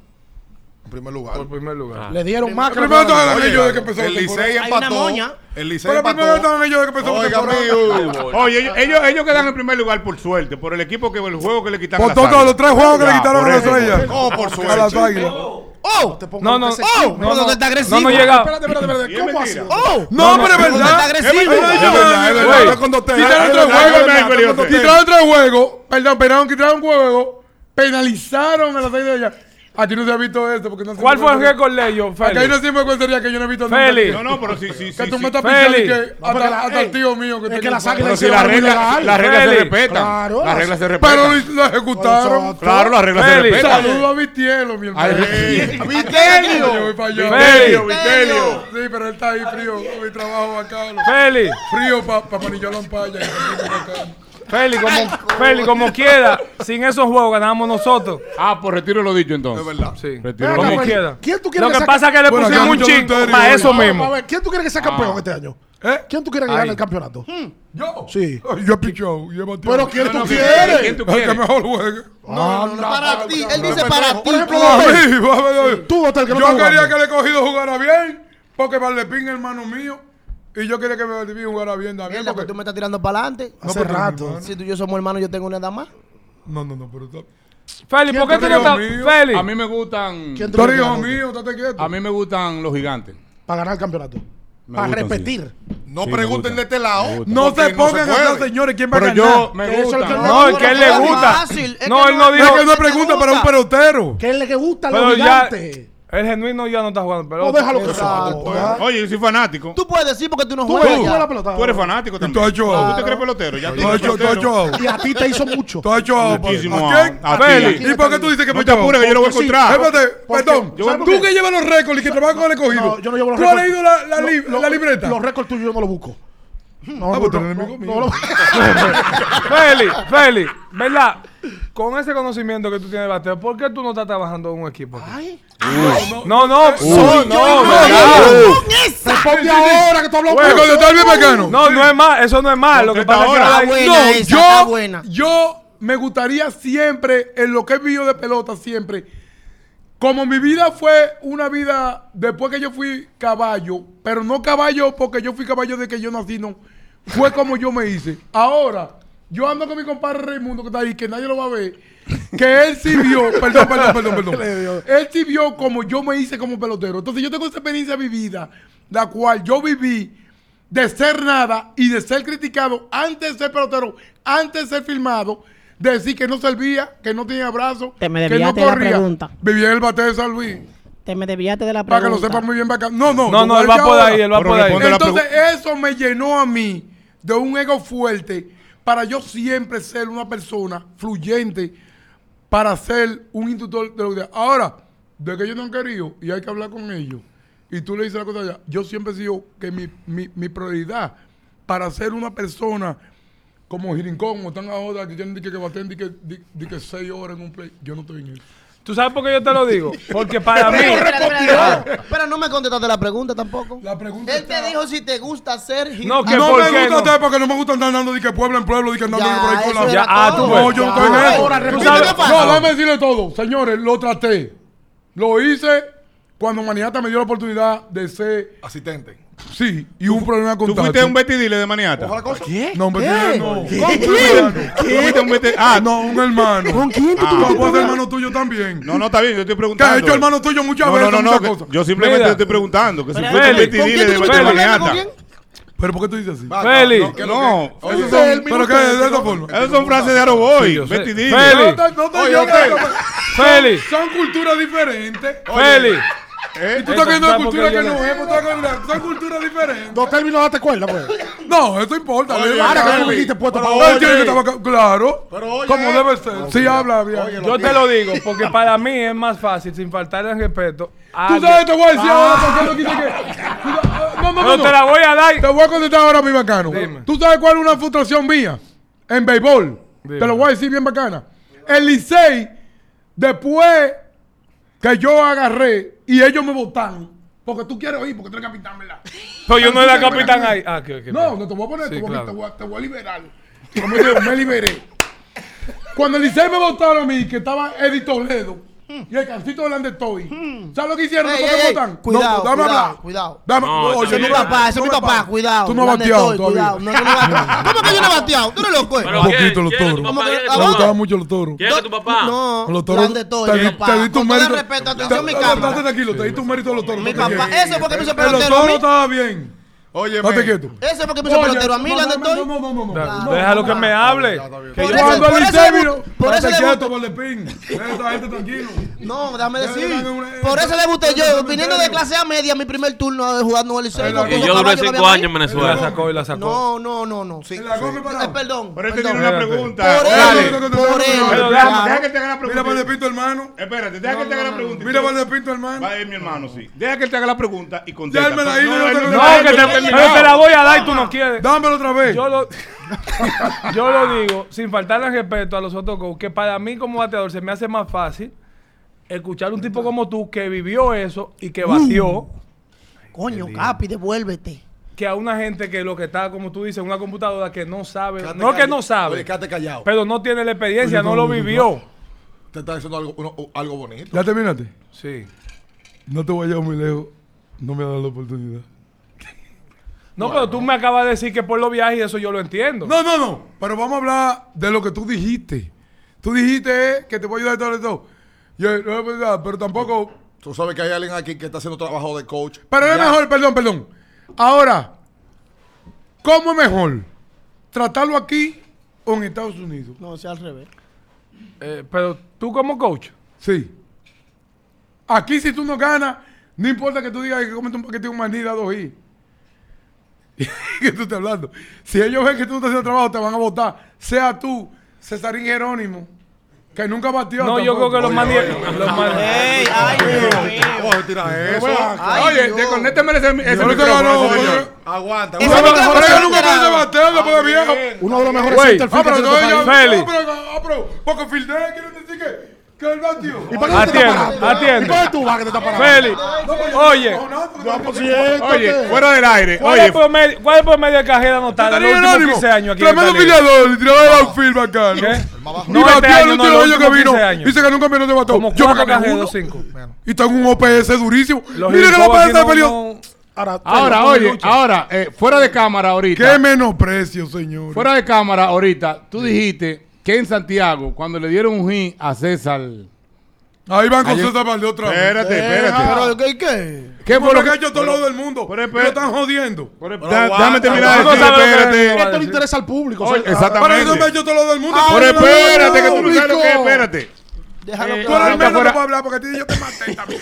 [SPEAKER 2] En primer lugar.
[SPEAKER 4] Por primer lugar.
[SPEAKER 7] Ah.
[SPEAKER 1] Le dieron más que
[SPEAKER 10] Primero estaban
[SPEAKER 2] Oye,
[SPEAKER 10] ellos de que empezó
[SPEAKER 2] el
[SPEAKER 10] la temporada.
[SPEAKER 2] Licey
[SPEAKER 3] Hay una
[SPEAKER 2] empató.
[SPEAKER 3] moña.
[SPEAKER 2] El Licey
[SPEAKER 10] Pero primero
[SPEAKER 2] empató.
[SPEAKER 10] estaban ellos de que empezó la
[SPEAKER 2] Oiga,
[SPEAKER 10] temporada.
[SPEAKER 2] amigo.
[SPEAKER 5] Oye, ellos, ellos, ellos quedan en primer lugar por suerte, por el equipo que el juego que le quitaron.
[SPEAKER 10] Por
[SPEAKER 5] a las
[SPEAKER 10] todos los
[SPEAKER 5] Águilas.
[SPEAKER 10] tres juegos que le
[SPEAKER 5] Ya,
[SPEAKER 10] quitaron a
[SPEAKER 5] por
[SPEAKER 10] las
[SPEAKER 5] eso,
[SPEAKER 10] estrellas.
[SPEAKER 2] Oh, por
[SPEAKER 10] A las
[SPEAKER 2] suerte.
[SPEAKER 10] águilas.
[SPEAKER 1] ¡Oh! Te pongo
[SPEAKER 4] No, no,
[SPEAKER 1] ante ese
[SPEAKER 4] oh,
[SPEAKER 1] equipo.
[SPEAKER 4] no, no,
[SPEAKER 3] tú estás agresivo.
[SPEAKER 4] no, no llega.
[SPEAKER 1] Espérate, espérate, espérate.
[SPEAKER 5] Y es
[SPEAKER 1] ¿Cómo
[SPEAKER 5] mentira.
[SPEAKER 1] así?
[SPEAKER 3] ¡Oh!
[SPEAKER 10] No, pero es
[SPEAKER 3] Está
[SPEAKER 10] verdad.
[SPEAKER 3] agresivo.
[SPEAKER 10] Es verdad, es verdad.
[SPEAKER 5] Güey.
[SPEAKER 10] Yo con dos telas.
[SPEAKER 5] Quitaron
[SPEAKER 10] Quitaron
[SPEAKER 5] otro
[SPEAKER 10] tres
[SPEAKER 5] juego,
[SPEAKER 10] juegos,
[SPEAKER 5] Michael, y otro
[SPEAKER 10] Quitaron tres juegos. Perdón, perdón, quitaron un juego. Penalizaron a las águilas de allá. A ti no se ha visto esto porque no se
[SPEAKER 4] ¿Cuál fue el
[SPEAKER 10] puede-
[SPEAKER 4] récord de ellos,
[SPEAKER 10] Acá hay
[SPEAKER 4] Félix?
[SPEAKER 10] una sinvergüencería que yo no he visto nunca.
[SPEAKER 4] Félix.
[SPEAKER 5] No, no, pero sí, sí,
[SPEAKER 10] Que
[SPEAKER 5] sí,
[SPEAKER 10] tú
[SPEAKER 5] sí.
[SPEAKER 10] me estás
[SPEAKER 4] Félix.
[SPEAKER 10] pichando y que
[SPEAKER 1] No, porque
[SPEAKER 10] hasta
[SPEAKER 1] la-
[SPEAKER 10] hasta el
[SPEAKER 1] ey,
[SPEAKER 10] tío mío que
[SPEAKER 1] es
[SPEAKER 10] te-
[SPEAKER 1] que las águilas
[SPEAKER 5] Pero si
[SPEAKER 1] se
[SPEAKER 5] las
[SPEAKER 1] van
[SPEAKER 5] reglas
[SPEAKER 1] ilegal.
[SPEAKER 5] las reglas se
[SPEAKER 4] Félix.
[SPEAKER 5] respetan.
[SPEAKER 1] Claro.
[SPEAKER 5] Las reglas se
[SPEAKER 10] Pero
[SPEAKER 5] respetan.
[SPEAKER 10] lo, lo ejecutaron.
[SPEAKER 5] Claro, las reglas se
[SPEAKER 4] Félix.
[SPEAKER 5] respetan.
[SPEAKER 10] Saludo a Vitielo, mi hermano.
[SPEAKER 5] Ay,
[SPEAKER 10] Yo voy
[SPEAKER 5] Vitelio.
[SPEAKER 10] para allá.
[SPEAKER 4] Félix.
[SPEAKER 5] Vitelio.
[SPEAKER 10] Sí, pero él está ahí frío. Mi trabajo bacano.
[SPEAKER 4] Félix.
[SPEAKER 10] Frío para pa Manillo Lampaya. que también es bacano.
[SPEAKER 4] Félix, como, Félix, como quiera, sin esos juegos ganamos nosotros.
[SPEAKER 5] Ah, pues retiro lo dicho entonces.
[SPEAKER 2] Es verdad.
[SPEAKER 4] Sí.
[SPEAKER 5] Retiro lo
[SPEAKER 1] Venga,
[SPEAKER 4] Como
[SPEAKER 5] dicho.
[SPEAKER 1] güey.
[SPEAKER 4] quiera.
[SPEAKER 1] ¿Quién tú quieres
[SPEAKER 4] Lo
[SPEAKER 1] que
[SPEAKER 4] que
[SPEAKER 1] saque-
[SPEAKER 4] pasa es que le
[SPEAKER 10] Bueno,
[SPEAKER 4] pusimos
[SPEAKER 10] acá
[SPEAKER 4] un
[SPEAKER 10] mucho
[SPEAKER 4] ching
[SPEAKER 10] criterio,
[SPEAKER 4] para
[SPEAKER 10] güey.
[SPEAKER 4] eso
[SPEAKER 1] Vamos
[SPEAKER 4] mismo.
[SPEAKER 1] a ver, ¿quién tú quieres que sea campeón este año?
[SPEAKER 10] ¿Eh?
[SPEAKER 1] ¿Quién tú quieres que gane el campeonato?
[SPEAKER 10] ¿Yo?
[SPEAKER 1] Sí.
[SPEAKER 10] Yo he pichado. Yo he batido.
[SPEAKER 1] Pero ¿quién tú
[SPEAKER 5] No,
[SPEAKER 1] quieres?
[SPEAKER 5] ¿Quién tú
[SPEAKER 10] El que
[SPEAKER 5] quieres?
[SPEAKER 10] mejor juegue.
[SPEAKER 3] Para ti. Él dice para ti.
[SPEAKER 1] Por ejemplo,
[SPEAKER 10] A
[SPEAKER 1] Dotel.
[SPEAKER 10] mí, va a ver.
[SPEAKER 1] Tú, Dotel, que no
[SPEAKER 10] Yo
[SPEAKER 1] estás
[SPEAKER 10] quería
[SPEAKER 1] jugando.
[SPEAKER 10] que el escogido jugara bien. Porque Valdepín es hermano mío. Y yo quería que Valdepín jugara bien también.
[SPEAKER 3] Mierda, pues tú
[SPEAKER 10] Porque...
[SPEAKER 3] me estás tirando para adelante.
[SPEAKER 1] Hace rato.
[SPEAKER 3] Si tú y yo somos hermanos, yo tengo una edad más.
[SPEAKER 10] No, no, no, pero está.
[SPEAKER 4] Félix, ¿por qué
[SPEAKER 10] ¿Quién
[SPEAKER 4] tú
[SPEAKER 10] tú
[SPEAKER 4] no estás?
[SPEAKER 10] crees, mío?
[SPEAKER 5] A mí
[SPEAKER 4] Félix,
[SPEAKER 5] me gustan.
[SPEAKER 1] ¿Quién tú
[SPEAKER 10] Tú eres
[SPEAKER 1] quieres
[SPEAKER 10] hijo
[SPEAKER 1] que gane?
[SPEAKER 10] mío, estate quieto.
[SPEAKER 5] A mí me gustan los gigantes.
[SPEAKER 1] Para ganar el campeonato.
[SPEAKER 5] Me
[SPEAKER 1] Para
[SPEAKER 5] gustan, sí.
[SPEAKER 1] repetir.
[SPEAKER 2] No
[SPEAKER 5] Sí, me
[SPEAKER 2] pregunten
[SPEAKER 5] gusta.
[SPEAKER 2] de este
[SPEAKER 5] Me
[SPEAKER 2] lado.
[SPEAKER 5] gusta.
[SPEAKER 10] No
[SPEAKER 2] porque
[SPEAKER 10] se pongan a
[SPEAKER 2] puede.
[SPEAKER 10] hablar, señores, quién va a
[SPEAKER 5] Pero
[SPEAKER 10] ganar.
[SPEAKER 5] yo me
[SPEAKER 1] Que eso es lo que
[SPEAKER 5] gusta.
[SPEAKER 1] no-
[SPEAKER 4] no, el que él le
[SPEAKER 3] Es
[SPEAKER 4] gusta.
[SPEAKER 3] fácil, es
[SPEAKER 4] No,
[SPEAKER 3] que
[SPEAKER 4] él
[SPEAKER 3] no-
[SPEAKER 4] no
[SPEAKER 10] Es que no
[SPEAKER 4] dijo.
[SPEAKER 10] es pregunta para un pelotero.
[SPEAKER 1] ¿Qué es lo que gusta a
[SPEAKER 4] Pero
[SPEAKER 1] los
[SPEAKER 4] ya-
[SPEAKER 1] gigantes?
[SPEAKER 4] El genuino ya no está jugando pelota.
[SPEAKER 1] No, déjalo que
[SPEAKER 3] Exacto.
[SPEAKER 1] salga. ¿verdad?
[SPEAKER 5] Oye, yo soy fanático.
[SPEAKER 3] Tú puedes decir porque tú no
[SPEAKER 1] Tú
[SPEAKER 3] juegas.
[SPEAKER 1] eres
[SPEAKER 3] ya.
[SPEAKER 1] la pelota.
[SPEAKER 5] Tú eres fanático también.
[SPEAKER 10] has hecho
[SPEAKER 5] ¿Tú
[SPEAKER 10] algo.
[SPEAKER 5] te crees pelotero? Ya
[SPEAKER 2] Tú has hecho- tú has hecho algo.
[SPEAKER 1] Y a ti te hizo mucho.
[SPEAKER 10] ¿Tú has hecho algo?
[SPEAKER 5] Muchísimo
[SPEAKER 10] ¿A quién?
[SPEAKER 5] a- a
[SPEAKER 10] ¿A quién?
[SPEAKER 5] ti.
[SPEAKER 10] ¿Y por qué tú dices que
[SPEAKER 5] No te
[SPEAKER 10] Pichón?
[SPEAKER 5] apures que yo lo voy a
[SPEAKER 1] Porque sí.
[SPEAKER 5] encontrar.
[SPEAKER 10] Espérate,
[SPEAKER 1] Porque-
[SPEAKER 10] perdón.
[SPEAKER 1] ¿sabes por
[SPEAKER 10] Tú
[SPEAKER 1] qué?
[SPEAKER 10] que llevas los récords y que trabajas con el escogido.
[SPEAKER 1] No, yo no llevo los
[SPEAKER 10] ¿Tú
[SPEAKER 1] récords.
[SPEAKER 10] has leído la, la, li-
[SPEAKER 1] Lo- lo-
[SPEAKER 10] la libreta?
[SPEAKER 1] Los récords tuyos yo no los busco. No,
[SPEAKER 10] Ah, pues tú eres
[SPEAKER 1] no,
[SPEAKER 10] enemigo mío.
[SPEAKER 1] no, no,
[SPEAKER 4] Feli, Feli, ¿verdad? Con ese conocimiento que tú tienes de bateo, ¿por qué tú no estás trabajando en un equipo? aquí? No, no, no,
[SPEAKER 10] Oh,
[SPEAKER 4] no, ¿verdad?
[SPEAKER 1] Responde ahora que tú hablas
[SPEAKER 10] Bueno, cuando está el bien bacano.
[SPEAKER 4] no, no es más, eso no es más. Lo que pasa es que
[SPEAKER 5] ahora.
[SPEAKER 4] ahora
[SPEAKER 3] Está
[SPEAKER 4] hay-
[SPEAKER 3] buena
[SPEAKER 10] no,
[SPEAKER 3] esa,
[SPEAKER 10] yo,
[SPEAKER 3] está buena.
[SPEAKER 10] yo me gustaría siempre, en lo que he vivido de pelota, siempre, como mi vida fue una vida después que yo fui caballo, pero no caballo porque yo fui caballo de que yo nací, no. Fue como yo me hice. Ahora, yo ando con mi compadre Raimundo, que está ahí, que nadie lo va a ver, que él sí vio, perdón, perdón, perdón, perdón. Él sí vio como yo me hice como pelotero. Entonces yo tengo esa experiencia vivida, la cual yo viví de ser nada y de ser criticado antes de ser pelotero, antes de ser filmado, de decir que no servía, que no tenía brazos,
[SPEAKER 12] Te me
[SPEAKER 10] que no
[SPEAKER 12] desviaste de la pregunta.
[SPEAKER 10] Vivía en el bateo de San Luis.
[SPEAKER 12] Te me desviaste de la pregunta.
[SPEAKER 10] Para que lo sepan muy bien. bacán. No, no.
[SPEAKER 4] No,
[SPEAKER 10] yo
[SPEAKER 4] no,
[SPEAKER 10] voy
[SPEAKER 4] él va
[SPEAKER 10] allá
[SPEAKER 4] por
[SPEAKER 10] ahora.
[SPEAKER 4] ahí, él va
[SPEAKER 5] Pero
[SPEAKER 4] por ahí.
[SPEAKER 5] responde la
[SPEAKER 10] Entonces eso me llenó a mí de un ego fuerte para yo siempre ser una persona fluyente para ser un instructor de la vida. Ahora, de que ellos no han querido y hay que hablar con ellos, y tú le dices la cosa allá, yo siempre digo que mi, mi, mi prioridad para ser una persona como Jirincón, como están ahora, que tienen que, que baten, di que, di- di que seis horas en un play, yo no estoy en eso.
[SPEAKER 4] ¿Tú sabes por qué yo te lo digo? Porque para mí,
[SPEAKER 3] Espera, espera, espera, espera. Pero no me contestaste la pregunta tampoco.
[SPEAKER 10] La pregunta
[SPEAKER 3] Él te
[SPEAKER 10] está-
[SPEAKER 3] dijo si te gusta ser gil-
[SPEAKER 4] No, que
[SPEAKER 10] no
[SPEAKER 4] por
[SPEAKER 10] me
[SPEAKER 4] qué
[SPEAKER 10] gusta
[SPEAKER 4] no.
[SPEAKER 10] usted porque no me gusta andar andando de que pueblo en pueblo, de que andando
[SPEAKER 3] Ya,
[SPEAKER 10] por ahí con
[SPEAKER 3] eso
[SPEAKER 10] la...
[SPEAKER 3] era
[SPEAKER 4] Ya, ah, tú
[SPEAKER 3] todo.
[SPEAKER 4] ves.
[SPEAKER 10] No, yo no
[SPEAKER 3] Ya.
[SPEAKER 10] estoy en eso.
[SPEAKER 3] Ahora,
[SPEAKER 10] Tú
[SPEAKER 3] repite
[SPEAKER 10] sabes-
[SPEAKER 3] qué pasa.
[SPEAKER 10] No, déjame decirle todo. Señores, lo traté. Lo hice cuando Maniata me dio la oportunidad de ser,
[SPEAKER 2] Asistente.
[SPEAKER 10] sí, y hubo un problema con
[SPEAKER 5] ¿Tú fuiste un vestidile de maniata?
[SPEAKER 2] Ojalá cosa.
[SPEAKER 10] No, hombre, no.
[SPEAKER 5] ¿Con quién? ¿Tú fuiste un vesti- Ah, no.
[SPEAKER 10] No, un hermano. ¿Con quién
[SPEAKER 5] tú tuviste
[SPEAKER 10] Papá de hermano tuyo también.
[SPEAKER 5] No, no, está bien, yo estoy
[SPEAKER 10] Que
[SPEAKER 5] preguntando.
[SPEAKER 10] has hecho hermano tuyo muchas
[SPEAKER 5] No, no,
[SPEAKER 10] veces
[SPEAKER 5] no, no,
[SPEAKER 10] muchas
[SPEAKER 5] que-
[SPEAKER 10] cosas.
[SPEAKER 5] yo simplemente
[SPEAKER 4] Mira.
[SPEAKER 5] te estoy preguntando que si
[SPEAKER 4] Pero,
[SPEAKER 5] fuiste un
[SPEAKER 4] Feli,
[SPEAKER 3] ¿Con
[SPEAKER 5] vestidile
[SPEAKER 3] quién
[SPEAKER 5] de
[SPEAKER 3] tú estuviste peleando? ¿Con
[SPEAKER 5] maniata.
[SPEAKER 3] quién?
[SPEAKER 10] Pero ¿por qué tú dices así?
[SPEAKER 4] Feli.
[SPEAKER 2] que
[SPEAKER 5] No,
[SPEAKER 2] que-
[SPEAKER 5] eso
[SPEAKER 2] Oye,
[SPEAKER 5] son-
[SPEAKER 2] el
[SPEAKER 10] ¿Pero
[SPEAKER 2] minuto
[SPEAKER 10] qué?
[SPEAKER 2] que-
[SPEAKER 10] ¿De esto,
[SPEAKER 2] que-
[SPEAKER 10] Polo?
[SPEAKER 2] que-
[SPEAKER 5] Esas son frases de Aroboy,
[SPEAKER 4] yo sé.
[SPEAKER 5] vestidile.
[SPEAKER 4] Feli.
[SPEAKER 10] No te- no te
[SPEAKER 2] Oye,
[SPEAKER 10] llegues.
[SPEAKER 2] Feli.
[SPEAKER 4] Feli,
[SPEAKER 10] Son culturas diferentes.
[SPEAKER 4] Feli.
[SPEAKER 10] Y tú
[SPEAKER 4] Eso
[SPEAKER 10] estás viendo una
[SPEAKER 4] está
[SPEAKER 10] cultura
[SPEAKER 4] porque
[SPEAKER 10] que
[SPEAKER 4] yo
[SPEAKER 10] no
[SPEAKER 4] le-
[SPEAKER 10] es, tú estás viendo una- son culturas diferentes.
[SPEAKER 1] Dos términos date cuerda, pues.
[SPEAKER 10] No, eso importa.
[SPEAKER 2] Oye,
[SPEAKER 10] Dile,
[SPEAKER 2] ahora
[SPEAKER 10] dale.
[SPEAKER 2] que tú dijiste puesto para
[SPEAKER 10] Él
[SPEAKER 2] oye.
[SPEAKER 10] tiene que estar acá- Claro.
[SPEAKER 2] Pero oye.
[SPEAKER 10] Como debe ser. Sí, habla bien.
[SPEAKER 2] Oye,
[SPEAKER 4] Yo te lo digo, porque para mí es más fácil, sin faltarle el respeto. a
[SPEAKER 10] Tú
[SPEAKER 4] alguien.
[SPEAKER 10] sabes, te voy a decir ahora por qué no quise que. eh, No, no, no.
[SPEAKER 4] Ah. Pero te la
[SPEAKER 10] no.
[SPEAKER 4] voy a dar.
[SPEAKER 10] Te voy a contestar ahora, mi bacano.
[SPEAKER 4] Dime.
[SPEAKER 10] ¿Tú sabes cuál es una frustración mía? En béisbol.
[SPEAKER 4] Dime.
[SPEAKER 10] Te lo voy a decir bien bacana. El Licey, después que yo agarré y ellos me votaron, porque tú quieres ir, porque tú eres capitán, ¿verdad?
[SPEAKER 4] Pero yo no era
[SPEAKER 10] Tú quieres
[SPEAKER 4] capitán
[SPEAKER 10] ganar.
[SPEAKER 4] ahí. Ah, que, que-
[SPEAKER 10] No, no te voy a poner,
[SPEAKER 4] Sí,
[SPEAKER 10] te, voy, a-
[SPEAKER 4] claro.
[SPEAKER 10] te voy a, te voy a liberar. Como yo me liberé. Cuando el Licey me votaron a mí, que estaba Eddie Toledo y el Cancito delante estoy. ¿Sabes lo que hicieron?
[SPEAKER 3] Ey,
[SPEAKER 10] ¿Por qué
[SPEAKER 3] ey,
[SPEAKER 10] me
[SPEAKER 3] ey,
[SPEAKER 10] votan?
[SPEAKER 3] cuidado,
[SPEAKER 10] No, pues, dame
[SPEAKER 3] cuidado,
[SPEAKER 10] hablar.
[SPEAKER 3] cuidado.
[SPEAKER 10] Dame,
[SPEAKER 7] No,
[SPEAKER 10] oye,
[SPEAKER 7] eso es mi
[SPEAKER 10] me-
[SPEAKER 7] papá,
[SPEAKER 3] eso es mi
[SPEAKER 10] me-
[SPEAKER 3] papá, cuidado.
[SPEAKER 10] Tú no has
[SPEAKER 3] ¿Dónde
[SPEAKER 10] bateado
[SPEAKER 3] estoy?
[SPEAKER 10] todavía.
[SPEAKER 3] Cuidado, no, yo no he bateado. ¿Cómo que yo no he bateado? Tú eres loco. eh.
[SPEAKER 7] Pero
[SPEAKER 10] Un
[SPEAKER 7] ¿quién-
[SPEAKER 10] poquito los
[SPEAKER 7] quién es tu
[SPEAKER 10] toros.
[SPEAKER 7] papá? ¿Quién es tu
[SPEAKER 3] ¿A
[SPEAKER 10] Me
[SPEAKER 7] papá?
[SPEAKER 10] gustaban mucho los toros.
[SPEAKER 7] ¿Quién es tu papá?
[SPEAKER 3] No,
[SPEAKER 10] Los toros.
[SPEAKER 3] ¿dónde estoy?
[SPEAKER 10] te-
[SPEAKER 3] mi papá?
[SPEAKER 10] Te di tu
[SPEAKER 3] Con todo
[SPEAKER 10] mérito.
[SPEAKER 3] respeto,
[SPEAKER 10] Te-
[SPEAKER 3] atención, mi
[SPEAKER 10] te- Estate
[SPEAKER 3] cámara.
[SPEAKER 10] tranquilo, te di tu mérito a los toros.
[SPEAKER 3] Mi
[SPEAKER 10] no te
[SPEAKER 3] papá,
[SPEAKER 10] quieres.
[SPEAKER 3] eso es porque me hizo
[SPEAKER 10] En los
[SPEAKER 3] pelotero a
[SPEAKER 10] toros
[SPEAKER 3] mí.
[SPEAKER 10] estaba bien.
[SPEAKER 2] Oye,
[SPEAKER 10] Date
[SPEAKER 2] men.
[SPEAKER 10] quieto.
[SPEAKER 3] Eso es porque me hizo
[SPEAKER 10] Oye,
[SPEAKER 3] pelotero a mí,
[SPEAKER 10] no,
[SPEAKER 3] ¿dónde
[SPEAKER 10] no,
[SPEAKER 3] estoy?
[SPEAKER 10] No, no, no, no.
[SPEAKER 4] Da-
[SPEAKER 10] no.
[SPEAKER 4] Déjalo que me hable. que
[SPEAKER 3] Por eso-
[SPEAKER 4] yo-
[SPEAKER 10] Cuando
[SPEAKER 3] por
[SPEAKER 10] el
[SPEAKER 3] eso
[SPEAKER 10] Licey
[SPEAKER 3] le-
[SPEAKER 10] vino,
[SPEAKER 3] por eso
[SPEAKER 10] date
[SPEAKER 3] le
[SPEAKER 10] quieto,
[SPEAKER 3] gustó-
[SPEAKER 10] Valepín. Esa gente tranquilo.
[SPEAKER 3] No, déjame decir.
[SPEAKER 10] dame una-
[SPEAKER 3] Por eso
[SPEAKER 10] dame-
[SPEAKER 3] le gusté
[SPEAKER 10] dame
[SPEAKER 3] yo.
[SPEAKER 10] cementerio.
[SPEAKER 3] Viniendo de clase A media, mi primer turno de jugando en el liceo.
[SPEAKER 10] Y yo
[SPEAKER 7] Y
[SPEAKER 3] puso
[SPEAKER 7] yo duré
[SPEAKER 3] caballo, no
[SPEAKER 7] cinco
[SPEAKER 3] había
[SPEAKER 7] años en
[SPEAKER 3] maíz.
[SPEAKER 4] Y la
[SPEAKER 7] Venezuela.
[SPEAKER 4] sacó y la sacó.
[SPEAKER 3] No, no, no, no. Sí.
[SPEAKER 10] En la goma para-
[SPEAKER 3] Eh, perdón.
[SPEAKER 5] Pero él
[SPEAKER 3] perdón.
[SPEAKER 5] tiene una
[SPEAKER 4] Espérate.
[SPEAKER 5] pregunta.
[SPEAKER 3] Por
[SPEAKER 5] Dale.
[SPEAKER 3] eso-
[SPEAKER 10] Dale.
[SPEAKER 3] por eso,
[SPEAKER 5] Pero
[SPEAKER 3] claro.
[SPEAKER 5] déjame- deja que te haga la
[SPEAKER 10] Mira,
[SPEAKER 5] pregunta.
[SPEAKER 10] Valepito, hermano.
[SPEAKER 5] Espérate, deja que te haga la pregunta.
[SPEAKER 10] Mira, Valepito, hermano.
[SPEAKER 5] Va, es mi hermano, sí. Deja que él te haga la pregunta y contesta.
[SPEAKER 10] Ya él me la hizo, yo
[SPEAKER 5] él
[SPEAKER 10] te-
[SPEAKER 5] me
[SPEAKER 4] No,
[SPEAKER 5] la hizo,
[SPEAKER 4] que te,
[SPEAKER 5] yo he
[SPEAKER 4] pero
[SPEAKER 5] terminado.
[SPEAKER 4] te la voy a dar y tú no quieres.
[SPEAKER 10] Dámelo otra vez.
[SPEAKER 4] Yo lo, yo lo digo, sin faltarle respeto a los otros coaches, que para mí como bateador se me hace más fácil escuchar un tipo como tú que vivió eso y que batió
[SPEAKER 3] Coño, Capi, devuélvete.
[SPEAKER 4] que a una gente que lo que está, como tú dices, en una computadora que no sabe,
[SPEAKER 2] Quédate
[SPEAKER 4] no que
[SPEAKER 2] callado.
[SPEAKER 4] no sabe,
[SPEAKER 2] Oye, quédate callado.
[SPEAKER 4] pero no tiene la experiencia,
[SPEAKER 10] Oye,
[SPEAKER 4] no
[SPEAKER 10] no,
[SPEAKER 4] lo
[SPEAKER 10] no,
[SPEAKER 4] vivió.
[SPEAKER 2] Te está diciendo algo, uno- algo bonito.
[SPEAKER 10] ¿Ya terminaste?
[SPEAKER 4] Sí.
[SPEAKER 10] No te voy a llevar muy lejos. No me das la oportunidad.
[SPEAKER 4] No, pero tú me acabas de decir que por los viajes y eso yo lo entiendo.
[SPEAKER 10] No, no, no. Pero vamos a hablar de lo que tú dijiste. Tú dijiste eh, que te voy a ayudar y todo esto. Y él, no, pues, ah, pero tampoco.
[SPEAKER 2] Tú sabes que hay alguien aquí que está haciendo trabajo de coach.
[SPEAKER 10] Pero es mejor, perdón, perdón. Ahora, ¿cómo es mejor? ¿Tratarlo aquí o en Estados Unidos?
[SPEAKER 3] No, sea al revés.
[SPEAKER 4] Eh, pero tú como coach,
[SPEAKER 10] Sí. Aquí si tú no ganas, no importa que tú digas que comete un paquete de humanidad dos y. que tú estás hablando. Si ellos ven que tú no estás haciendo trabajo, te van a votar. Sea tú, Cesarín Jerónimo, que nunca batió.
[SPEAKER 4] No, yo creo que los
[SPEAKER 10] mandé.
[SPEAKER 4] mandí- los mandé-
[SPEAKER 3] Ey, ay, Dios mío. Ay,
[SPEAKER 5] Oye,
[SPEAKER 3] Dios.
[SPEAKER 5] desconéctame ese, ese
[SPEAKER 10] Yo no te
[SPEAKER 5] micrófono,
[SPEAKER 10] ganó,
[SPEAKER 5] señor.
[SPEAKER 10] señor.
[SPEAKER 2] Ah, Aguanta.
[SPEAKER 3] Ese
[SPEAKER 10] Pero
[SPEAKER 3] micrófono
[SPEAKER 10] pero yo
[SPEAKER 3] está
[SPEAKER 10] nunca
[SPEAKER 3] cerrado.
[SPEAKER 10] pude batear después de viejo.
[SPEAKER 1] Uno de los mejores
[SPEAKER 4] Güey,
[SPEAKER 10] Ah,
[SPEAKER 1] centerfield que
[SPEAKER 10] pero
[SPEAKER 1] ha hecho
[SPEAKER 10] no,
[SPEAKER 1] este
[SPEAKER 10] yo-
[SPEAKER 1] país.
[SPEAKER 4] Félix.
[SPEAKER 10] ah, pero- ah, pero, porque Fildé quiere decir que, que él batió.
[SPEAKER 1] ¿Y para qué tú te
[SPEAKER 4] Atiende,
[SPEAKER 1] estás parando?
[SPEAKER 4] atiende.
[SPEAKER 1] ¿Y para qué tú vas que te estás parando?
[SPEAKER 4] Félix, oye,
[SPEAKER 1] No, pues, siéntate.
[SPEAKER 5] Oye, fuera del aire.
[SPEAKER 4] ¿cuál es
[SPEAKER 5] Oye,
[SPEAKER 4] por medio- cuál es por medio de cajera no está? Los últimos 15 años aquí. en
[SPEAKER 10] Ah, Tremendo
[SPEAKER 4] esta liga?
[SPEAKER 10] peleador, y tiraba el outfield bacano.
[SPEAKER 4] ¿Qué?
[SPEAKER 10] y
[SPEAKER 4] No, este
[SPEAKER 10] batió el
[SPEAKER 4] año, no,
[SPEAKER 10] último
[SPEAKER 4] los
[SPEAKER 10] año que
[SPEAKER 4] últimos 15
[SPEAKER 10] vino.
[SPEAKER 4] años.
[SPEAKER 10] Dice que nunca me de batón.
[SPEAKER 4] Como
[SPEAKER 10] Yo me
[SPEAKER 4] cuatro
[SPEAKER 10] gané
[SPEAKER 4] cajeros,
[SPEAKER 10] uno.
[SPEAKER 4] cinco.
[SPEAKER 10] Y tengo un OPS durísimo.
[SPEAKER 4] Los
[SPEAKER 10] Miren que el
[SPEAKER 4] Hillsborough
[SPEAKER 10] OPS
[SPEAKER 4] aquí
[SPEAKER 10] de
[SPEAKER 4] no-
[SPEAKER 10] peleó.
[SPEAKER 1] Ahora,
[SPEAKER 5] ahora, oye, ahora, eh, fuera de cámara ahorita.
[SPEAKER 10] Qué menosprecio, señor.
[SPEAKER 5] Fuera de cámara ahorita, tú dijiste que en Santiago, cuando le dieron un hit a César.
[SPEAKER 10] Ahí van con César Valdés otra vez.
[SPEAKER 5] Espérate, espérate.
[SPEAKER 3] Pero, ¿qué, qué?
[SPEAKER 5] ¿Qué
[SPEAKER 10] Como
[SPEAKER 5] fue
[SPEAKER 10] lo
[SPEAKER 5] lo
[SPEAKER 10] que ha
[SPEAKER 5] que.?
[SPEAKER 10] hecho todo el lado del mundo.
[SPEAKER 5] Pero
[SPEAKER 10] Me
[SPEAKER 5] espera-
[SPEAKER 10] están jodiendo.
[SPEAKER 5] Pero da- Déjame terminar
[SPEAKER 4] Tampoco
[SPEAKER 5] de decir,
[SPEAKER 4] sabe lo que-
[SPEAKER 5] espérate.
[SPEAKER 1] Esto le interesa al público.
[SPEAKER 5] Oye,
[SPEAKER 1] o sea,
[SPEAKER 10] Pero eso me ha
[SPEAKER 5] Exactamente.
[SPEAKER 10] hecho todo el lado del mundo.
[SPEAKER 5] Pero
[SPEAKER 10] Todo el lado del
[SPEAKER 5] espérate, que
[SPEAKER 10] mundo.
[SPEAKER 5] tú no sabes lo que es, espérate. Eh,
[SPEAKER 3] Déjalo
[SPEAKER 10] Tú eres el
[SPEAKER 5] Ahorita
[SPEAKER 10] menos
[SPEAKER 5] fuera-
[SPEAKER 10] que puedo hablar porque a ti yo te maté también.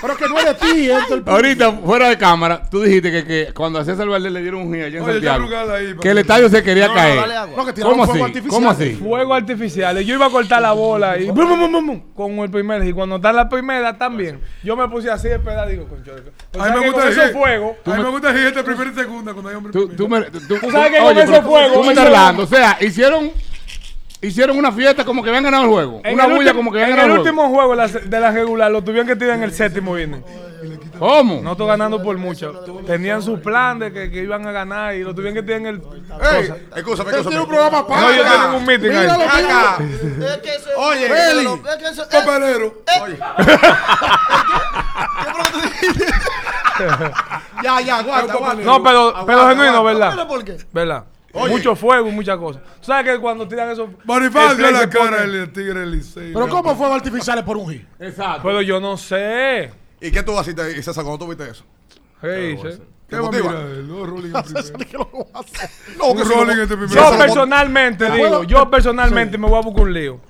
[SPEAKER 1] Pero que no es de ti, esto el
[SPEAKER 5] Ahorita, fuera de cámara, tú dijiste que, que cuando a César Valdés le dieron un hit allá en
[SPEAKER 10] Oye, ya
[SPEAKER 5] Santiago,
[SPEAKER 10] lugar ahí.
[SPEAKER 5] que el estadio se quería caer.
[SPEAKER 3] dale agua.
[SPEAKER 1] No, que tiraron
[SPEAKER 5] ¿Cómo
[SPEAKER 1] fuego
[SPEAKER 5] así?
[SPEAKER 1] artificial.
[SPEAKER 5] ¿Cómo así?
[SPEAKER 4] Fuego artificial. Yo iba a cortar la bola y bum, bum, bum, bum, bum, con el primer y cuando está la primera también. Yo me puse así de pedal digo, concho. O
[SPEAKER 10] A
[SPEAKER 4] sea
[SPEAKER 10] mí me
[SPEAKER 4] que
[SPEAKER 10] gusta
[SPEAKER 4] con
[SPEAKER 10] decir.
[SPEAKER 4] ese fuego.
[SPEAKER 10] A mí me gusta decir este primero y segunda cuando hay hombre.
[SPEAKER 5] Tú,
[SPEAKER 10] primero.
[SPEAKER 5] tú, me, tú,
[SPEAKER 4] sabes que con
[SPEAKER 5] oye,
[SPEAKER 4] ese
[SPEAKER 5] pero tú-
[SPEAKER 4] fuego
[SPEAKER 5] Tú me estás
[SPEAKER 4] hicieron-
[SPEAKER 5] relajando. O sea, hicieron, hicieron una fiesta como que habían ganado el juego.
[SPEAKER 4] En
[SPEAKER 5] una
[SPEAKER 4] el
[SPEAKER 5] bulla
[SPEAKER 4] ulti-
[SPEAKER 5] como que habían
[SPEAKER 4] En
[SPEAKER 5] ganado
[SPEAKER 4] el
[SPEAKER 5] el juego.
[SPEAKER 4] último juego de la, de la regular lo tuvieron que tirar en el séptimo inning.
[SPEAKER 5] ¿Cómo?
[SPEAKER 4] No estoy ganando por mucho. Tenían su plan de que, que iban a ganar y lo tuvieron que tirar en el.
[SPEAKER 2] Ey, escúchame,
[SPEAKER 1] Pero
[SPEAKER 2] escúchame.
[SPEAKER 1] tiene un programa para
[SPEAKER 4] No, ellos
[SPEAKER 1] acá.
[SPEAKER 4] tienen un meeting ahí.
[SPEAKER 1] Míralo, míralo.
[SPEAKER 2] Acá.
[SPEAKER 3] Es que eso
[SPEAKER 2] Oye,
[SPEAKER 3] Feli.
[SPEAKER 2] Eli.
[SPEAKER 3] Es que eso es.
[SPEAKER 10] Papelero.
[SPEAKER 2] Ya, ya, aguanta, aguanta.
[SPEAKER 4] No, pero, pero
[SPEAKER 2] Aguanta,
[SPEAKER 4] genuino,
[SPEAKER 2] aguanta.
[SPEAKER 4] ¿verdad?
[SPEAKER 3] ¿Por qué?
[SPEAKER 4] ¿Verdad?
[SPEAKER 2] Oye.
[SPEAKER 4] Mucho fuego y muchas cosas. ¿Tú sabes que cuando tiran esos. el
[SPEAKER 10] Bonifacio
[SPEAKER 4] play
[SPEAKER 10] la
[SPEAKER 4] se
[SPEAKER 10] cara
[SPEAKER 4] pone-
[SPEAKER 10] del tigre del liceo.
[SPEAKER 1] Pero ¿cómo fuego artificiales por un hit?
[SPEAKER 5] Exacto.
[SPEAKER 4] Pero yo no sé.
[SPEAKER 2] ¿Y qué tú hiciste, César, cuando tú viste eso?
[SPEAKER 4] ¿Qué hice?
[SPEAKER 10] ¿Qué
[SPEAKER 2] ¿Te
[SPEAKER 10] va a
[SPEAKER 2] motiva?
[SPEAKER 10] mirar él? Los Rolling en primero.
[SPEAKER 1] ¿Qué lo voy a hacer?
[SPEAKER 2] No,
[SPEAKER 10] Un
[SPEAKER 2] que si
[SPEAKER 10] rolling
[SPEAKER 2] no-
[SPEAKER 10] este primero.
[SPEAKER 2] si
[SPEAKER 10] Yo
[SPEAKER 2] no
[SPEAKER 4] Yo
[SPEAKER 2] se lo-
[SPEAKER 4] personalmente digo, yo personalmente
[SPEAKER 1] Sí.
[SPEAKER 4] me voy a buscar un lío.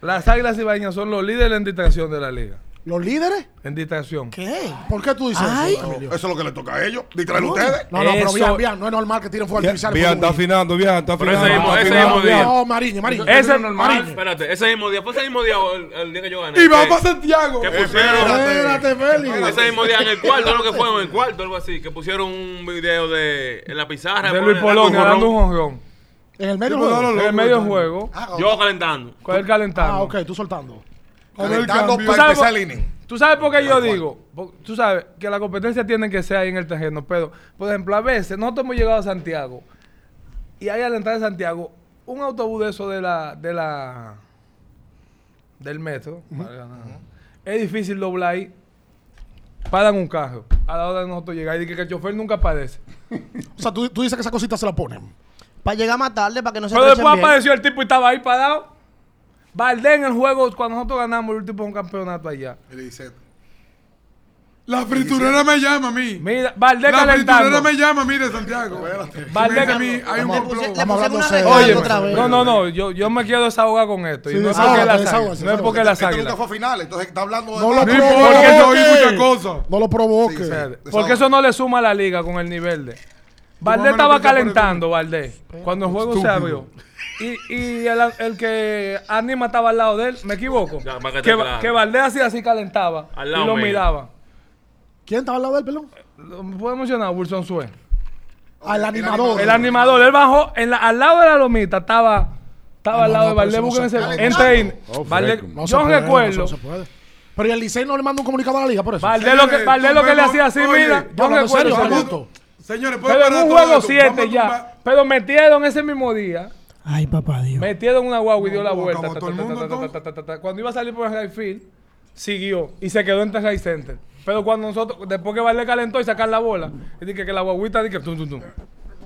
[SPEAKER 4] Las Águilas Ibañas son los líderes en distracción de la liga.
[SPEAKER 1] ¿Los líderes?
[SPEAKER 4] En distracción.
[SPEAKER 3] ¿Qué?
[SPEAKER 1] ¿Por qué tú dices
[SPEAKER 3] Ay.
[SPEAKER 1] eso? Emilio?
[SPEAKER 2] Eso es lo que le toca a ellos. Distraer ustedes.
[SPEAKER 1] No, no, pero
[SPEAKER 4] Eso-
[SPEAKER 1] bien, bien, no es normal que tiren fuego artificial.
[SPEAKER 8] Bien, está afinando, bien, está
[SPEAKER 7] Pero ese
[SPEAKER 8] afinando.
[SPEAKER 7] mismo-
[SPEAKER 8] está
[SPEAKER 7] ese
[SPEAKER 8] afinando.
[SPEAKER 7] mismo día.
[SPEAKER 1] No, Mariño, Mariño.
[SPEAKER 4] Ese-
[SPEAKER 1] Eso no Mariño.
[SPEAKER 7] Espérate, ese mismo día, fue ese mismo día el, el día que yo gané.
[SPEAKER 10] Y va
[SPEAKER 7] que-
[SPEAKER 10] para Santiago.
[SPEAKER 7] que pusieron.
[SPEAKER 1] Espérate, Félix.
[SPEAKER 7] Ese mismo día en el cuarto, creo que fue en el cuarto, algo así, que pusieron un video de en la pizarra.
[SPEAKER 4] De
[SPEAKER 7] ponen-
[SPEAKER 4] Luis Polonia
[SPEAKER 7] un
[SPEAKER 4] dando un
[SPEAKER 7] jonrón.
[SPEAKER 4] jonrón.
[SPEAKER 1] En el medio
[SPEAKER 10] Sí, pero
[SPEAKER 1] juego.
[SPEAKER 10] dalo,
[SPEAKER 4] En el medio del juego.
[SPEAKER 7] Yo calentando.
[SPEAKER 4] ¿Cuál es el calentando?
[SPEAKER 1] Ah, ok, Ah, tú soltando.
[SPEAKER 2] Calentando
[SPEAKER 10] cambio.
[SPEAKER 2] para
[SPEAKER 4] ¿Tú sabes
[SPEAKER 2] empezar el inning.
[SPEAKER 4] ¿Tú sabes por qué yo digo? Por- Tú sabes que la competencia tiene que ser ahí en el terreno, pero, por ejemplo, a veces nosotros hemos llegado a Santiago y ahí a la entrada de Santiago, un autobús de eso de la, de la, del metro, valga la- es difícil doblar ahí, paran un carro a la hora de nosotros llegar y que, que el chofer nunca aparece.
[SPEAKER 1] O sea, tú, tú dices que esa cosita se la ponen.
[SPEAKER 3] Para llegar más tarde, para que no se
[SPEAKER 4] Pero
[SPEAKER 3] aprovechen
[SPEAKER 4] después
[SPEAKER 3] bien.
[SPEAKER 4] apareció el tipo y estaba ahí parado. Valdés en el juego, cuando nosotros ganamos el último campeonato allá.
[SPEAKER 10] La friturera me llama a mí.
[SPEAKER 4] Mira, Valdés
[SPEAKER 10] La friturera
[SPEAKER 4] calentando.
[SPEAKER 10] me llama a mí de Santiago.
[SPEAKER 4] Vale,
[SPEAKER 10] Me dice
[SPEAKER 4] que-
[SPEAKER 10] a mí, hay un
[SPEAKER 3] Le
[SPEAKER 10] complot.
[SPEAKER 3] puse- le
[SPEAKER 1] Estamos
[SPEAKER 3] pusieron
[SPEAKER 1] hablando
[SPEAKER 3] una
[SPEAKER 1] serio.
[SPEAKER 3] regla
[SPEAKER 1] Oye,
[SPEAKER 3] otra vez.
[SPEAKER 4] No, no, no, yo, yo me quiero desahogar con esto. y
[SPEAKER 1] Sí, ah,
[SPEAKER 4] no es porque
[SPEAKER 1] desahógate,
[SPEAKER 4] las águilas,
[SPEAKER 1] desahógate,
[SPEAKER 4] no es porque
[SPEAKER 1] desahógate.
[SPEAKER 4] las
[SPEAKER 2] Este
[SPEAKER 4] águilas.
[SPEAKER 2] nunca fue a final, entonces está hablando de.
[SPEAKER 1] No lo
[SPEAKER 10] No
[SPEAKER 2] más.
[SPEAKER 10] importa,
[SPEAKER 1] provoques.
[SPEAKER 10] que yo oí muchas cosas.
[SPEAKER 1] No lo provoques.
[SPEAKER 4] Espérate, Porque
[SPEAKER 2] desahoga.
[SPEAKER 4] eso no le suma a la liga con el nivel de. Valdés
[SPEAKER 10] mamá no
[SPEAKER 4] estaba
[SPEAKER 10] te pone
[SPEAKER 4] calentando, Valdés, cuando el juego se abrió. Y, y el, el que anima estaba al lado de él, me equivoco.
[SPEAKER 7] Ya, para que te
[SPEAKER 4] que,
[SPEAKER 7] aclare.
[SPEAKER 4] que Valdés así, así calentaba
[SPEAKER 7] Al
[SPEAKER 4] y
[SPEAKER 7] lado
[SPEAKER 4] lo
[SPEAKER 7] mío.
[SPEAKER 4] miraba.
[SPEAKER 1] ¿Quién estaba al lado del pelón?
[SPEAKER 4] Lo- ¿Puedo mencionar a Wilson Sue?
[SPEAKER 1] Al animador.
[SPEAKER 4] El animador, él bajó, en la- al lado de la lomita estaba, estaba al lado
[SPEAKER 1] Ah, no,
[SPEAKER 4] de
[SPEAKER 1] pero eso
[SPEAKER 4] Valdés.
[SPEAKER 1] no
[SPEAKER 4] Busquen
[SPEAKER 1] se
[SPEAKER 4] ese.
[SPEAKER 1] puede.
[SPEAKER 4] Entra ahí.
[SPEAKER 5] Oh,
[SPEAKER 4] Valdés-
[SPEAKER 5] freco.
[SPEAKER 1] No se
[SPEAKER 4] yo
[SPEAKER 1] puede,
[SPEAKER 4] recuerdo.
[SPEAKER 1] no, eso no se puede. Pero ¿y el Licey no le manda un comunicado a la liga por eso?
[SPEAKER 4] Valdés lo que,
[SPEAKER 10] Señores,
[SPEAKER 4] Valdés lo que le
[SPEAKER 10] tomemos-
[SPEAKER 4] hacía así,
[SPEAKER 10] oye,
[SPEAKER 4] mira.
[SPEAKER 1] no, no,
[SPEAKER 4] Yo
[SPEAKER 1] en serio, Vamos,
[SPEAKER 4] recuerdo. señores.
[SPEAKER 1] Augusto.
[SPEAKER 10] Señores, pueden
[SPEAKER 4] Pero en
[SPEAKER 10] parar
[SPEAKER 4] un
[SPEAKER 10] todo
[SPEAKER 4] juego
[SPEAKER 10] esto.
[SPEAKER 4] 7
[SPEAKER 10] Vamos a
[SPEAKER 4] ya.
[SPEAKER 10] tumbar-
[SPEAKER 4] Pero metieron ese mismo día.
[SPEAKER 12] Ay, papá Dios.
[SPEAKER 4] Metieron una guagua y dio la
[SPEAKER 10] No,
[SPEAKER 4] vuelta.
[SPEAKER 10] acabó
[SPEAKER 4] ta,
[SPEAKER 10] todo el
[SPEAKER 4] ta, ta,
[SPEAKER 10] mundo,
[SPEAKER 4] ta, ta,
[SPEAKER 10] entonces.
[SPEAKER 4] ta, ta, ta, ta. Cuando iba a salir por el right field, siguió y se quedó en Terray Center. Pero cuando nosotros, después que Valdés calentó y sacar la bola, y dije que la guaguita dije tum, tum, tum.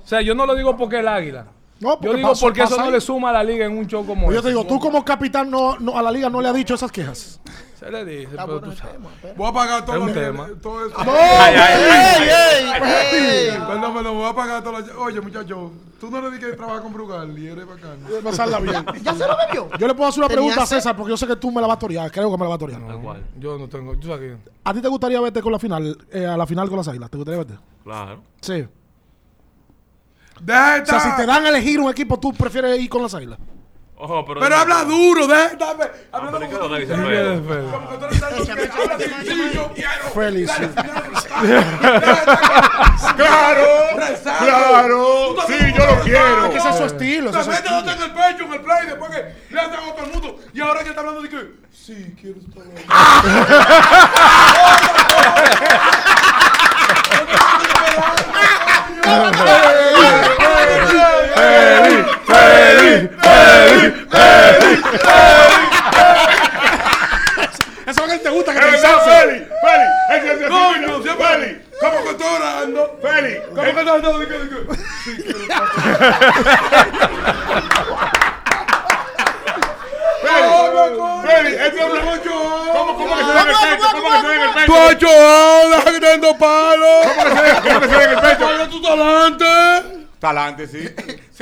[SPEAKER 4] O sea, yo no lo digo porque el águila.
[SPEAKER 1] No, porque
[SPEAKER 4] yo digo
[SPEAKER 1] pasó-
[SPEAKER 4] porque eso
[SPEAKER 1] pasa
[SPEAKER 4] no
[SPEAKER 1] ahí.
[SPEAKER 4] le suma a la liga en un show como
[SPEAKER 1] Pues yo te
[SPEAKER 4] este.
[SPEAKER 1] digo, tú como capitán no, no- a la liga no le has dicho esas quejas.
[SPEAKER 4] Se le dice,
[SPEAKER 3] Está
[SPEAKER 4] pero
[SPEAKER 3] bueno
[SPEAKER 4] tú
[SPEAKER 3] el
[SPEAKER 4] sabes.
[SPEAKER 3] tema, espera.
[SPEAKER 10] Voy a pagar
[SPEAKER 4] Es
[SPEAKER 10] todo,
[SPEAKER 4] un
[SPEAKER 10] lo que-
[SPEAKER 4] tema.
[SPEAKER 10] todo eso.
[SPEAKER 7] Ay, ay, ay.
[SPEAKER 10] Perdón, perdón, voy a pagar todo lo- Oye, muchacho, tú no le di que trabajar con Brugal y eres bacano.
[SPEAKER 1] Eh, No salga bien.
[SPEAKER 3] ¿Ya se lo bebió?
[SPEAKER 1] Yo le puedo hacer una
[SPEAKER 3] Tenía
[SPEAKER 1] pregunta a
[SPEAKER 3] sed.
[SPEAKER 1] César porque yo sé que tú me la vas a torear. Creo que me la vas a torear.
[SPEAKER 7] Tal cual,
[SPEAKER 4] Yo no tengo. ¿Tú sabes quién?
[SPEAKER 1] ¿A ti te gustaría verte con la final, eh, a la final con las águilas? ¿Te gustaría verte?
[SPEAKER 7] claro.
[SPEAKER 1] Sí.
[SPEAKER 10] Deja de
[SPEAKER 1] O sea, si
[SPEAKER 10] estar-
[SPEAKER 1] te dan a elegir un equipo, tú prefieres ir con las águilas.
[SPEAKER 7] Ojo, pero.
[SPEAKER 10] Pero habla duro, deja de estar-
[SPEAKER 7] Ah, pero
[SPEAKER 10] Habla duro.
[SPEAKER 7] es que lo que dice
[SPEAKER 4] ¿Quién
[SPEAKER 7] Fede.
[SPEAKER 4] es Fede?
[SPEAKER 10] Como que tú eres tanto que habla sencillo y a lo-
[SPEAKER 1] Feliz.
[SPEAKER 5] Claro,
[SPEAKER 10] Rezando.
[SPEAKER 5] claro. Sí, yo lo quiero.
[SPEAKER 1] Ah, que ese es su estilo. ese
[SPEAKER 10] La
[SPEAKER 1] es su
[SPEAKER 10] gente
[SPEAKER 1] estilo.
[SPEAKER 10] no en el pecho, en el play, después que le hacen a todo el mundo. Y ahora que está hablando de que, sí, quiero estar ahí".
[SPEAKER 1] Ah. Eso es lo que te gusta, que te
[SPEAKER 5] Feli,
[SPEAKER 1] ensalce.
[SPEAKER 5] Feli, Feli,
[SPEAKER 10] Coño, siempre. Como que estoy orando.
[SPEAKER 5] Feli,
[SPEAKER 10] Como que está hablando de que, de que, sí, quiero estar ahí". No, no, coño.
[SPEAKER 5] Feli, este hombre-
[SPEAKER 10] No, yo.
[SPEAKER 5] ¿Cómo, cómo que se ve en el pecho? ¿Cómo que se ve en el pecho?
[SPEAKER 10] Tú has hecho olas, gritando palos.
[SPEAKER 5] ¿Cómo que se ve en el pecho?
[SPEAKER 10] Oye, tú talante.
[SPEAKER 5] Talante, sí.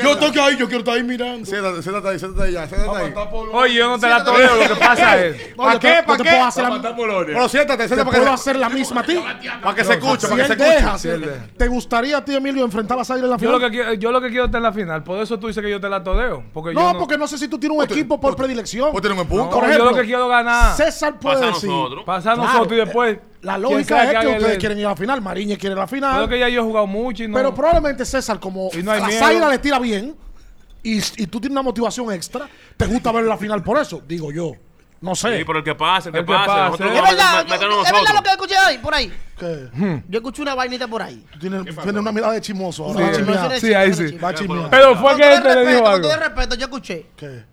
[SPEAKER 10] Yo estoy que ahí, yo quiero estar ahí mirando.
[SPEAKER 2] Siéntate, siéntate ahí, siéntate ahí ya, siéntate ahí.
[SPEAKER 4] Oye, yo no te la toreo, lo que pasa es.
[SPEAKER 1] No, yo te-
[SPEAKER 5] qué?
[SPEAKER 1] no
[SPEAKER 5] ¿Pa
[SPEAKER 1] te
[SPEAKER 5] qué?
[SPEAKER 1] puedo hacer la,
[SPEAKER 5] Para matar bolones.
[SPEAKER 2] Pero siéntate,
[SPEAKER 1] te
[SPEAKER 2] siéntate
[SPEAKER 1] puedo
[SPEAKER 2] para que se,
[SPEAKER 1] hacer la misma a ti.
[SPEAKER 2] para que se
[SPEAKER 1] Si
[SPEAKER 2] escuche, para que se
[SPEAKER 1] él
[SPEAKER 2] escuche.
[SPEAKER 1] deja, si él deja. ¿Te gustaría a ti, Emilio, enfrentar a las águilas en la
[SPEAKER 4] Yo lo,
[SPEAKER 1] final?
[SPEAKER 4] que quiero, yo lo que quiero estar en la final. Por eso tú dices que yo te la toreo. Porque yo
[SPEAKER 1] no,
[SPEAKER 4] no,
[SPEAKER 1] porque no sé si tú tienes un equipo por predilección. Ah.
[SPEAKER 2] Vos tenés un punto.
[SPEAKER 4] No, yo lo que quiero ganar.
[SPEAKER 1] César puede
[SPEAKER 7] Pasa a
[SPEAKER 1] decir.
[SPEAKER 7] nosotros.
[SPEAKER 4] Pasa a
[SPEAKER 1] Claro, eh,
[SPEAKER 4] nosotros y después.
[SPEAKER 1] La
[SPEAKER 4] quién
[SPEAKER 1] lógica
[SPEAKER 4] sabe qué
[SPEAKER 1] es que
[SPEAKER 4] haga
[SPEAKER 1] ustedes
[SPEAKER 4] él.
[SPEAKER 1] quieren ir a la final. Mariñez quiere ir a la final.
[SPEAKER 4] Creo que ya yo he jugado mucho y no.
[SPEAKER 1] Pero probablemente César, como
[SPEAKER 4] Y no hay
[SPEAKER 1] las
[SPEAKER 4] miedo.
[SPEAKER 1] águilas le tira bien y, y tú tienes una motivación extra, te gusta ver la final por eso, digo yo. No sé.
[SPEAKER 7] Sí, pero el que pase, el que
[SPEAKER 4] El que
[SPEAKER 7] pase.
[SPEAKER 4] pase.
[SPEAKER 7] Nosotros
[SPEAKER 4] Es
[SPEAKER 7] vamos
[SPEAKER 3] Es
[SPEAKER 7] a
[SPEAKER 3] verdad,
[SPEAKER 7] meter- meternos
[SPEAKER 3] es verdad lo que
[SPEAKER 7] nosotros.
[SPEAKER 3] escuché hoy, por ahí.
[SPEAKER 4] pues.
[SPEAKER 1] que
[SPEAKER 4] Hmm.
[SPEAKER 3] Yo escuché una vainita por ahí.
[SPEAKER 1] tiene, tiene una mirada de chismoso. Ahora va a
[SPEAKER 4] Sí,
[SPEAKER 1] chismear.
[SPEAKER 4] sí, ahí sí.
[SPEAKER 1] Va a chismear.
[SPEAKER 4] Pero fue
[SPEAKER 3] Con
[SPEAKER 4] que
[SPEAKER 3] todo
[SPEAKER 4] él te le dijo algo.
[SPEAKER 3] Con todo el respeto, yo escuché.
[SPEAKER 1] ¿Qué?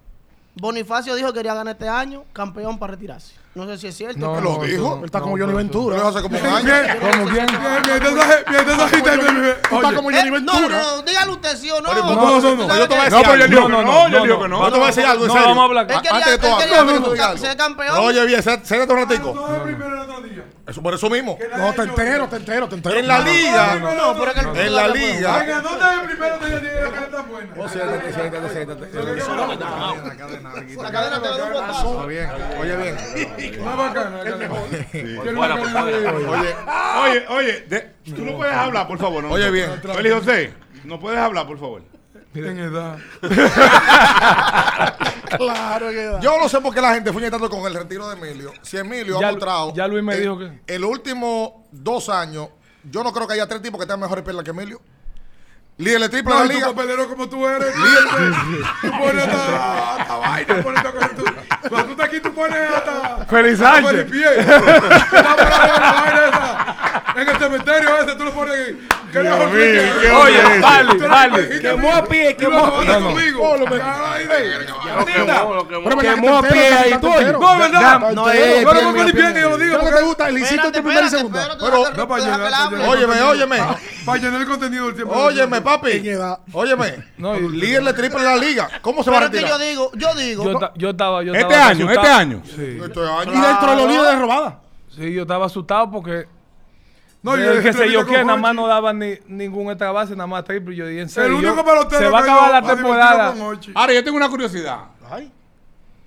[SPEAKER 3] Bonifacio dijo que quería ganar este año, campeón para retirarse. No sé si es cierto.
[SPEAKER 4] No,
[SPEAKER 3] pero-
[SPEAKER 2] Lo dijo.
[SPEAKER 1] Él está
[SPEAKER 4] No,
[SPEAKER 1] como Johnny
[SPEAKER 4] no,
[SPEAKER 1] Ventura.
[SPEAKER 2] Lo dijo hace como un año.
[SPEAKER 10] Bien,
[SPEAKER 4] ¿Cómo quién?
[SPEAKER 10] mientras la- mientras la gente
[SPEAKER 1] Tú estás como Johnny
[SPEAKER 10] Oye,
[SPEAKER 3] Eh, no, no,
[SPEAKER 1] Ventura.
[SPEAKER 3] no, dígale usted sí o no.
[SPEAKER 2] Pero,
[SPEAKER 10] no, no, no,
[SPEAKER 3] ¿Sabe
[SPEAKER 2] yo te voy a
[SPEAKER 3] qué?
[SPEAKER 2] decir
[SPEAKER 5] No, pero
[SPEAKER 2] algo.
[SPEAKER 5] él dijo
[SPEAKER 4] No,
[SPEAKER 5] que
[SPEAKER 4] no,
[SPEAKER 5] no,
[SPEAKER 4] no,
[SPEAKER 5] él dijo que
[SPEAKER 2] Yo
[SPEAKER 5] no.
[SPEAKER 2] te voy a decir algo, en
[SPEAKER 4] No,
[SPEAKER 2] serio.
[SPEAKER 4] vamos a hablar.
[SPEAKER 3] Él quería-
[SPEAKER 2] Antes de
[SPEAKER 3] él
[SPEAKER 2] todo,
[SPEAKER 3] quería
[SPEAKER 2] antes de todo,
[SPEAKER 3] ser
[SPEAKER 2] diga algo.
[SPEAKER 3] ser campeón.
[SPEAKER 2] Oye, bien, sé- séntate un ratico.
[SPEAKER 10] no, primero el otro día.
[SPEAKER 2] Eso, por eso mismo.
[SPEAKER 10] Que nadie
[SPEAKER 1] No, te
[SPEAKER 10] llore.
[SPEAKER 1] entero, te entero, te entero.
[SPEAKER 2] En la liga,
[SPEAKER 10] No, pero
[SPEAKER 3] que-
[SPEAKER 2] en la
[SPEAKER 10] Ay,
[SPEAKER 2] liga.
[SPEAKER 10] que ¿Dónde es el primero que yo tiene la cara tan buena?
[SPEAKER 2] No, siéntate, siéntate, siéntate.
[SPEAKER 3] La cadena te va a dar un guantazo.
[SPEAKER 2] Oye, bien, oye bien.
[SPEAKER 10] Más bacana, la cadena. Yo no
[SPEAKER 7] Fuera,
[SPEAKER 10] me
[SPEAKER 7] fuera,
[SPEAKER 10] acuerdo de-
[SPEAKER 2] Oye,
[SPEAKER 5] Oye, oye, de- tú no puedes hablar, por favor. no.
[SPEAKER 2] Oye, bien.
[SPEAKER 5] Feli José, no puedes hablar, por favor.
[SPEAKER 10] En edad.
[SPEAKER 1] Claro que da.
[SPEAKER 2] Yo no sé por qué la gente fue tanto con el retiro de Emilio. Si Emilio
[SPEAKER 4] Ya
[SPEAKER 2] ha
[SPEAKER 4] Lu-
[SPEAKER 2] mostrado.
[SPEAKER 4] ya Luis me
[SPEAKER 2] en-
[SPEAKER 4] dijo que-
[SPEAKER 2] El último dos años, yo no creo que haya tres tipos que tengan mejores perlas que Emilio. Líder de triple
[SPEAKER 10] No,
[SPEAKER 2] de
[SPEAKER 10] y
[SPEAKER 2] la
[SPEAKER 10] tú
[SPEAKER 2] liga.
[SPEAKER 10] papelero como tú eres. Tú pones hasta hasta vaina, pones hasta cosas. tú- Cuando tú estás aquí, tú pones hasta.
[SPEAKER 4] Feliz
[SPEAKER 10] hasta
[SPEAKER 4] Sánchez.
[SPEAKER 10] Felipe. Tú vas por ahí con la vaina esa. En el cementerio ese, tú lo pones. ahí. ¿Qué le hago, Enrique?
[SPEAKER 5] qué
[SPEAKER 4] Oye,
[SPEAKER 5] hombre.
[SPEAKER 4] vale,
[SPEAKER 10] Tú eres
[SPEAKER 4] vale.
[SPEAKER 10] viejito,
[SPEAKER 4] Quemó
[SPEAKER 10] amigo.
[SPEAKER 4] a pie,
[SPEAKER 10] Tú
[SPEAKER 4] quemó
[SPEAKER 10] lo
[SPEAKER 4] a
[SPEAKER 10] pones
[SPEAKER 4] pie.
[SPEAKER 10] conmigo. Ay,
[SPEAKER 7] Lo quemó, lo
[SPEAKER 1] Pero
[SPEAKER 7] quemó.
[SPEAKER 1] me la
[SPEAKER 4] Quemó a
[SPEAKER 1] gente entera,
[SPEAKER 4] pie
[SPEAKER 1] que
[SPEAKER 4] ahí, eh,
[SPEAKER 1] está
[SPEAKER 4] tú oyes.
[SPEAKER 1] entero.
[SPEAKER 10] No, es verdad.
[SPEAKER 1] Está
[SPEAKER 10] No,
[SPEAKER 1] entero.
[SPEAKER 8] Eh,
[SPEAKER 10] es- Pero es muy bien que yo lo digo,
[SPEAKER 1] ¿Qué es lo que
[SPEAKER 10] porque-
[SPEAKER 1] te gusta? El hiciste
[SPEAKER 3] Espérate,
[SPEAKER 1] entre primera y
[SPEAKER 3] espérate,
[SPEAKER 1] segunda.
[SPEAKER 3] espérate, espérate,
[SPEAKER 10] No, para
[SPEAKER 3] deja
[SPEAKER 10] llenar,
[SPEAKER 3] que la
[SPEAKER 10] para
[SPEAKER 3] hable.
[SPEAKER 2] Óyeme,
[SPEAKER 10] llenar.
[SPEAKER 2] óyeme.
[SPEAKER 10] Para llenar el contenido del tiempo.
[SPEAKER 2] Óyeme, papi.
[SPEAKER 1] En edad.
[SPEAKER 2] Óyeme.
[SPEAKER 4] No, y-
[SPEAKER 2] Líder de triple de la liga. ¿Cómo se va a
[SPEAKER 3] Pero es que
[SPEAKER 2] retirar?
[SPEAKER 3] yo digo, yo digo.
[SPEAKER 4] Yo, ta- yo estaba. Yo
[SPEAKER 5] Este
[SPEAKER 4] estaba
[SPEAKER 5] año, este
[SPEAKER 4] asustado.
[SPEAKER 5] año.
[SPEAKER 4] Sí.
[SPEAKER 2] Este año.
[SPEAKER 1] Y dentro
[SPEAKER 4] Ah,
[SPEAKER 1] de los líderes robada.
[SPEAKER 4] Sí, yo estaba asustado porque.
[SPEAKER 10] No,
[SPEAKER 4] No,
[SPEAKER 10] y
[SPEAKER 4] yo
[SPEAKER 10] el
[SPEAKER 4] que sé yo
[SPEAKER 10] entrevista
[SPEAKER 4] que
[SPEAKER 10] con
[SPEAKER 4] nada más
[SPEAKER 10] Hochi.
[SPEAKER 4] no daban ni, ningún extra base, nada más triple. Yo dije, en serio.
[SPEAKER 10] El único
[SPEAKER 4] yo-
[SPEAKER 10] pelotero
[SPEAKER 4] se va a
[SPEAKER 10] que
[SPEAKER 4] acabar
[SPEAKER 10] yo
[SPEAKER 4] la
[SPEAKER 10] me divertí
[SPEAKER 4] temporada.
[SPEAKER 10] con Hochi.
[SPEAKER 5] Ahora, yo tengo una curiosidad.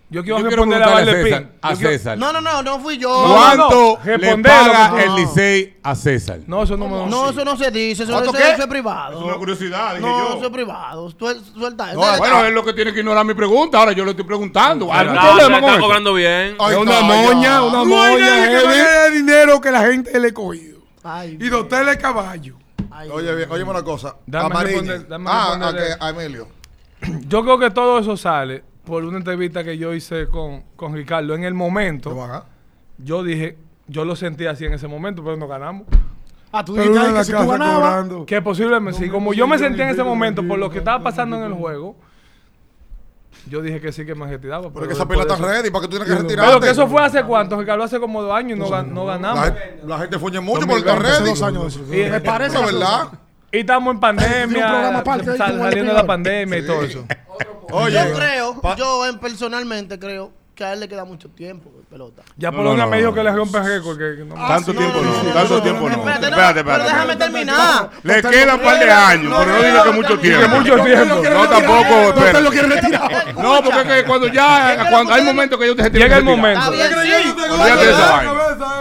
[SPEAKER 4] Yo
[SPEAKER 5] Yo
[SPEAKER 4] quiero
[SPEAKER 5] quiero
[SPEAKER 4] responder a
[SPEAKER 5] preguntarle a
[SPEAKER 4] Valde
[SPEAKER 5] César.
[SPEAKER 4] Pin.
[SPEAKER 5] A
[SPEAKER 4] Yo quiero-
[SPEAKER 5] César.
[SPEAKER 3] No, no, no, no fui yo.
[SPEAKER 4] No, no, no.
[SPEAKER 5] ¿Cuánto le
[SPEAKER 4] Responder lo
[SPEAKER 5] paga
[SPEAKER 4] que-
[SPEAKER 5] el Licey a César?
[SPEAKER 4] No, eso no me
[SPEAKER 3] No, eso no se dice, eso,
[SPEAKER 2] ¿Cuánto
[SPEAKER 3] eso-
[SPEAKER 2] qué?
[SPEAKER 3] eso es privado.
[SPEAKER 5] Es una curiosidad, dije
[SPEAKER 3] No,
[SPEAKER 5] yo.
[SPEAKER 3] eso es privado. Tú- Suelta eso.
[SPEAKER 2] No,
[SPEAKER 5] Bueno, es lo que tiene que ignorar mi pregunta. Ahora yo le estoy preguntando. ¿Algún
[SPEAKER 7] Claro, se le
[SPEAKER 5] problema con
[SPEAKER 7] está
[SPEAKER 5] eso?
[SPEAKER 7] cobrando bien.
[SPEAKER 2] Ay,
[SPEAKER 8] Es una
[SPEAKER 2] no, ya.
[SPEAKER 8] moña, una
[SPEAKER 10] No hay
[SPEAKER 8] moña,
[SPEAKER 10] nadie que no
[SPEAKER 8] heavy.
[SPEAKER 10] gane dinero que la gente le ha cogido.
[SPEAKER 3] Ay,
[SPEAKER 10] Y de usted le caballo.
[SPEAKER 3] ay.
[SPEAKER 2] Oye, bien, óyeme una cosa.
[SPEAKER 4] Dame
[SPEAKER 2] Amarillo.
[SPEAKER 4] responder- dame
[SPEAKER 2] ah, a,
[SPEAKER 4] responderle.
[SPEAKER 2] que- a Emilio.
[SPEAKER 4] Yo creo que todo eso sale por una entrevista que yo hice con, con Ricardo. En el momento, yo dije, yo lo sentí así en ese momento, pero no ganamos.
[SPEAKER 1] Ah, tú
[SPEAKER 10] Pero
[SPEAKER 1] dijiste
[SPEAKER 10] uno en
[SPEAKER 1] ahí
[SPEAKER 10] la
[SPEAKER 1] que si
[SPEAKER 10] casa
[SPEAKER 1] tú ganabas.
[SPEAKER 10] cobrando.
[SPEAKER 4] Que posiblemente, sí.
[SPEAKER 10] no,
[SPEAKER 4] Como
[SPEAKER 10] sí,
[SPEAKER 4] yo me
[SPEAKER 10] yo
[SPEAKER 4] sentía en
[SPEAKER 10] entiendo,
[SPEAKER 4] ese momento
[SPEAKER 10] yo
[SPEAKER 4] por lo que
[SPEAKER 10] entiendo,
[SPEAKER 4] estaba pasando en
[SPEAKER 10] yo
[SPEAKER 4] el juego, yo dije que sí que me retiraba. Pero,
[SPEAKER 2] Porque esa
[SPEAKER 4] después
[SPEAKER 2] pila está
[SPEAKER 4] de eso-
[SPEAKER 2] ready. ¿Para que tú tienes que retirarte?
[SPEAKER 4] Pero que eso fue hace cuánto, Ricardo, hace como dos años y no, gan- no
[SPEAKER 2] La,
[SPEAKER 4] ganamos.
[SPEAKER 2] gente- la gente fuñe mucho porque está
[SPEAKER 1] 2020, hace
[SPEAKER 2] ready.
[SPEAKER 1] dos años.
[SPEAKER 4] Y-
[SPEAKER 1] Me parece
[SPEAKER 2] Eso es verdad.
[SPEAKER 4] Y estamos en
[SPEAKER 1] Tiene un programa
[SPEAKER 4] pandemia,
[SPEAKER 1] aparte,
[SPEAKER 4] sal-
[SPEAKER 1] ahí con el
[SPEAKER 4] saliendo de la
[SPEAKER 1] peor.
[SPEAKER 4] pandemia y todo eso.
[SPEAKER 2] Oye.
[SPEAKER 3] yo creo, yo en- personalmente creo que a él le queda mucho tiempo de pelota.
[SPEAKER 4] Ya
[SPEAKER 6] No,
[SPEAKER 4] Polonia
[SPEAKER 6] no, no,
[SPEAKER 4] me dijo
[SPEAKER 6] no.
[SPEAKER 4] que le rompe récord. Que, que no.
[SPEAKER 6] Tanto tiempo no,
[SPEAKER 3] no,
[SPEAKER 6] tanto
[SPEAKER 3] no,
[SPEAKER 6] tiempo no.
[SPEAKER 3] Espérate, no,
[SPEAKER 6] Espérate,
[SPEAKER 3] pero déjame
[SPEAKER 6] espérate.
[SPEAKER 3] terminar.
[SPEAKER 6] Le queda un par de años, pero no diga que mucho tiempo.
[SPEAKER 4] Que mucho tiempo.
[SPEAKER 6] No, tampoco, espera.
[SPEAKER 8] lo quiere retirar.
[SPEAKER 6] No, porque es que cuando ya, cuando hay momentos que yo te se tienen
[SPEAKER 4] Llega el
[SPEAKER 6] que retirar.
[SPEAKER 4] momento.
[SPEAKER 3] Está bien, sí.
[SPEAKER 6] Olvídate de esa vaina.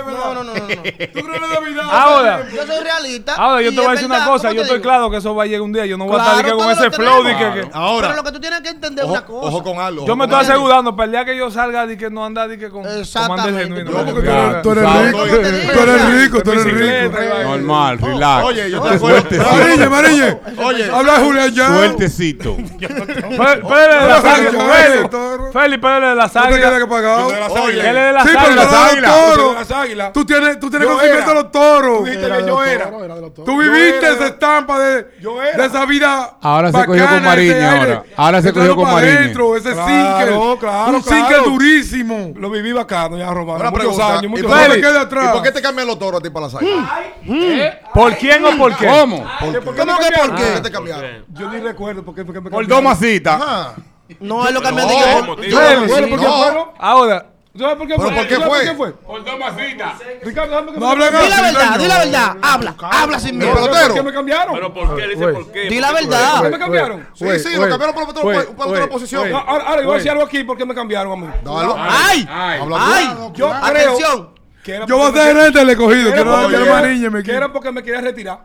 [SPEAKER 3] No, no, no, no. no.
[SPEAKER 10] Tú crees que Navidad.
[SPEAKER 4] Ahora,
[SPEAKER 3] Yo soy realista.
[SPEAKER 4] ahora yo
[SPEAKER 3] y
[SPEAKER 4] te voy a
[SPEAKER 3] es
[SPEAKER 4] decir
[SPEAKER 3] verdad,
[SPEAKER 4] una cosa.
[SPEAKER 3] ¿cómo
[SPEAKER 4] Yo
[SPEAKER 3] te
[SPEAKER 4] estoy
[SPEAKER 3] digo?
[SPEAKER 4] claro que eso va a llegar un día. Yo no voy a
[SPEAKER 3] Claro,
[SPEAKER 4] estar de que con
[SPEAKER 3] todo lo
[SPEAKER 4] ese
[SPEAKER 3] tenemos.
[SPEAKER 4] flow. de que- que-
[SPEAKER 2] Ahora,
[SPEAKER 3] Pero lo que tú tienes que entender es
[SPEAKER 2] ojo,
[SPEAKER 3] una cosa.
[SPEAKER 2] ojo con algo.
[SPEAKER 4] Yo
[SPEAKER 2] ojo con
[SPEAKER 4] me estoy
[SPEAKER 2] algo.
[SPEAKER 4] asegurando, pelea que yo salga de que no anda de que con
[SPEAKER 3] Exactamente.
[SPEAKER 4] comandante genuino.
[SPEAKER 3] No,
[SPEAKER 8] porque tú
[SPEAKER 4] Ya.
[SPEAKER 8] eres- tú eres
[SPEAKER 4] Sabes,
[SPEAKER 8] rico.
[SPEAKER 4] estoy-
[SPEAKER 3] Tú
[SPEAKER 8] eres rico,
[SPEAKER 4] estoy en bicicleta, y vaina.
[SPEAKER 6] Normal, relax.
[SPEAKER 2] Oye, yo te acuerdo.
[SPEAKER 10] Mariñe, Mariñe.
[SPEAKER 2] Oye,
[SPEAKER 10] Habla Julián ya.
[SPEAKER 6] Suertecito.
[SPEAKER 4] Fe- Pérez de la Águilas,
[SPEAKER 10] Sancho, ese,
[SPEAKER 4] Félix.
[SPEAKER 10] toro.
[SPEAKER 4] Félix Pérez de las
[SPEAKER 10] No te quedes
[SPEAKER 4] Águilas.
[SPEAKER 10] que pagado.
[SPEAKER 2] de las
[SPEAKER 4] Él
[SPEAKER 2] Águilas.
[SPEAKER 4] es de las
[SPEAKER 10] Sí, pero
[SPEAKER 4] Águilas.
[SPEAKER 10] tú eres de los
[SPEAKER 8] Tú eres de
[SPEAKER 10] toros.
[SPEAKER 8] las águilas.
[SPEAKER 10] Tú tienes, tú tienes
[SPEAKER 8] Yo
[SPEAKER 10] conocimiento de
[SPEAKER 8] era.
[SPEAKER 10] los toros.
[SPEAKER 8] Tú dijiste que yo era.
[SPEAKER 1] Toro, era de los toros.
[SPEAKER 10] Tú viviste
[SPEAKER 8] era.
[SPEAKER 10] esa estampa de,
[SPEAKER 8] Yo era.
[SPEAKER 10] de esa vida.
[SPEAKER 6] Ahora se cogió
[SPEAKER 10] bacana,
[SPEAKER 6] con Mariñe,
[SPEAKER 10] ese aire,
[SPEAKER 6] ahora. Ahora se
[SPEAKER 10] entrando
[SPEAKER 6] cogió con
[SPEAKER 10] pa'
[SPEAKER 6] Mariñe.
[SPEAKER 10] adentro, ese
[SPEAKER 8] Claro,
[SPEAKER 10] single.
[SPEAKER 8] claro,
[SPEAKER 10] un single
[SPEAKER 8] claro.
[SPEAKER 10] durísimo.
[SPEAKER 8] Lo viví bacano, ya robaron.
[SPEAKER 2] una
[SPEAKER 8] Muchos
[SPEAKER 2] pregunta.
[SPEAKER 8] años,
[SPEAKER 2] ¿Y
[SPEAKER 8] muchos
[SPEAKER 2] por qué
[SPEAKER 10] Félix.
[SPEAKER 8] años.
[SPEAKER 2] te-
[SPEAKER 10] queda atrás.
[SPEAKER 2] ¿Y por qué te cambian los toros a ti para las águilas?
[SPEAKER 4] ¿Por quién o por qué?
[SPEAKER 6] ¿Cómo?
[SPEAKER 8] ¿Cómo que por
[SPEAKER 2] ¿Por qué
[SPEAKER 8] qué?
[SPEAKER 2] te cambiaron?
[SPEAKER 8] Yo ni recuerdo por qué fue que me
[SPEAKER 6] Por
[SPEAKER 8] cambiaron.
[SPEAKER 6] dos masitas.
[SPEAKER 2] Ah,
[SPEAKER 3] No, es lo que me han
[SPEAKER 7] No,
[SPEAKER 3] dicho.
[SPEAKER 2] pues,
[SPEAKER 7] motivo.
[SPEAKER 8] Yo no recuerdo por qué
[SPEAKER 2] No.
[SPEAKER 8] fue, ¿no?
[SPEAKER 4] Ahora, ¿tú sabes por qué
[SPEAKER 2] ¿Pero por qué
[SPEAKER 8] ¿Sabes
[SPEAKER 2] fue?
[SPEAKER 8] ¿Por qué
[SPEAKER 6] Por dos masitas.
[SPEAKER 8] fue? Ricardo, ¿sabes por qué
[SPEAKER 10] No
[SPEAKER 8] fue?
[SPEAKER 10] habla
[SPEAKER 3] Di la
[SPEAKER 10] así,
[SPEAKER 3] verdad,
[SPEAKER 10] no.
[SPEAKER 3] di la verdad. Habla, habla sin
[SPEAKER 2] ¿El
[SPEAKER 3] miedo.
[SPEAKER 8] ¿Por qué me
[SPEAKER 2] pelotero?
[SPEAKER 8] cambiaron?
[SPEAKER 7] Pero ¿por qué? Le
[SPEAKER 4] Pues.
[SPEAKER 7] dice por qué.
[SPEAKER 3] Di la verdad.
[SPEAKER 8] ¿Por qué me cambiaron?
[SPEAKER 2] Sí, sí, lo cambiaron por otra- por otra posición.
[SPEAKER 8] No, Ahora, ahora yo voy a decir algo aquí, ¿por qué me cambiaron a mí?
[SPEAKER 2] Dalo.
[SPEAKER 3] ¡Ay!
[SPEAKER 2] Habla tú.
[SPEAKER 3] ¡Ay!
[SPEAKER 8] Yo creo
[SPEAKER 3] Atención.
[SPEAKER 8] que era
[SPEAKER 10] Yo voy a
[SPEAKER 8] porque
[SPEAKER 10] ser
[SPEAKER 8] me-
[SPEAKER 10] gerente del escogido.
[SPEAKER 8] que era
[SPEAKER 10] Quiero
[SPEAKER 8] porque
[SPEAKER 10] darle
[SPEAKER 8] yo-
[SPEAKER 10] Mariñe, mi
[SPEAKER 8] que era
[SPEAKER 10] equipo.
[SPEAKER 8] porque me quería retirar.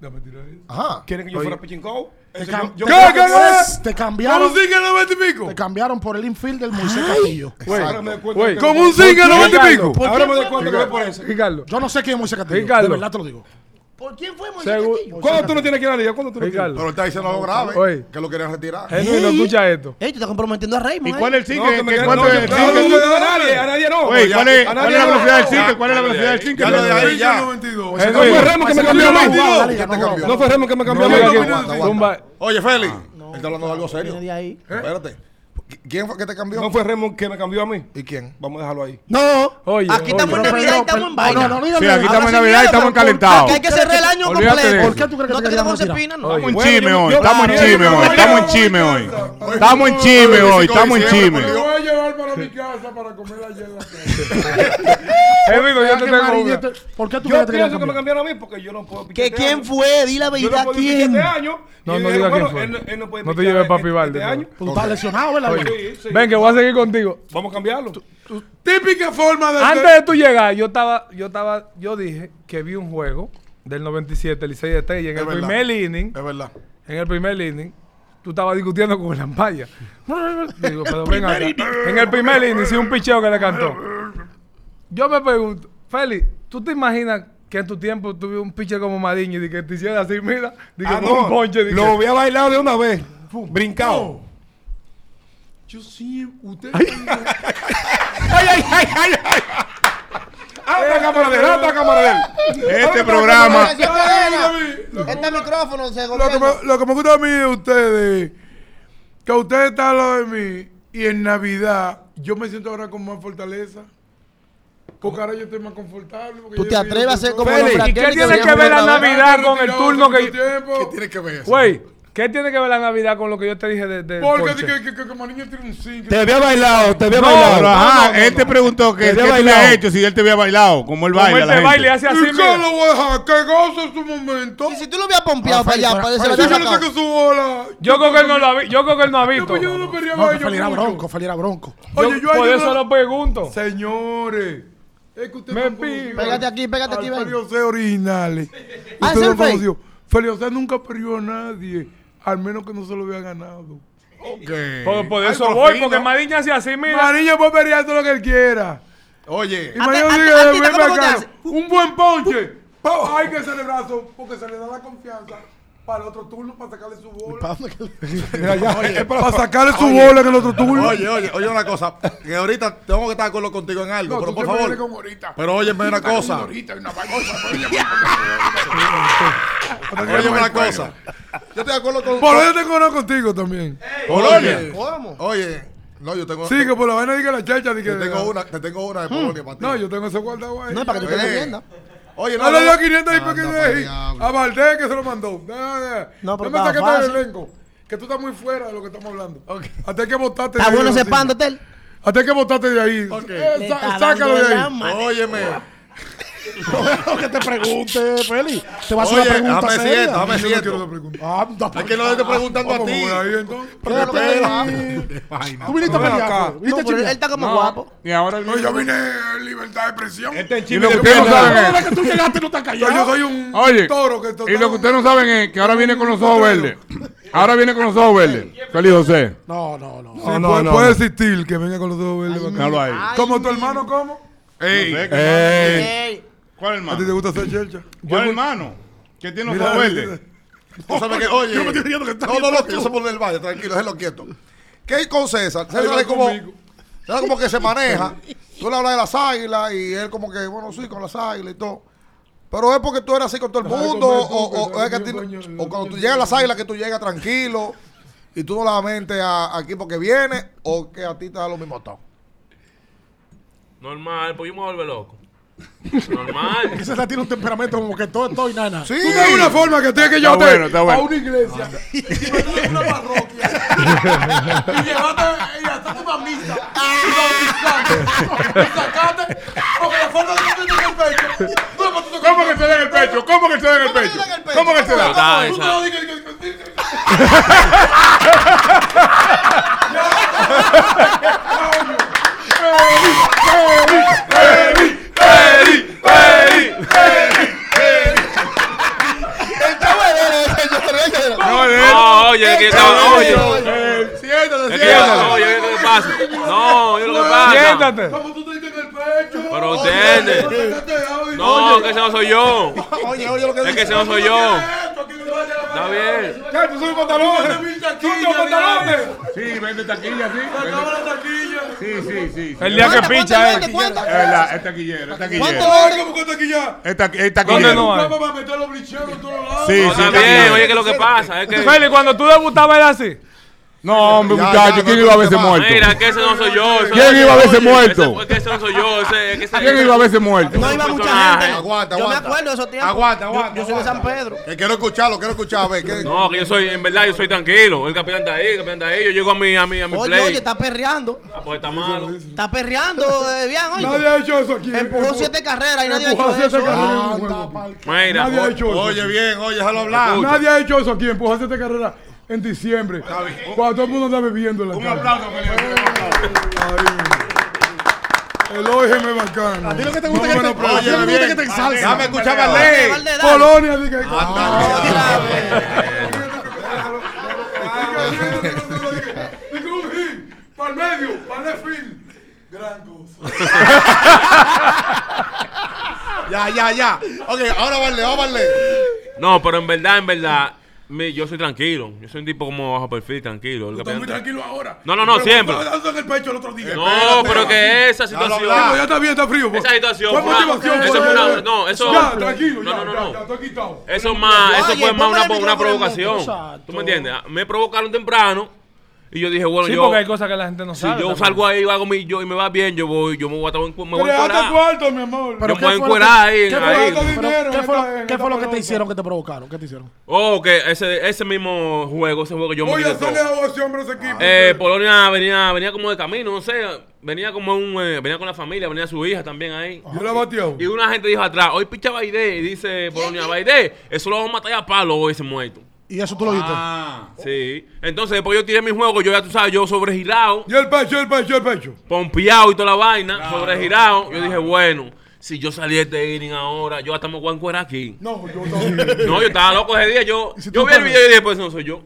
[SPEAKER 8] Déjame tirar ahí.
[SPEAKER 2] Ajá.
[SPEAKER 8] Quieren que yo fuera Pichincó.
[SPEAKER 1] Te cam-
[SPEAKER 8] Yo, yo
[SPEAKER 10] ¿Qué,
[SPEAKER 8] creo
[SPEAKER 10] qué,
[SPEAKER 8] que-
[SPEAKER 10] qué?
[SPEAKER 1] Te
[SPEAKER 10] Con
[SPEAKER 1] cambiaron,
[SPEAKER 10] un single 90 y pico.
[SPEAKER 1] te cambiaron por el infield del Moisés Castillo.
[SPEAKER 8] Ahora me doy cuenta
[SPEAKER 4] Güey.
[SPEAKER 8] que-
[SPEAKER 10] Con un single 90 y pico.
[SPEAKER 8] Ahora me doy cuenta que fue por eso.
[SPEAKER 4] Ricardo,
[SPEAKER 1] Yo no sé quién es Moisés Castillo.
[SPEAKER 4] Ricardo.
[SPEAKER 1] De verdad te lo digo.
[SPEAKER 3] ¿Por quién fue Moisés
[SPEAKER 4] Segu-
[SPEAKER 3] Castillo?
[SPEAKER 8] ¿Cuándo tú no tienes que ir a la liga? ¿Cuándo tú no quieres?
[SPEAKER 4] Ricardo.
[SPEAKER 2] Pero él está diciendo algo grave.
[SPEAKER 4] Oye.
[SPEAKER 2] Que lo querían retirar.
[SPEAKER 4] Genuino, escucha esto.
[SPEAKER 3] Ey, tú estás comprometiendo a Raymond. eh.
[SPEAKER 6] ¿Y cuál es el
[SPEAKER 8] No,
[SPEAKER 6] single?
[SPEAKER 8] que me
[SPEAKER 6] ¿Qué-
[SPEAKER 8] quedaron-
[SPEAKER 6] ¿Cuánto
[SPEAKER 8] no,
[SPEAKER 6] es el
[SPEAKER 8] no, no,
[SPEAKER 6] single?
[SPEAKER 8] no, no, a nadie, a nadie no.
[SPEAKER 6] Oye,
[SPEAKER 8] Ya,
[SPEAKER 6] ¿cuál es
[SPEAKER 8] a
[SPEAKER 6] cuál
[SPEAKER 8] nadie
[SPEAKER 6] es la
[SPEAKER 8] no.
[SPEAKER 6] velocidad del single? ¿Cuál es la velocidad del
[SPEAKER 2] Ya lo de
[SPEAKER 6] single?
[SPEAKER 2] ahí ya.
[SPEAKER 4] Pues
[SPEAKER 8] No Pues fue Remo que me cambió a mí.
[SPEAKER 2] Ya te cambió.
[SPEAKER 8] No fue Remo que me cambió a mí.
[SPEAKER 4] Mira
[SPEAKER 10] no,
[SPEAKER 4] aquí,
[SPEAKER 10] no, no,
[SPEAKER 2] no.
[SPEAKER 4] tumba.
[SPEAKER 2] Oye, Félix. Él está hablando de algo
[SPEAKER 3] Viene de
[SPEAKER 2] serio.
[SPEAKER 3] ahí.
[SPEAKER 10] ¿Eh?
[SPEAKER 2] Espérate. ¿Quién fue que te cambió?
[SPEAKER 8] No fue Remo que me cambió a mí.
[SPEAKER 2] ¿Y quién?
[SPEAKER 8] Vamos a dejarlo ahí.
[SPEAKER 3] No.
[SPEAKER 4] Oye,
[SPEAKER 3] aquí estamos en
[SPEAKER 4] oye.
[SPEAKER 3] Navidad y estamos en vaina.
[SPEAKER 1] No, no, no digas
[SPEAKER 6] Sí,
[SPEAKER 1] nada.
[SPEAKER 6] aquí
[SPEAKER 3] Habla
[SPEAKER 6] estamos en
[SPEAKER 3] sin
[SPEAKER 6] Navidad y
[SPEAKER 3] miedo,
[SPEAKER 6] estamos
[SPEAKER 3] pero por-
[SPEAKER 6] encalentados.
[SPEAKER 3] porque hay que cerrar el año
[SPEAKER 6] Olvídate de
[SPEAKER 3] completo.
[SPEAKER 6] eso. ¿Por qué
[SPEAKER 1] tú crees que te
[SPEAKER 3] no te
[SPEAKER 1] querían
[SPEAKER 3] quedamos en
[SPEAKER 1] retirar?
[SPEAKER 3] pina, no.
[SPEAKER 6] Estamos en
[SPEAKER 8] Bueno,
[SPEAKER 6] chisme
[SPEAKER 8] yo-
[SPEAKER 6] hoy,
[SPEAKER 8] yo-
[SPEAKER 6] estamos en
[SPEAKER 8] Claro,
[SPEAKER 6] chisme
[SPEAKER 8] yo-
[SPEAKER 6] hoy,
[SPEAKER 8] yo-
[SPEAKER 6] estamos en
[SPEAKER 8] yo-
[SPEAKER 6] chisme
[SPEAKER 8] yo-
[SPEAKER 6] hoy.
[SPEAKER 8] yo-
[SPEAKER 6] Estamos en chisme hoy, estamos en chisme.
[SPEAKER 10] Te voy a llevar para mi casa para comer ayer.
[SPEAKER 4] Genuino, yo te
[SPEAKER 1] ¿Qué
[SPEAKER 4] tengo
[SPEAKER 1] Mariñe
[SPEAKER 4] una.
[SPEAKER 1] te- este, ¿Por qué tú crees
[SPEAKER 8] Yo
[SPEAKER 1] que te querían
[SPEAKER 8] pienso que me
[SPEAKER 1] cambiar?
[SPEAKER 8] cambiaron a mí porque yo no puedo
[SPEAKER 3] ¿Que
[SPEAKER 8] pichar este
[SPEAKER 3] quién
[SPEAKER 8] año.
[SPEAKER 3] fue? Di la
[SPEAKER 8] Yo no
[SPEAKER 3] verdad
[SPEAKER 8] puedo pichar
[SPEAKER 3] quién.
[SPEAKER 8] este año. Y
[SPEAKER 4] No, no
[SPEAKER 8] dijeron,
[SPEAKER 4] diga quién
[SPEAKER 8] bueno,
[SPEAKER 4] fue.
[SPEAKER 8] él no- él no puede
[SPEAKER 4] No te
[SPEAKER 8] pichar
[SPEAKER 4] lleves papi
[SPEAKER 8] este-
[SPEAKER 4] Valde,
[SPEAKER 8] este
[SPEAKER 4] no.
[SPEAKER 8] año.
[SPEAKER 1] Tú estás lesionado, ¿verdad?
[SPEAKER 8] Sí, sí.
[SPEAKER 4] Ven, que voy a seguir contigo.
[SPEAKER 8] Vamos a cambiarlo.
[SPEAKER 10] Típica forma de.
[SPEAKER 4] Antes de tú llegar, yo estaba, yo estaba, yo dije que vi un juego del 97, Licey de Tella, en
[SPEAKER 2] Es
[SPEAKER 4] el
[SPEAKER 2] verdad.
[SPEAKER 4] primer inning,
[SPEAKER 2] Es verdad.
[SPEAKER 4] en el primer inning, tú estabas discutiendo con el Lampaya. Digo, pero ven acá. En el primer inning, sí, un picheo que le cantó. Yo me pregunto, Félix, ¿tú te imaginas que en tu tiempo tuve un picheo como Madiño y de que te hiciera así, mira, de que
[SPEAKER 8] Ah,
[SPEAKER 4] con un
[SPEAKER 8] no.
[SPEAKER 4] ponche, de
[SPEAKER 8] Lo
[SPEAKER 4] que-
[SPEAKER 8] voy a bailar de una vez. Brincado.
[SPEAKER 10] Yo sí, usted.
[SPEAKER 8] ¡Ay, ay, ay, ay! ay. ¡Alta Ah, cámara de él! ¡Alta cámara de él!
[SPEAKER 6] Este programa.
[SPEAKER 3] Este micrófono se
[SPEAKER 10] Lo que, me, lo que me gusta a mí de ustedes, que ustedes están al lado de mí, y en Navidad yo me siento ahora con más fortaleza. Porque ahora yo estoy más confortable. porque
[SPEAKER 3] Tú
[SPEAKER 10] yo
[SPEAKER 3] te
[SPEAKER 10] vi-
[SPEAKER 3] atreves a hacer como los
[SPEAKER 8] Félix,
[SPEAKER 4] ¿Y qué
[SPEAKER 3] braquetes
[SPEAKER 4] tiene que
[SPEAKER 3] llaman
[SPEAKER 4] ver la
[SPEAKER 3] otra vez?
[SPEAKER 4] Navidad con el
[SPEAKER 10] Retirado
[SPEAKER 4] turno
[SPEAKER 10] hace
[SPEAKER 4] que...
[SPEAKER 10] mucho tiempo.
[SPEAKER 2] Tiene que ver eso.
[SPEAKER 4] Güey, ¿qué tiene que ver la Navidad con lo que yo te dije de, de
[SPEAKER 10] Porque
[SPEAKER 4] ponche?
[SPEAKER 10] así que, que, que, que Mariño tiene un zinc.
[SPEAKER 8] Te había bailado, te había
[SPEAKER 6] No,
[SPEAKER 8] bailado.
[SPEAKER 6] pero ajá, él te preguntó que
[SPEAKER 8] Te
[SPEAKER 6] qué
[SPEAKER 8] había
[SPEAKER 6] tú le
[SPEAKER 8] bailado.
[SPEAKER 6] has hecho si él te había bailado, como él
[SPEAKER 4] Como
[SPEAKER 6] baila.
[SPEAKER 4] él
[SPEAKER 6] la
[SPEAKER 4] te baila y
[SPEAKER 6] gente.
[SPEAKER 4] este hace así,
[SPEAKER 10] ¿Y qué
[SPEAKER 4] mira.
[SPEAKER 10] lo voy a dejar? Que goce su momento.
[SPEAKER 3] Si tú lo hubieras pompeado para allá, para
[SPEAKER 10] Si
[SPEAKER 3] eso
[SPEAKER 10] yo le saco su bola.
[SPEAKER 4] Yo creo que él no lo ha vi- yo creo que él no ha visto.
[SPEAKER 10] Pues yo no
[SPEAKER 1] No,
[SPEAKER 10] perreaba
[SPEAKER 1] que
[SPEAKER 10] yo
[SPEAKER 1] Feli era
[SPEAKER 10] mucho.
[SPEAKER 1] bronco, Feli era bronco.
[SPEAKER 10] Oye, yo
[SPEAKER 4] Yo por
[SPEAKER 10] ayer
[SPEAKER 4] eso
[SPEAKER 10] no-
[SPEAKER 4] lo pregunto.
[SPEAKER 10] Señores, es que usted
[SPEAKER 4] Me
[SPEAKER 10] no
[SPEAKER 4] pide.
[SPEAKER 10] conoció
[SPEAKER 3] Pégate aquí, pégate
[SPEAKER 10] al
[SPEAKER 3] aquí, ven.
[SPEAKER 10] Felipe José originales.
[SPEAKER 3] Ah,
[SPEAKER 10] Usted
[SPEAKER 3] ¿es
[SPEAKER 10] no
[SPEAKER 3] el Fey?
[SPEAKER 10] conoció. Felipe José nunca perdió a nadie, al menos que no se lo había ganado.
[SPEAKER 4] Por, por
[SPEAKER 2] Ay,
[SPEAKER 4] eso
[SPEAKER 2] por
[SPEAKER 4] voy,
[SPEAKER 2] fin,
[SPEAKER 4] porque
[SPEAKER 2] ¿no?
[SPEAKER 4] Mariña hace así, mira.
[SPEAKER 10] Mariño puede pelear todo lo que él quiera.
[SPEAKER 2] Oye.
[SPEAKER 10] Y
[SPEAKER 3] A ti-
[SPEAKER 10] Mariño
[SPEAKER 3] a ti-
[SPEAKER 10] dice,
[SPEAKER 3] a ti,
[SPEAKER 10] "Ven
[SPEAKER 3] ¿cómo
[SPEAKER 10] acá,
[SPEAKER 3] te hace?
[SPEAKER 10] un buen ponche.
[SPEAKER 3] Uh.
[SPEAKER 10] Pa- Hay que celebrar eso, porque se le da la confianza para el otro turno, para sacarle su bola. Para sacarle su bola en el otro turno.
[SPEAKER 2] Oye, oye, oye una cosa, que ahorita tengo que estar de acuerdo contigo en algo,
[SPEAKER 10] No,
[SPEAKER 2] pero
[SPEAKER 10] tú
[SPEAKER 2] por
[SPEAKER 10] siempre
[SPEAKER 2] favor.
[SPEAKER 10] vienes con ahorita.
[SPEAKER 2] Pero óyeme una cosa. Óyeme una cosa. Yo estoy de acuerdo con
[SPEAKER 10] Por eso tengo una contigo también.
[SPEAKER 2] Polonia.
[SPEAKER 3] ¿Cómo?
[SPEAKER 2] Oye, no, yo tengo
[SPEAKER 10] Sí, que por la vaina diga la chacha. di que-
[SPEAKER 2] yo tengo una, te tengo una de Polonia para ti.
[SPEAKER 10] No, yo tengo ese guardado ahí.
[SPEAKER 3] No, para que tú te
[SPEAKER 2] Eh.
[SPEAKER 3] defiendas.
[SPEAKER 2] Oye,
[SPEAKER 10] No le Ah, dio 500 y pico
[SPEAKER 2] Anda pa'l
[SPEAKER 10] de ahí.
[SPEAKER 2] Ah, diablo.
[SPEAKER 10] A Valdés que se lo mandó. No, no, no.
[SPEAKER 3] pues, No, pero
[SPEAKER 10] me
[SPEAKER 3] estaba
[SPEAKER 10] saques del
[SPEAKER 3] fácil.
[SPEAKER 10] elenco. Que tú estás muy fuera de lo que estamos hablando. Hasta hay que votarte.
[SPEAKER 3] Está
[SPEAKER 10] negro,
[SPEAKER 3] bueno ese
[SPEAKER 10] así.
[SPEAKER 3] pan de hotel.
[SPEAKER 10] Hasta que botaste de ahí. Eh,
[SPEAKER 12] Le
[SPEAKER 10] sa-
[SPEAKER 12] está
[SPEAKER 10] sácalo
[SPEAKER 12] dando
[SPEAKER 10] de
[SPEAKER 12] la
[SPEAKER 10] ahí.
[SPEAKER 12] madre.
[SPEAKER 2] Óyeme.
[SPEAKER 1] Lo que te pregunte, Feli. Te va a hacer
[SPEAKER 2] Oye,
[SPEAKER 1] una pregunta.
[SPEAKER 2] déjame decir
[SPEAKER 1] seria.
[SPEAKER 2] esto, déjame
[SPEAKER 10] Yo
[SPEAKER 2] decir
[SPEAKER 10] no
[SPEAKER 2] esto.
[SPEAKER 10] quiero te preguntar.
[SPEAKER 1] Anda,
[SPEAKER 2] Es que no le estoy preguntando a
[SPEAKER 10] Vamos,
[SPEAKER 2] ti.
[SPEAKER 10] vamos ahí entonces.
[SPEAKER 1] pero
[SPEAKER 2] Pero
[SPEAKER 1] Feli,
[SPEAKER 2] espera. Vaina.
[SPEAKER 1] Tú viniste a
[SPEAKER 6] Ven
[SPEAKER 1] pelear.
[SPEAKER 6] acá.
[SPEAKER 1] Feli.
[SPEAKER 3] No,
[SPEAKER 1] Viniste a
[SPEAKER 3] pero él
[SPEAKER 1] chillar.
[SPEAKER 3] está como guapo.
[SPEAKER 6] Y ahora el
[SPEAKER 10] No, yo vine en libertad de expresión.
[SPEAKER 5] Este
[SPEAKER 6] Y lo
[SPEAKER 5] de
[SPEAKER 6] que ustedes no
[SPEAKER 5] piedra.
[SPEAKER 8] Ah,
[SPEAKER 6] saben es.
[SPEAKER 1] Desde que tú llegaste no estás
[SPEAKER 10] Yo, yo
[SPEAKER 1] callado.
[SPEAKER 10] soy un
[SPEAKER 5] Oye,
[SPEAKER 10] toro que
[SPEAKER 5] y lo que ustedes no saben
[SPEAKER 10] eh,
[SPEAKER 5] es que ahora viene con los ojos verdes. Ahora viene con los ojos verdes. Feliz José.
[SPEAKER 1] No, no, no.
[SPEAKER 10] Sí, puede, puede existir que venga con los ojos verdes. bacán.
[SPEAKER 5] Míralo ahí.
[SPEAKER 10] Como tu hermano, ¿cómo?
[SPEAKER 2] Ey,
[SPEAKER 5] Ey.
[SPEAKER 3] Ey,
[SPEAKER 5] ¿Cuál
[SPEAKER 10] ¿A ti te
[SPEAKER 5] hermano?
[SPEAKER 10] gusta hacer chelcha?
[SPEAKER 5] ¿Cuál hermano? ¿Qué tiene los
[SPEAKER 10] Mira,
[SPEAKER 5] ojos verdes?
[SPEAKER 2] tú sabes que, oye.
[SPEAKER 1] Yo me estoy riendo que está
[SPEAKER 2] no, no,
[SPEAKER 1] riendo
[SPEAKER 2] no, que yo soy por del valle, tranquilo, déjelo quieto. ¿Qué hay con César?
[SPEAKER 10] Ahí
[SPEAKER 2] César
[SPEAKER 10] va
[SPEAKER 2] es como,
[SPEAKER 10] conmigo.
[SPEAKER 2] César como que se maneja. Tú le hablas de las águilas y él como que, bueno, sí, con las águilas y todo. Pero es porque tú eres así con todo el
[SPEAKER 10] Dale,
[SPEAKER 2] mundo,
[SPEAKER 10] comer
[SPEAKER 2] o,
[SPEAKER 10] tú,
[SPEAKER 2] o-
[SPEAKER 10] que
[SPEAKER 2] o es que
[SPEAKER 10] te
[SPEAKER 2] a ti-
[SPEAKER 10] dio coño,
[SPEAKER 2] o cuando tú
[SPEAKER 10] coño.
[SPEAKER 2] llegas a las águilas que tú llegas tranquilo y tú no la mentes a- aquí porque viene o que a ti te da lo mismo todo.
[SPEAKER 7] Normal, pues yo me voy a volver loco. Normal.
[SPEAKER 1] Ese la tiene un temperamento como que todo, todo y nada.
[SPEAKER 2] Sí,
[SPEAKER 10] Tú tienes una forma que tienes que
[SPEAKER 5] Está
[SPEAKER 10] llevarte
[SPEAKER 5] bueno, está bueno.
[SPEAKER 10] a una iglesia. Y meterte en una parroquia. y llevarte y hasta una misa. Y bautizarte. Y sacarte. Porque la forma de que tú tienes el pecho. No, pero tú te
[SPEAKER 5] ¿Cómo que te den el pecho? ¿Cómo que te den el pecho? ¿Cómo que te
[SPEAKER 7] Pero
[SPEAKER 5] dan?
[SPEAKER 7] está
[SPEAKER 10] Tú te
[SPEAKER 7] Ah, esa.
[SPEAKER 10] lo digas, digas, digas.
[SPEAKER 5] No, de él.
[SPEAKER 7] No, oye, que yo estaba. Oye,
[SPEAKER 5] Eh, Siéntate,
[SPEAKER 7] es que yo.
[SPEAKER 5] siéntate.
[SPEAKER 7] Oye, ¿qué pasa? No, yo lo que pasa.
[SPEAKER 4] Siéntate.
[SPEAKER 10] Como tú te dices en el pecho.
[SPEAKER 7] Pero ustedes. No, que ese no soy yo.
[SPEAKER 2] Oye, oye lo que
[SPEAKER 7] Es que
[SPEAKER 2] dice.
[SPEAKER 7] ese no soy yo. Está bien.
[SPEAKER 10] ¿Qué? ¿Tú subes pantalones? ¿Tú subes pantalones?
[SPEAKER 5] Sí, vende taquilla, sí.
[SPEAKER 10] Acaba la taquilla.
[SPEAKER 5] Sí, sí, sí. sí.
[SPEAKER 4] El día que
[SPEAKER 3] ¿cuánto,
[SPEAKER 4] picha,
[SPEAKER 3] cuánto,
[SPEAKER 4] eh.
[SPEAKER 3] cuánto?
[SPEAKER 5] Es verdad, es taquillero, es
[SPEAKER 3] ¿Cuánto
[SPEAKER 5] taquillero.
[SPEAKER 10] Ay, ¿Cómo con taquilla?
[SPEAKER 5] Es taqui- es
[SPEAKER 4] ¿Dónde
[SPEAKER 5] taquillero.
[SPEAKER 4] no
[SPEAKER 3] Ah.
[SPEAKER 4] hay?
[SPEAKER 10] Vamos a meter los blicheros en todos lados.
[SPEAKER 5] Sí,
[SPEAKER 7] No,
[SPEAKER 5] sí,
[SPEAKER 7] está bien.
[SPEAKER 5] taquillero.
[SPEAKER 7] Oye, que lo que pasa es que.
[SPEAKER 4] Feli, cuando tú debutabas era así.
[SPEAKER 5] No, hombre,
[SPEAKER 2] Ya, ya,
[SPEAKER 5] muchacho,
[SPEAKER 2] no
[SPEAKER 5] ¿quién
[SPEAKER 2] te
[SPEAKER 5] iba a
[SPEAKER 2] te
[SPEAKER 5] verse
[SPEAKER 2] va.
[SPEAKER 5] muerto?
[SPEAKER 7] Mira, que ese no soy yo. ese-
[SPEAKER 5] ¿Quién iba a verse
[SPEAKER 7] Oye,
[SPEAKER 5] muerto?
[SPEAKER 7] ese- Es que ese no soy yo. Ese, es que ese-
[SPEAKER 5] ¿Quién iba a verse muerto?
[SPEAKER 3] No iba mucha
[SPEAKER 7] personaje.
[SPEAKER 3] gente.
[SPEAKER 2] Aguanta,
[SPEAKER 3] Yo me
[SPEAKER 2] aguanta.
[SPEAKER 3] acuerdo de esos tiempos.
[SPEAKER 5] Aguanta,
[SPEAKER 3] Yo-
[SPEAKER 5] aguanta,
[SPEAKER 3] Yo, soy de San Pedro.
[SPEAKER 2] Que quiero escucharlo, quiero escuchar, a ver. que-
[SPEAKER 7] No, que yo soy, en verdad, yo soy tranquilo. El capitán está ahí, el capitán está ahí. Yo llego a mi, a mi, a mi
[SPEAKER 3] Oye,
[SPEAKER 7] play.
[SPEAKER 3] oye, está perreando.
[SPEAKER 7] Ah, Pues está malo.
[SPEAKER 3] Está perreando, eh, bien, oye.
[SPEAKER 10] Nadie ha hecho eso aquí.
[SPEAKER 3] Empujó siete carreras y nadie ha
[SPEAKER 10] Empujó
[SPEAKER 3] hecho
[SPEAKER 10] siete
[SPEAKER 3] eso. Ah,
[SPEAKER 10] carreras en un
[SPEAKER 1] Anda,
[SPEAKER 10] juego.
[SPEAKER 1] pa'l-
[SPEAKER 7] Mira,
[SPEAKER 10] Nadie ha hecho eso.
[SPEAKER 2] Oye, bien, oye, déjalo hablar.
[SPEAKER 10] Nadie ha hecho eso aquí. Empujó siete carreras en diciembre. Cuando todo el mundo está bebiendo en la
[SPEAKER 5] Un
[SPEAKER 10] calle.
[SPEAKER 5] aplauso,
[SPEAKER 10] Elógeme bacano.
[SPEAKER 1] Dile que te gusta que te-
[SPEAKER 2] Oye,
[SPEAKER 1] a ti lo que te gusta
[SPEAKER 2] bien.
[SPEAKER 1] que te ensalce.
[SPEAKER 2] Déjame escuchar a
[SPEAKER 3] Dale,
[SPEAKER 2] Ley.
[SPEAKER 3] dale, dale.
[SPEAKER 10] Polonia, dije. Dije un hit. Para el medio. Para el fin. Gran cosa.
[SPEAKER 2] Ya, ya, ya. Ok, ahora vale, ahora vale.
[SPEAKER 7] no, pero en verdad, en verdad, mi- yo soy tranquilo. Yo soy un tipo como bajo perfil, tranquilo. El
[SPEAKER 10] Estás muy
[SPEAKER 7] capitán-
[SPEAKER 10] tranquilo ahora.
[SPEAKER 7] No, no, no,
[SPEAKER 10] Pero
[SPEAKER 7] siempre.
[SPEAKER 10] me estaba dando en el pecho el otro día.
[SPEAKER 7] No, pero que esa
[SPEAKER 2] Ya lo
[SPEAKER 7] situación.
[SPEAKER 2] hablaba.
[SPEAKER 10] Ya está bien, está frío. pues.
[SPEAKER 7] Esa situación
[SPEAKER 10] Fue
[SPEAKER 7] fue una-
[SPEAKER 10] motivación.
[SPEAKER 7] eso
[SPEAKER 10] pues.
[SPEAKER 7] fue una- no, eso-
[SPEAKER 10] Ya, tranquilo.
[SPEAKER 7] No,
[SPEAKER 10] ya,
[SPEAKER 7] no, no,
[SPEAKER 10] ya,
[SPEAKER 7] no.
[SPEAKER 10] ya, está quitado.
[SPEAKER 7] Eso más, eso
[SPEAKER 3] Oye,
[SPEAKER 7] fue más
[SPEAKER 3] póngale
[SPEAKER 7] una,
[SPEAKER 3] el
[SPEAKER 7] una
[SPEAKER 3] micrófono en la
[SPEAKER 7] provocación.
[SPEAKER 3] boca,
[SPEAKER 7] ¿Tú me entiendes? Ah, Me provocaron temprano y yo dije, bueno,
[SPEAKER 4] Sí,
[SPEAKER 7] yo,
[SPEAKER 4] porque hay cosas que la gente no
[SPEAKER 7] si
[SPEAKER 4] sabe.
[SPEAKER 7] yo
[SPEAKER 4] también.
[SPEAKER 7] salgo ahí y hago mi yo y me va bien, yo voy, yo me voy a tomar me voy a
[SPEAKER 10] Creaste
[SPEAKER 7] encuerar.
[SPEAKER 10] cuarto, mi amor.
[SPEAKER 1] ¿qué
[SPEAKER 7] Yo me voy
[SPEAKER 1] fue
[SPEAKER 7] a
[SPEAKER 1] lo que-
[SPEAKER 7] encuerar ahí,
[SPEAKER 1] ¿Qué
[SPEAKER 7] ahí.
[SPEAKER 1] fue, lo que-
[SPEAKER 10] Pero,
[SPEAKER 1] pero,
[SPEAKER 10] ¿qué
[SPEAKER 1] ¿qué fue,
[SPEAKER 10] fue-
[SPEAKER 1] qué fue lo
[SPEAKER 10] qué fue
[SPEAKER 1] que
[SPEAKER 10] lo
[SPEAKER 1] te hicieron que te provocaron? ¿Qué te hicieron?
[SPEAKER 7] Oh, que ese, ese mismo juego, ese juego que yo me
[SPEAKER 10] Voy a
[SPEAKER 7] quité todo.
[SPEAKER 10] hacerle a ese hombre ese equipo.
[SPEAKER 7] Eh, Polonia venía, venía como de camino, no sé, venía como un, eh, venía con la familia, venía su hija también ahí.
[SPEAKER 10] Yo la bateo.
[SPEAKER 7] Y una gente dijo atrás, hoy picha Baide, y dice Polonia, Baide, eso lo vamos a matar a palo hoy ese muerto.
[SPEAKER 1] Y eso tú lo viste.
[SPEAKER 7] Sí. Entonces después yo tiré mi juego, yo ya tú sabes, yo sobregirado,
[SPEAKER 10] Y el pecho, el pecho, el pecho.
[SPEAKER 7] pompeado y toda la vaina, sobregirado. Yo dije, bueno, si yo salí de este inning ahora, yo hasta me voy a encuerar aquí.
[SPEAKER 10] No, yo también.
[SPEAKER 7] No, yo estaba loco ese día, yo,
[SPEAKER 1] si tú
[SPEAKER 7] yo vi el
[SPEAKER 1] sabes?
[SPEAKER 7] video y dije, pues no soy yo.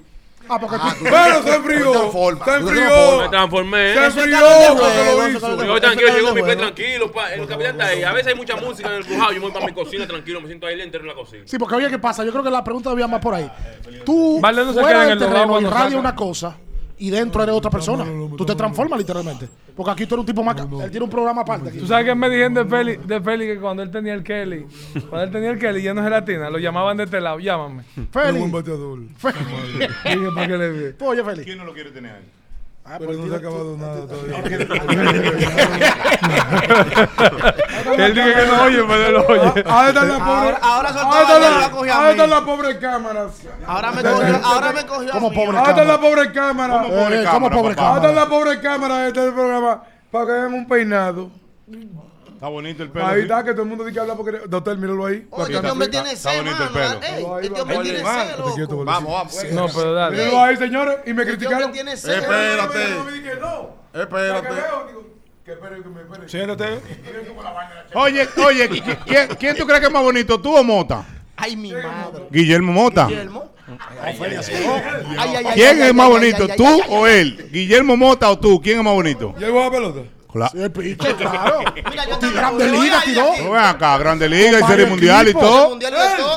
[SPEAKER 1] Ah, porque tú.
[SPEAKER 10] Pero se
[SPEAKER 2] Tú te
[SPEAKER 10] enfrió.
[SPEAKER 2] informas,
[SPEAKER 10] Se
[SPEAKER 2] tú te informas.
[SPEAKER 7] Me
[SPEAKER 10] enfrió.
[SPEAKER 7] transformé.
[SPEAKER 10] Se
[SPEAKER 3] Eso es
[SPEAKER 10] enfrió
[SPEAKER 3] calor
[SPEAKER 2] Eh,
[SPEAKER 3] de
[SPEAKER 10] cuando
[SPEAKER 3] huevo, eso
[SPEAKER 10] lo
[SPEAKER 3] es calor
[SPEAKER 7] Yo
[SPEAKER 10] hizo.
[SPEAKER 3] de
[SPEAKER 7] voy
[SPEAKER 3] huevo.
[SPEAKER 7] tranquilo, llego a mi
[SPEAKER 3] Bueno.
[SPEAKER 7] play tranquilo. pa, el capitán está ahí. A veces hay mucha música en el crujado. Yo me voy para mi cocina tranquilo, me siento ahí entero en la cocina.
[SPEAKER 1] Sí, porque oye, ¿qué pasa? Yo creo que la pregunta debía más por ahí. Tú
[SPEAKER 4] Vale, no se
[SPEAKER 1] fuera
[SPEAKER 4] queda en
[SPEAKER 1] del
[SPEAKER 4] el lobao
[SPEAKER 1] terreno y
[SPEAKER 4] cuando
[SPEAKER 1] radio
[SPEAKER 4] saca.
[SPEAKER 1] una cosa y dentro eres otra persona. Tú te transformas literalmente. Porque aquí tú eres un tipo más... Él tiene un programa aparte aquí.
[SPEAKER 4] ¿Tú sabes qué me dijeron de Feli, de Feli que cuando él tenía el Kelly, cuando él tenía el Kelly lleno de gelatina, lo llamaban de este lado, llámame.
[SPEAKER 10] Qué buen
[SPEAKER 1] Feli.
[SPEAKER 10] bateador.
[SPEAKER 1] Feli.
[SPEAKER 4] Dije, ¿para qué le dije?
[SPEAKER 1] Tú oye, Feli.
[SPEAKER 5] ¿Quién no lo quiere tener ahí?
[SPEAKER 1] Ah,
[SPEAKER 10] Pero no se ha acabado nada todavía.
[SPEAKER 4] Él dije que no oye, pero él oye.
[SPEAKER 10] Ahí está la pobre.
[SPEAKER 3] Ahora- ahora soltó
[SPEAKER 10] ahí está
[SPEAKER 3] la- la cogió a
[SPEAKER 10] la- ahí está
[SPEAKER 3] mí.
[SPEAKER 10] la pobre cámara.
[SPEAKER 3] Ahora me cogió, ahora me cogió. a
[SPEAKER 1] Como
[SPEAKER 3] mí.
[SPEAKER 2] Ah,
[SPEAKER 1] pobre
[SPEAKER 10] Ahí está
[SPEAKER 1] cámara.
[SPEAKER 10] la pobre cámara.
[SPEAKER 1] Eh,
[SPEAKER 5] Pobre
[SPEAKER 1] ¿Cómo
[SPEAKER 5] cámara,
[SPEAKER 1] pobre
[SPEAKER 5] papá.
[SPEAKER 10] Ahí está
[SPEAKER 1] cámara?
[SPEAKER 10] la pobre cámara de este programa. para que hagan un peinado.
[SPEAKER 6] Está bonito el pelo.
[SPEAKER 10] Ahí
[SPEAKER 6] sí.
[SPEAKER 10] está, que todo el mundo dice que habla porque. Doctor, míralo ahí.
[SPEAKER 3] Oye,
[SPEAKER 6] Está-
[SPEAKER 3] este hombre
[SPEAKER 6] está-
[SPEAKER 3] tiene
[SPEAKER 6] está
[SPEAKER 3] sed,
[SPEAKER 6] bonito el
[SPEAKER 3] mano.
[SPEAKER 6] pelo.
[SPEAKER 3] Ey, este hombre tiene
[SPEAKER 2] Vale.
[SPEAKER 3] sed, loco.
[SPEAKER 2] Vamos, vamos.
[SPEAKER 4] No, pero dale.
[SPEAKER 10] Míralo ahí, señores. Y me
[SPEAKER 3] Este hombre
[SPEAKER 10] criticaron.
[SPEAKER 3] tiene sed.
[SPEAKER 2] Espérate.
[SPEAKER 10] Yo me dije, no. Ya que
[SPEAKER 2] Eh, Espérate.
[SPEAKER 10] veo, digo, que espere, que me espere.
[SPEAKER 4] Siéntate.
[SPEAKER 6] Oye, oye, ¿qui- ¿quién, quién tú crees que es más bonito, tú o Mota?
[SPEAKER 3] Ay, mi madre.
[SPEAKER 6] Guillermo Mota.
[SPEAKER 3] Guillermo. Ay, ay, ay,
[SPEAKER 6] ¿Quién
[SPEAKER 3] ay,
[SPEAKER 6] es
[SPEAKER 3] ay,
[SPEAKER 6] más
[SPEAKER 3] ay,
[SPEAKER 6] bonito,
[SPEAKER 3] ay, ay,
[SPEAKER 6] tú
[SPEAKER 3] ay, ay.
[SPEAKER 6] o él? Guillermo Mota o tú, ¿quién es más bonito?
[SPEAKER 10] ¿Ya llegó la pelota?
[SPEAKER 6] Claro.
[SPEAKER 1] El picho, claro.
[SPEAKER 3] Mira, yo te
[SPEAKER 1] Grande liga, tiró.
[SPEAKER 6] Pero ven acá, Grande Liga y
[SPEAKER 1] Con
[SPEAKER 6] Serie
[SPEAKER 1] varios
[SPEAKER 6] Mundial y
[SPEAKER 1] equipos.
[SPEAKER 6] todo.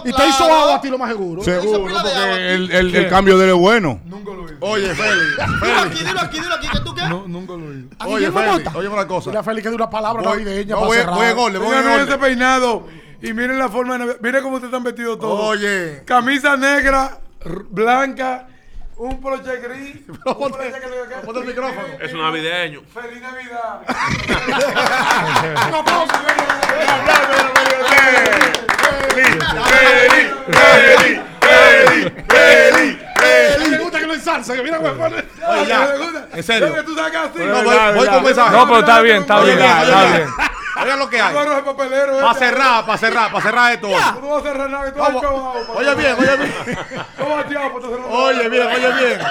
[SPEAKER 1] Y te hizo agua a ti lo más seguro.
[SPEAKER 3] Hizo
[SPEAKER 6] Seguro,
[SPEAKER 3] pila de agua
[SPEAKER 6] porque
[SPEAKER 3] aquí.
[SPEAKER 6] el, el- el cambio de él es bueno.
[SPEAKER 10] Nunca lo hice.
[SPEAKER 2] Oye, Feli.
[SPEAKER 3] Dilo aquí, dilo aquí, dilo aquí, que tú qué.
[SPEAKER 10] Nunca lo hice.
[SPEAKER 2] Oye, Feli. Oye, una
[SPEAKER 1] Mira,
[SPEAKER 2] cosa.
[SPEAKER 1] Félix, que de una palabra
[SPEAKER 2] Voy,
[SPEAKER 1] navideña
[SPEAKER 2] no,
[SPEAKER 1] para
[SPEAKER 2] voy,
[SPEAKER 1] cerrar.
[SPEAKER 2] voy en orden, voy
[SPEAKER 10] Oigan,
[SPEAKER 2] en
[SPEAKER 10] miren ese
[SPEAKER 2] orden.
[SPEAKER 10] peinado. Y miren la forma de Navidad. Miren cómo te están vestidos todos.
[SPEAKER 2] Oye.
[SPEAKER 10] Camisa negra, r- blanca, un broche gris. un broche que le- que-
[SPEAKER 2] Ponte el micrófono.
[SPEAKER 7] Es un navideño.
[SPEAKER 10] ¡Feliz Navidad!
[SPEAKER 1] Me gusta que lo ensalza, que mira, güey, pone-
[SPEAKER 2] Oye, ya.
[SPEAKER 10] ¿Te gusta?
[SPEAKER 2] En serio.
[SPEAKER 10] ¿Sabes que tú sacas así?
[SPEAKER 2] No, voy, voy con mensaje.
[SPEAKER 4] No, pero está bien, está
[SPEAKER 2] Oye,
[SPEAKER 4] bien,
[SPEAKER 2] ya,
[SPEAKER 4] está
[SPEAKER 2] oye,
[SPEAKER 4] bien.
[SPEAKER 2] ya. Oigan lo que hay.
[SPEAKER 10] Barro de papelero,
[SPEAKER 2] Para
[SPEAKER 10] este.
[SPEAKER 2] cerrar, para cerrar, Ah, para cerrar esto.
[SPEAKER 10] Tú no vas a cerrar nada, que tú
[SPEAKER 2] Vamos.
[SPEAKER 10] eres cojado, papá.
[SPEAKER 2] Oye bien, oye bien.
[SPEAKER 10] Tú vas a tirar, pues, tú cerras nada.
[SPEAKER 2] Oye bien, oye bien.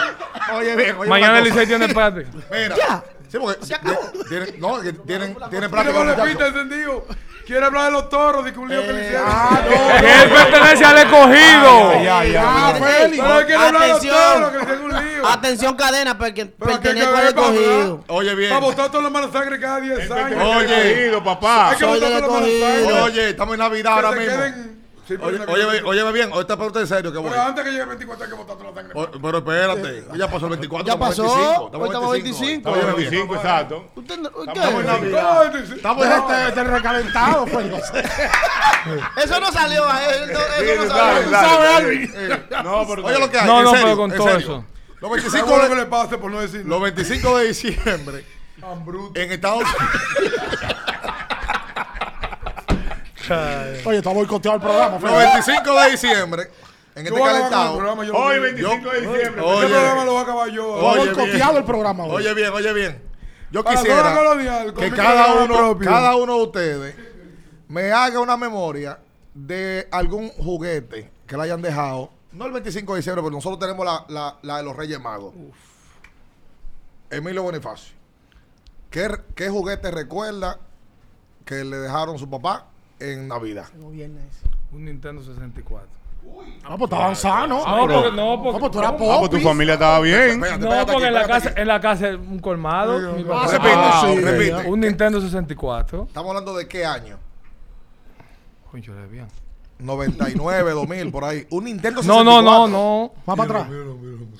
[SPEAKER 2] Oye bien, oye
[SPEAKER 4] Mañana el
[SPEAKER 2] una cosa.
[SPEAKER 4] Licey tiene empate.
[SPEAKER 2] Mira.
[SPEAKER 3] Ya.
[SPEAKER 2] Sí, porque
[SPEAKER 3] Se acabó.
[SPEAKER 2] de- tienen, no, que tienen, tienen
[SPEAKER 10] Tiene
[SPEAKER 2] práctica los
[SPEAKER 10] bolepita
[SPEAKER 2] muchachos.
[SPEAKER 10] encendido. Quiere hablar de los toros, de que un
[SPEAKER 2] Eh,
[SPEAKER 10] lío que le hicieron. Ah,
[SPEAKER 4] Él pertenece al escogido.
[SPEAKER 2] Ya,
[SPEAKER 1] Ah,
[SPEAKER 2] ya.
[SPEAKER 1] Félix.
[SPEAKER 10] Pero quiere hablar de los
[SPEAKER 3] Atención.
[SPEAKER 10] toros, que le hicieron un lío.
[SPEAKER 3] Atención, cadena, porque
[SPEAKER 10] Pero que hay que
[SPEAKER 3] pertenezco al
[SPEAKER 10] ver para
[SPEAKER 3] escogido.
[SPEAKER 2] Oye bien.
[SPEAKER 10] Para votar todos los malos sangre cada 10 años.
[SPEAKER 2] Oye.
[SPEAKER 6] Oye, papá.
[SPEAKER 10] Hay que
[SPEAKER 3] Soy
[SPEAKER 10] votar
[SPEAKER 3] del
[SPEAKER 10] todos los malos
[SPEAKER 3] escogido.
[SPEAKER 10] sangre.
[SPEAKER 2] Oye, estamos en Navidad ahora
[SPEAKER 10] Que se
[SPEAKER 2] mismo.
[SPEAKER 10] queden- Sí, pero
[SPEAKER 2] Oye,
[SPEAKER 10] una cosa-
[SPEAKER 2] oye, óyeme bien, ahorita pregunta en serio que voy.
[SPEAKER 10] Pero antes que llegue el 24 hay que botar toda la sangre.
[SPEAKER 2] O- Pero espérate, ya pasó el 24.
[SPEAKER 3] Ya
[SPEAKER 2] estamos en
[SPEAKER 3] pasó,
[SPEAKER 2] 25,
[SPEAKER 3] hoy estamos en 25.
[SPEAKER 2] Oye,
[SPEAKER 6] Oye,
[SPEAKER 2] bien.
[SPEAKER 6] 25, exacto.
[SPEAKER 3] ¿Usted no- ¿qué?
[SPEAKER 10] Ay, sí, sí.
[SPEAKER 2] Estamos en este, este recalentado, Félix.
[SPEAKER 3] Eso no salió, eh, no-
[SPEAKER 6] Sí,
[SPEAKER 3] eso no salió.
[SPEAKER 6] tú sabes,
[SPEAKER 3] Tú
[SPEAKER 6] dale,
[SPEAKER 3] sabes.
[SPEAKER 6] dale.
[SPEAKER 2] No, pero Oye lo que hay,
[SPEAKER 4] No,
[SPEAKER 2] en
[SPEAKER 4] no,
[SPEAKER 2] serio,
[SPEAKER 4] pero con
[SPEAKER 2] en
[SPEAKER 4] todo
[SPEAKER 2] serio.
[SPEAKER 4] eso.
[SPEAKER 2] Los
[SPEAKER 10] Está
[SPEAKER 2] 25,
[SPEAKER 10] bueno que
[SPEAKER 2] de,
[SPEAKER 10] le pase por no decir
[SPEAKER 2] los 25 de diciembre
[SPEAKER 10] tan bruto.
[SPEAKER 2] en Estados Unidos.
[SPEAKER 1] Oye, está boicoteado el programa,
[SPEAKER 2] Los
[SPEAKER 1] Félix.
[SPEAKER 2] 25 de diciembre en
[SPEAKER 10] Yo
[SPEAKER 2] este
[SPEAKER 10] voy a acabar con el
[SPEAKER 2] calentado.
[SPEAKER 10] programa, yo lo
[SPEAKER 6] Hoy,
[SPEAKER 10] digo.
[SPEAKER 6] 25 de diciembre.
[SPEAKER 2] Oye.
[SPEAKER 10] Este programa este lo voy a acabar yo.
[SPEAKER 1] Está
[SPEAKER 2] Oye,
[SPEAKER 1] boicoteado
[SPEAKER 2] bien.
[SPEAKER 1] el programa, güey.
[SPEAKER 2] Oye bien, oye bien. Yo
[SPEAKER 10] Para la zona
[SPEAKER 2] quisiera
[SPEAKER 10] colonial, con
[SPEAKER 2] que
[SPEAKER 10] mi
[SPEAKER 2] cada
[SPEAKER 10] programa
[SPEAKER 2] uno,
[SPEAKER 10] propio.
[SPEAKER 2] cada uno de ustedes me haga una memoria de algún juguete que le hayan dejado. No el 25 de diciembre, pero nosotros tenemos la, la- la de los Reyes Magos. Emilio Bonifacio. ¿Qué, r- ¿Qué juguete recuerda que le dejaron su papá en Navidad?
[SPEAKER 4] Un Nintendo 64.
[SPEAKER 1] Ah, pues estaban sanos.
[SPEAKER 4] No, porque no,
[SPEAKER 1] Ah, pues tú
[SPEAKER 4] porque.
[SPEAKER 1] eras
[SPEAKER 6] Ah, pues tu
[SPEAKER 1] popis.
[SPEAKER 6] familia estaba bien.
[SPEAKER 2] Espérate,
[SPEAKER 4] No,
[SPEAKER 2] espérate
[SPEAKER 4] porque
[SPEAKER 2] aquí,
[SPEAKER 4] en la
[SPEAKER 2] espérate
[SPEAKER 4] casa,
[SPEAKER 2] aquí.
[SPEAKER 4] en la casa un colmado. mi papá.
[SPEAKER 2] Repite,
[SPEAKER 1] Ah, sí.
[SPEAKER 2] repite.
[SPEAKER 4] Un Nintendo 64.
[SPEAKER 2] Estamos hablando de qué año.
[SPEAKER 4] Concho, le bien.
[SPEAKER 2] 99, 2000, por ahí. Un Nintendo
[SPEAKER 4] No,
[SPEAKER 2] 64.
[SPEAKER 4] no, no, no.
[SPEAKER 1] Más para atrás.